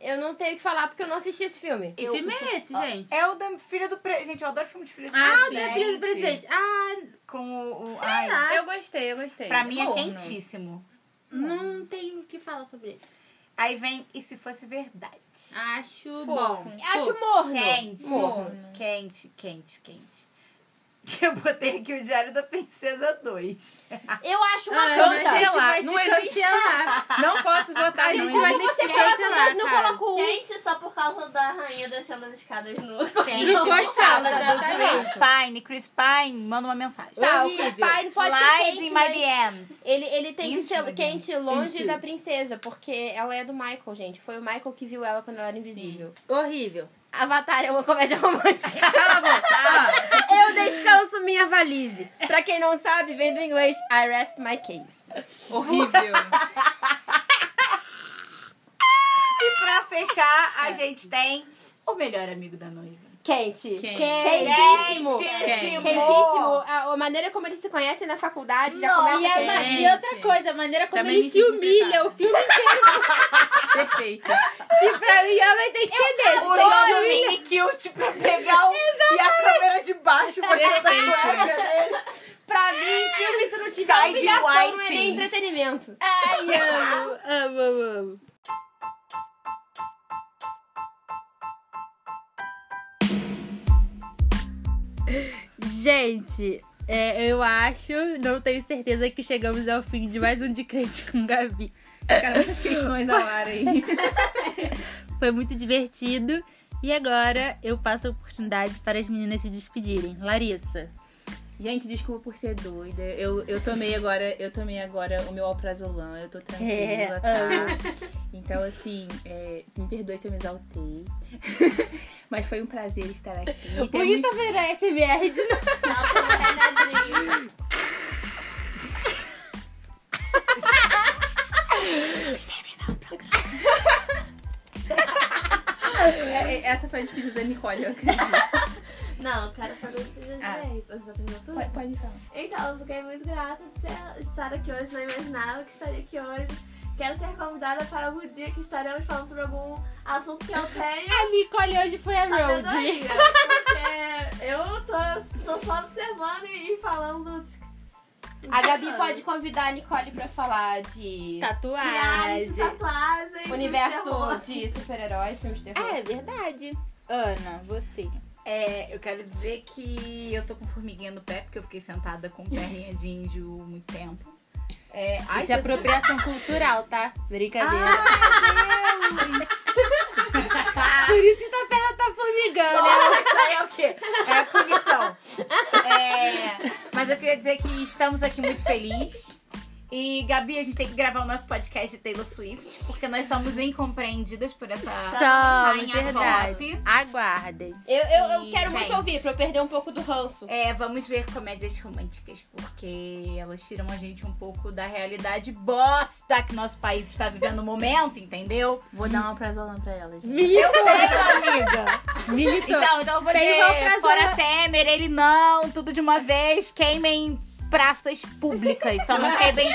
Speaker 5: Eu não tenho o que falar porque eu não assisti esse filme.
Speaker 1: Que
Speaker 2: Eu-
Speaker 1: filme é esse, gente?
Speaker 2: É o da filha do presidente. Gente, eu adoro filme de filha do
Speaker 1: Ah, o
Speaker 2: presidente.
Speaker 1: da filha do presidente. Ah,
Speaker 2: Com o. o ai,
Speaker 5: Ah.
Speaker 1: lá.
Speaker 6: Eu gostei, eu gostei.
Speaker 2: pra mim é
Speaker 6: Morno.
Speaker 2: quentíssimo.
Speaker 1: não tenho o que falar sobre ele.
Speaker 2: Aí vem E Se Fosse Verdade.
Speaker 1: Acho
Speaker 6: Fofo.
Speaker 1: bom.
Speaker 5: Acho Ah, morno.
Speaker 2: Quente.
Speaker 6: Morno.
Speaker 2: Quente, quente, quente. [laughs] Eu botei aqui o Diário da Princesa 2.
Speaker 5: Eu acho uma
Speaker 1: Ah,
Speaker 5: canta.
Speaker 6: Sei lá, não existe.
Speaker 1: cancelar.
Speaker 6: Não posso votar,
Speaker 1: A
Speaker 6: não.
Speaker 1: gente vai
Speaker 6: hein?
Speaker 1: ter que
Speaker 5: Coloca o
Speaker 1: cancelar,
Speaker 5: dois, não
Speaker 1: cara.
Speaker 5: coloca o um.
Speaker 4: Gente, só por causa da rainha descendo as escadas nu.
Speaker 2: Quente.
Speaker 1: Desgostosa,
Speaker 2: por causa do Chris
Speaker 1: exatamente.
Speaker 2: Pine. Chris Pine, manda uma mensagem.
Speaker 5: Tá, o
Speaker 1: Horrível.
Speaker 5: Chris Pine pode ser
Speaker 2: Slides
Speaker 5: quente,
Speaker 2: in my
Speaker 5: mas
Speaker 2: DMs.
Speaker 5: ele, ele tem que ser quente longe
Speaker 1: Quente.
Speaker 5: da princesa, porque ela é do Michael, gente. Foi o Michael que viu ela quando ela era invisível.
Speaker 1: Horrível.
Speaker 5: Avatar é uma comédia [laughs] romântica.
Speaker 6: Cala a boca.
Speaker 5: Eu descanso minha valise. Pra quem não sabe, vem do inglês, I rest my case.
Speaker 6: ó. horrível.
Speaker 2: E pra fechar, a gente tem o melhor amigo da noiva.
Speaker 5: Quente.
Speaker 6: Quente.
Speaker 5: Quentíssimo.
Speaker 2: Quentíssimo.
Speaker 5: Quentíssimo. A, a maneira como eles se conhecem na faculdade já
Speaker 1: Não,
Speaker 5: começa
Speaker 1: e, a
Speaker 5: quente.
Speaker 1: ma-
Speaker 6: quente.
Speaker 1: e outra coisa, a maneira como
Speaker 6: Também
Speaker 1: ele
Speaker 6: me
Speaker 1: se
Speaker 6: sinto
Speaker 1: humilha,
Speaker 6: pesada.
Speaker 1: o filme inteiro,
Speaker 6: [laughs] Perfeito.
Speaker 1: que pra mim ela vai ter que ceder.
Speaker 2: Usando o mini kilt pra pegar o... E a câmera de baixo, [laughs] mostrando a
Speaker 6: Perfeito.
Speaker 2: cueca dele.
Speaker 5: Pra mim, filme, se não tiver
Speaker 2: Tidy
Speaker 5: humilhação, não é nem
Speaker 2: whiteys.
Speaker 5: entretenimento.
Speaker 1: Ai, amo, amo, amo, amo. Gente, é, eu acho, não tenho certeza que chegamos ao fim de mais um de crente com Gabi.
Speaker 6: Cara, muitas questões ao ar aí.
Speaker 1: Foi muito divertido. E agora eu passo a oportunidade para as meninas se despedirem. Larissa.
Speaker 6: Gente, desculpa por ser doida. Eu, eu tomei agora, eu tomei agora o meu alprazolam, eu tô tranquila,
Speaker 1: É,
Speaker 6: tá? Então, assim, é, me perdoe se eu me exaltei. [laughs] Mas foi um prazer estar aqui. Temos-
Speaker 1: Bonita verá SMR de novo.
Speaker 6: É, é, Essa foi a despedida da Nicole, eu acredito.
Speaker 4: Não, eu quero fazer isso de
Speaker 6: Ah.
Speaker 4: jeito. Você já terminou tudo?
Speaker 6: Pode, pode falar.
Speaker 4: Então, eu fiquei muito grata de ser- de estar aqui hoje. Não imaginava que estaria aqui hoje. Quero ser convidada para algum dia que estaremos falando sobre algum assunto que eu tenho.
Speaker 1: A Nicole hoje foi a Road.
Speaker 4: sabedoria. Porque eu tô, tô só observando e e falando.
Speaker 5: A Gabi pode convidar a Nicole pra falar de
Speaker 4: Viagem,
Speaker 1: Tatuagem.
Speaker 2: tá
Speaker 4: tatuagem.
Speaker 5: universo
Speaker 4: terror.
Speaker 5: de super-heróis, filmes de terror.
Speaker 1: É verdade. Ana, você.
Speaker 2: É, eu quero dizer que eu tô com formiguinha no pé, porque eu fiquei sentada com perninha de índio muito tempo. É, ai,
Speaker 1: Isso é
Speaker 2: Jesus.
Speaker 1: apropriação cultural, tá? Brincadeira.
Speaker 2: Ai, meu Deus.
Speaker 1: [laughs] Por isso que tua perna tá formigando, né?
Speaker 2: Isso aí é o quê? É punição. É, mas eu queria dizer que estamos aqui muito felizes. E, Gabi, a gente tem que gravar o nosso podcast de Taylor Swift, porque nós somos incompreendidas por essa
Speaker 1: Somos,
Speaker 2: rainha
Speaker 1: é verdade.
Speaker 2: pop.
Speaker 1: Aguardem.
Speaker 5: Eu, eu, eu
Speaker 2: Sim,
Speaker 5: quero
Speaker 2: gente.
Speaker 5: muito ouvir, pra eu perder um pouco do ranço.
Speaker 2: É, vamos ver comédias românticas, porque elas tiram a gente um pouco da realidade bosta que nosso país está vivendo no momento, entendeu?
Speaker 6: Vou dar uma prazolã pra elas.
Speaker 2: Eu
Speaker 1: Militou,
Speaker 2: tenho, amiga!
Speaker 1: militou.
Speaker 2: Então, então eu vou
Speaker 1: Tem uma
Speaker 2: dizer,
Speaker 1: frase
Speaker 2: fora
Speaker 1: na-
Speaker 2: Temer, ele não, tudo de uma vez, queimem praças públicas, só não [laughs] queimem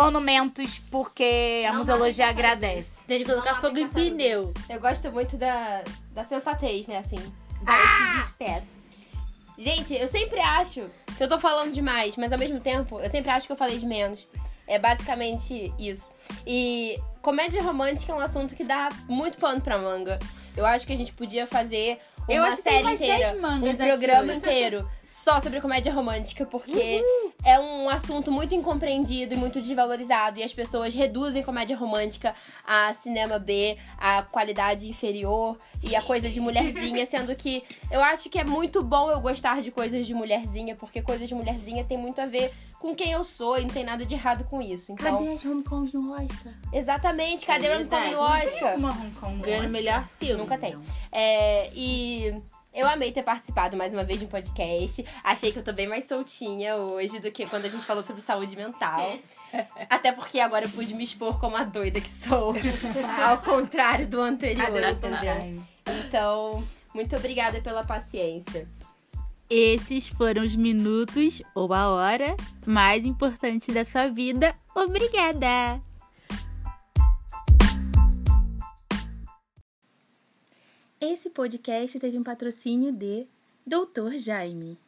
Speaker 2: monumentos, porque a museologia agradece.
Speaker 1: Tem que colocar fogo em pneu.
Speaker 5: Eu gosto muito da, da sensatez, né, assim.
Speaker 1: Vai,
Speaker 2: Ah!
Speaker 1: se despeça.
Speaker 5: Gente, eu sempre acho que eu tô falando demais, mas ao mesmo tempo, eu sempre acho que eu falei de menos. É basicamente isso. E comédia romântica é um assunto que dá muito pano pra manga. Eu acho que a gente podia fazer uma
Speaker 1: Eu acho que tem
Speaker 5: série
Speaker 1: mais
Speaker 5: inteira,
Speaker 1: 10 mangas
Speaker 5: um
Speaker 1: aqui
Speaker 5: programa
Speaker 1: hoje.
Speaker 5: inteiro só sobre comédia romântica, porque é um assunto muito incompreendido e muito desvalorizado e as pessoas reduzem comédia romântica a cinema B, a qualidade inferior e a coisa de mulherzinha, sendo que eu acho que é muito bom eu gostar de coisas de mulherzinha, porque coisas de mulherzinha tem muito a ver com quem eu sou e não tem nada de errado com isso. Então,
Speaker 6: as homecoms no Oscar?
Speaker 5: exatamente, cadê
Speaker 1: É
Speaker 5: o Antônio do
Speaker 1: verdade.
Speaker 5: Oscar?
Speaker 2: Uma Hong Kong
Speaker 1: Ganhando o melhor filme.
Speaker 5: Nunca tem. É, e eu amei ter participado mais uma vez de um podcast. Achei que eu tô bem mais soltinha hoje do que quando a gente falou sobre saúde mental. Até porque agora eu pude me expor como a doida que sou. [laughs] ao contrário do anterior, entendeu? Então, muito obrigada pela paciência.
Speaker 1: Esses foram os minutos ou a hora mais importante da sua vida. Obrigada!
Speaker 6: Esse podcast teve um patrocínio de Doutor Jaime.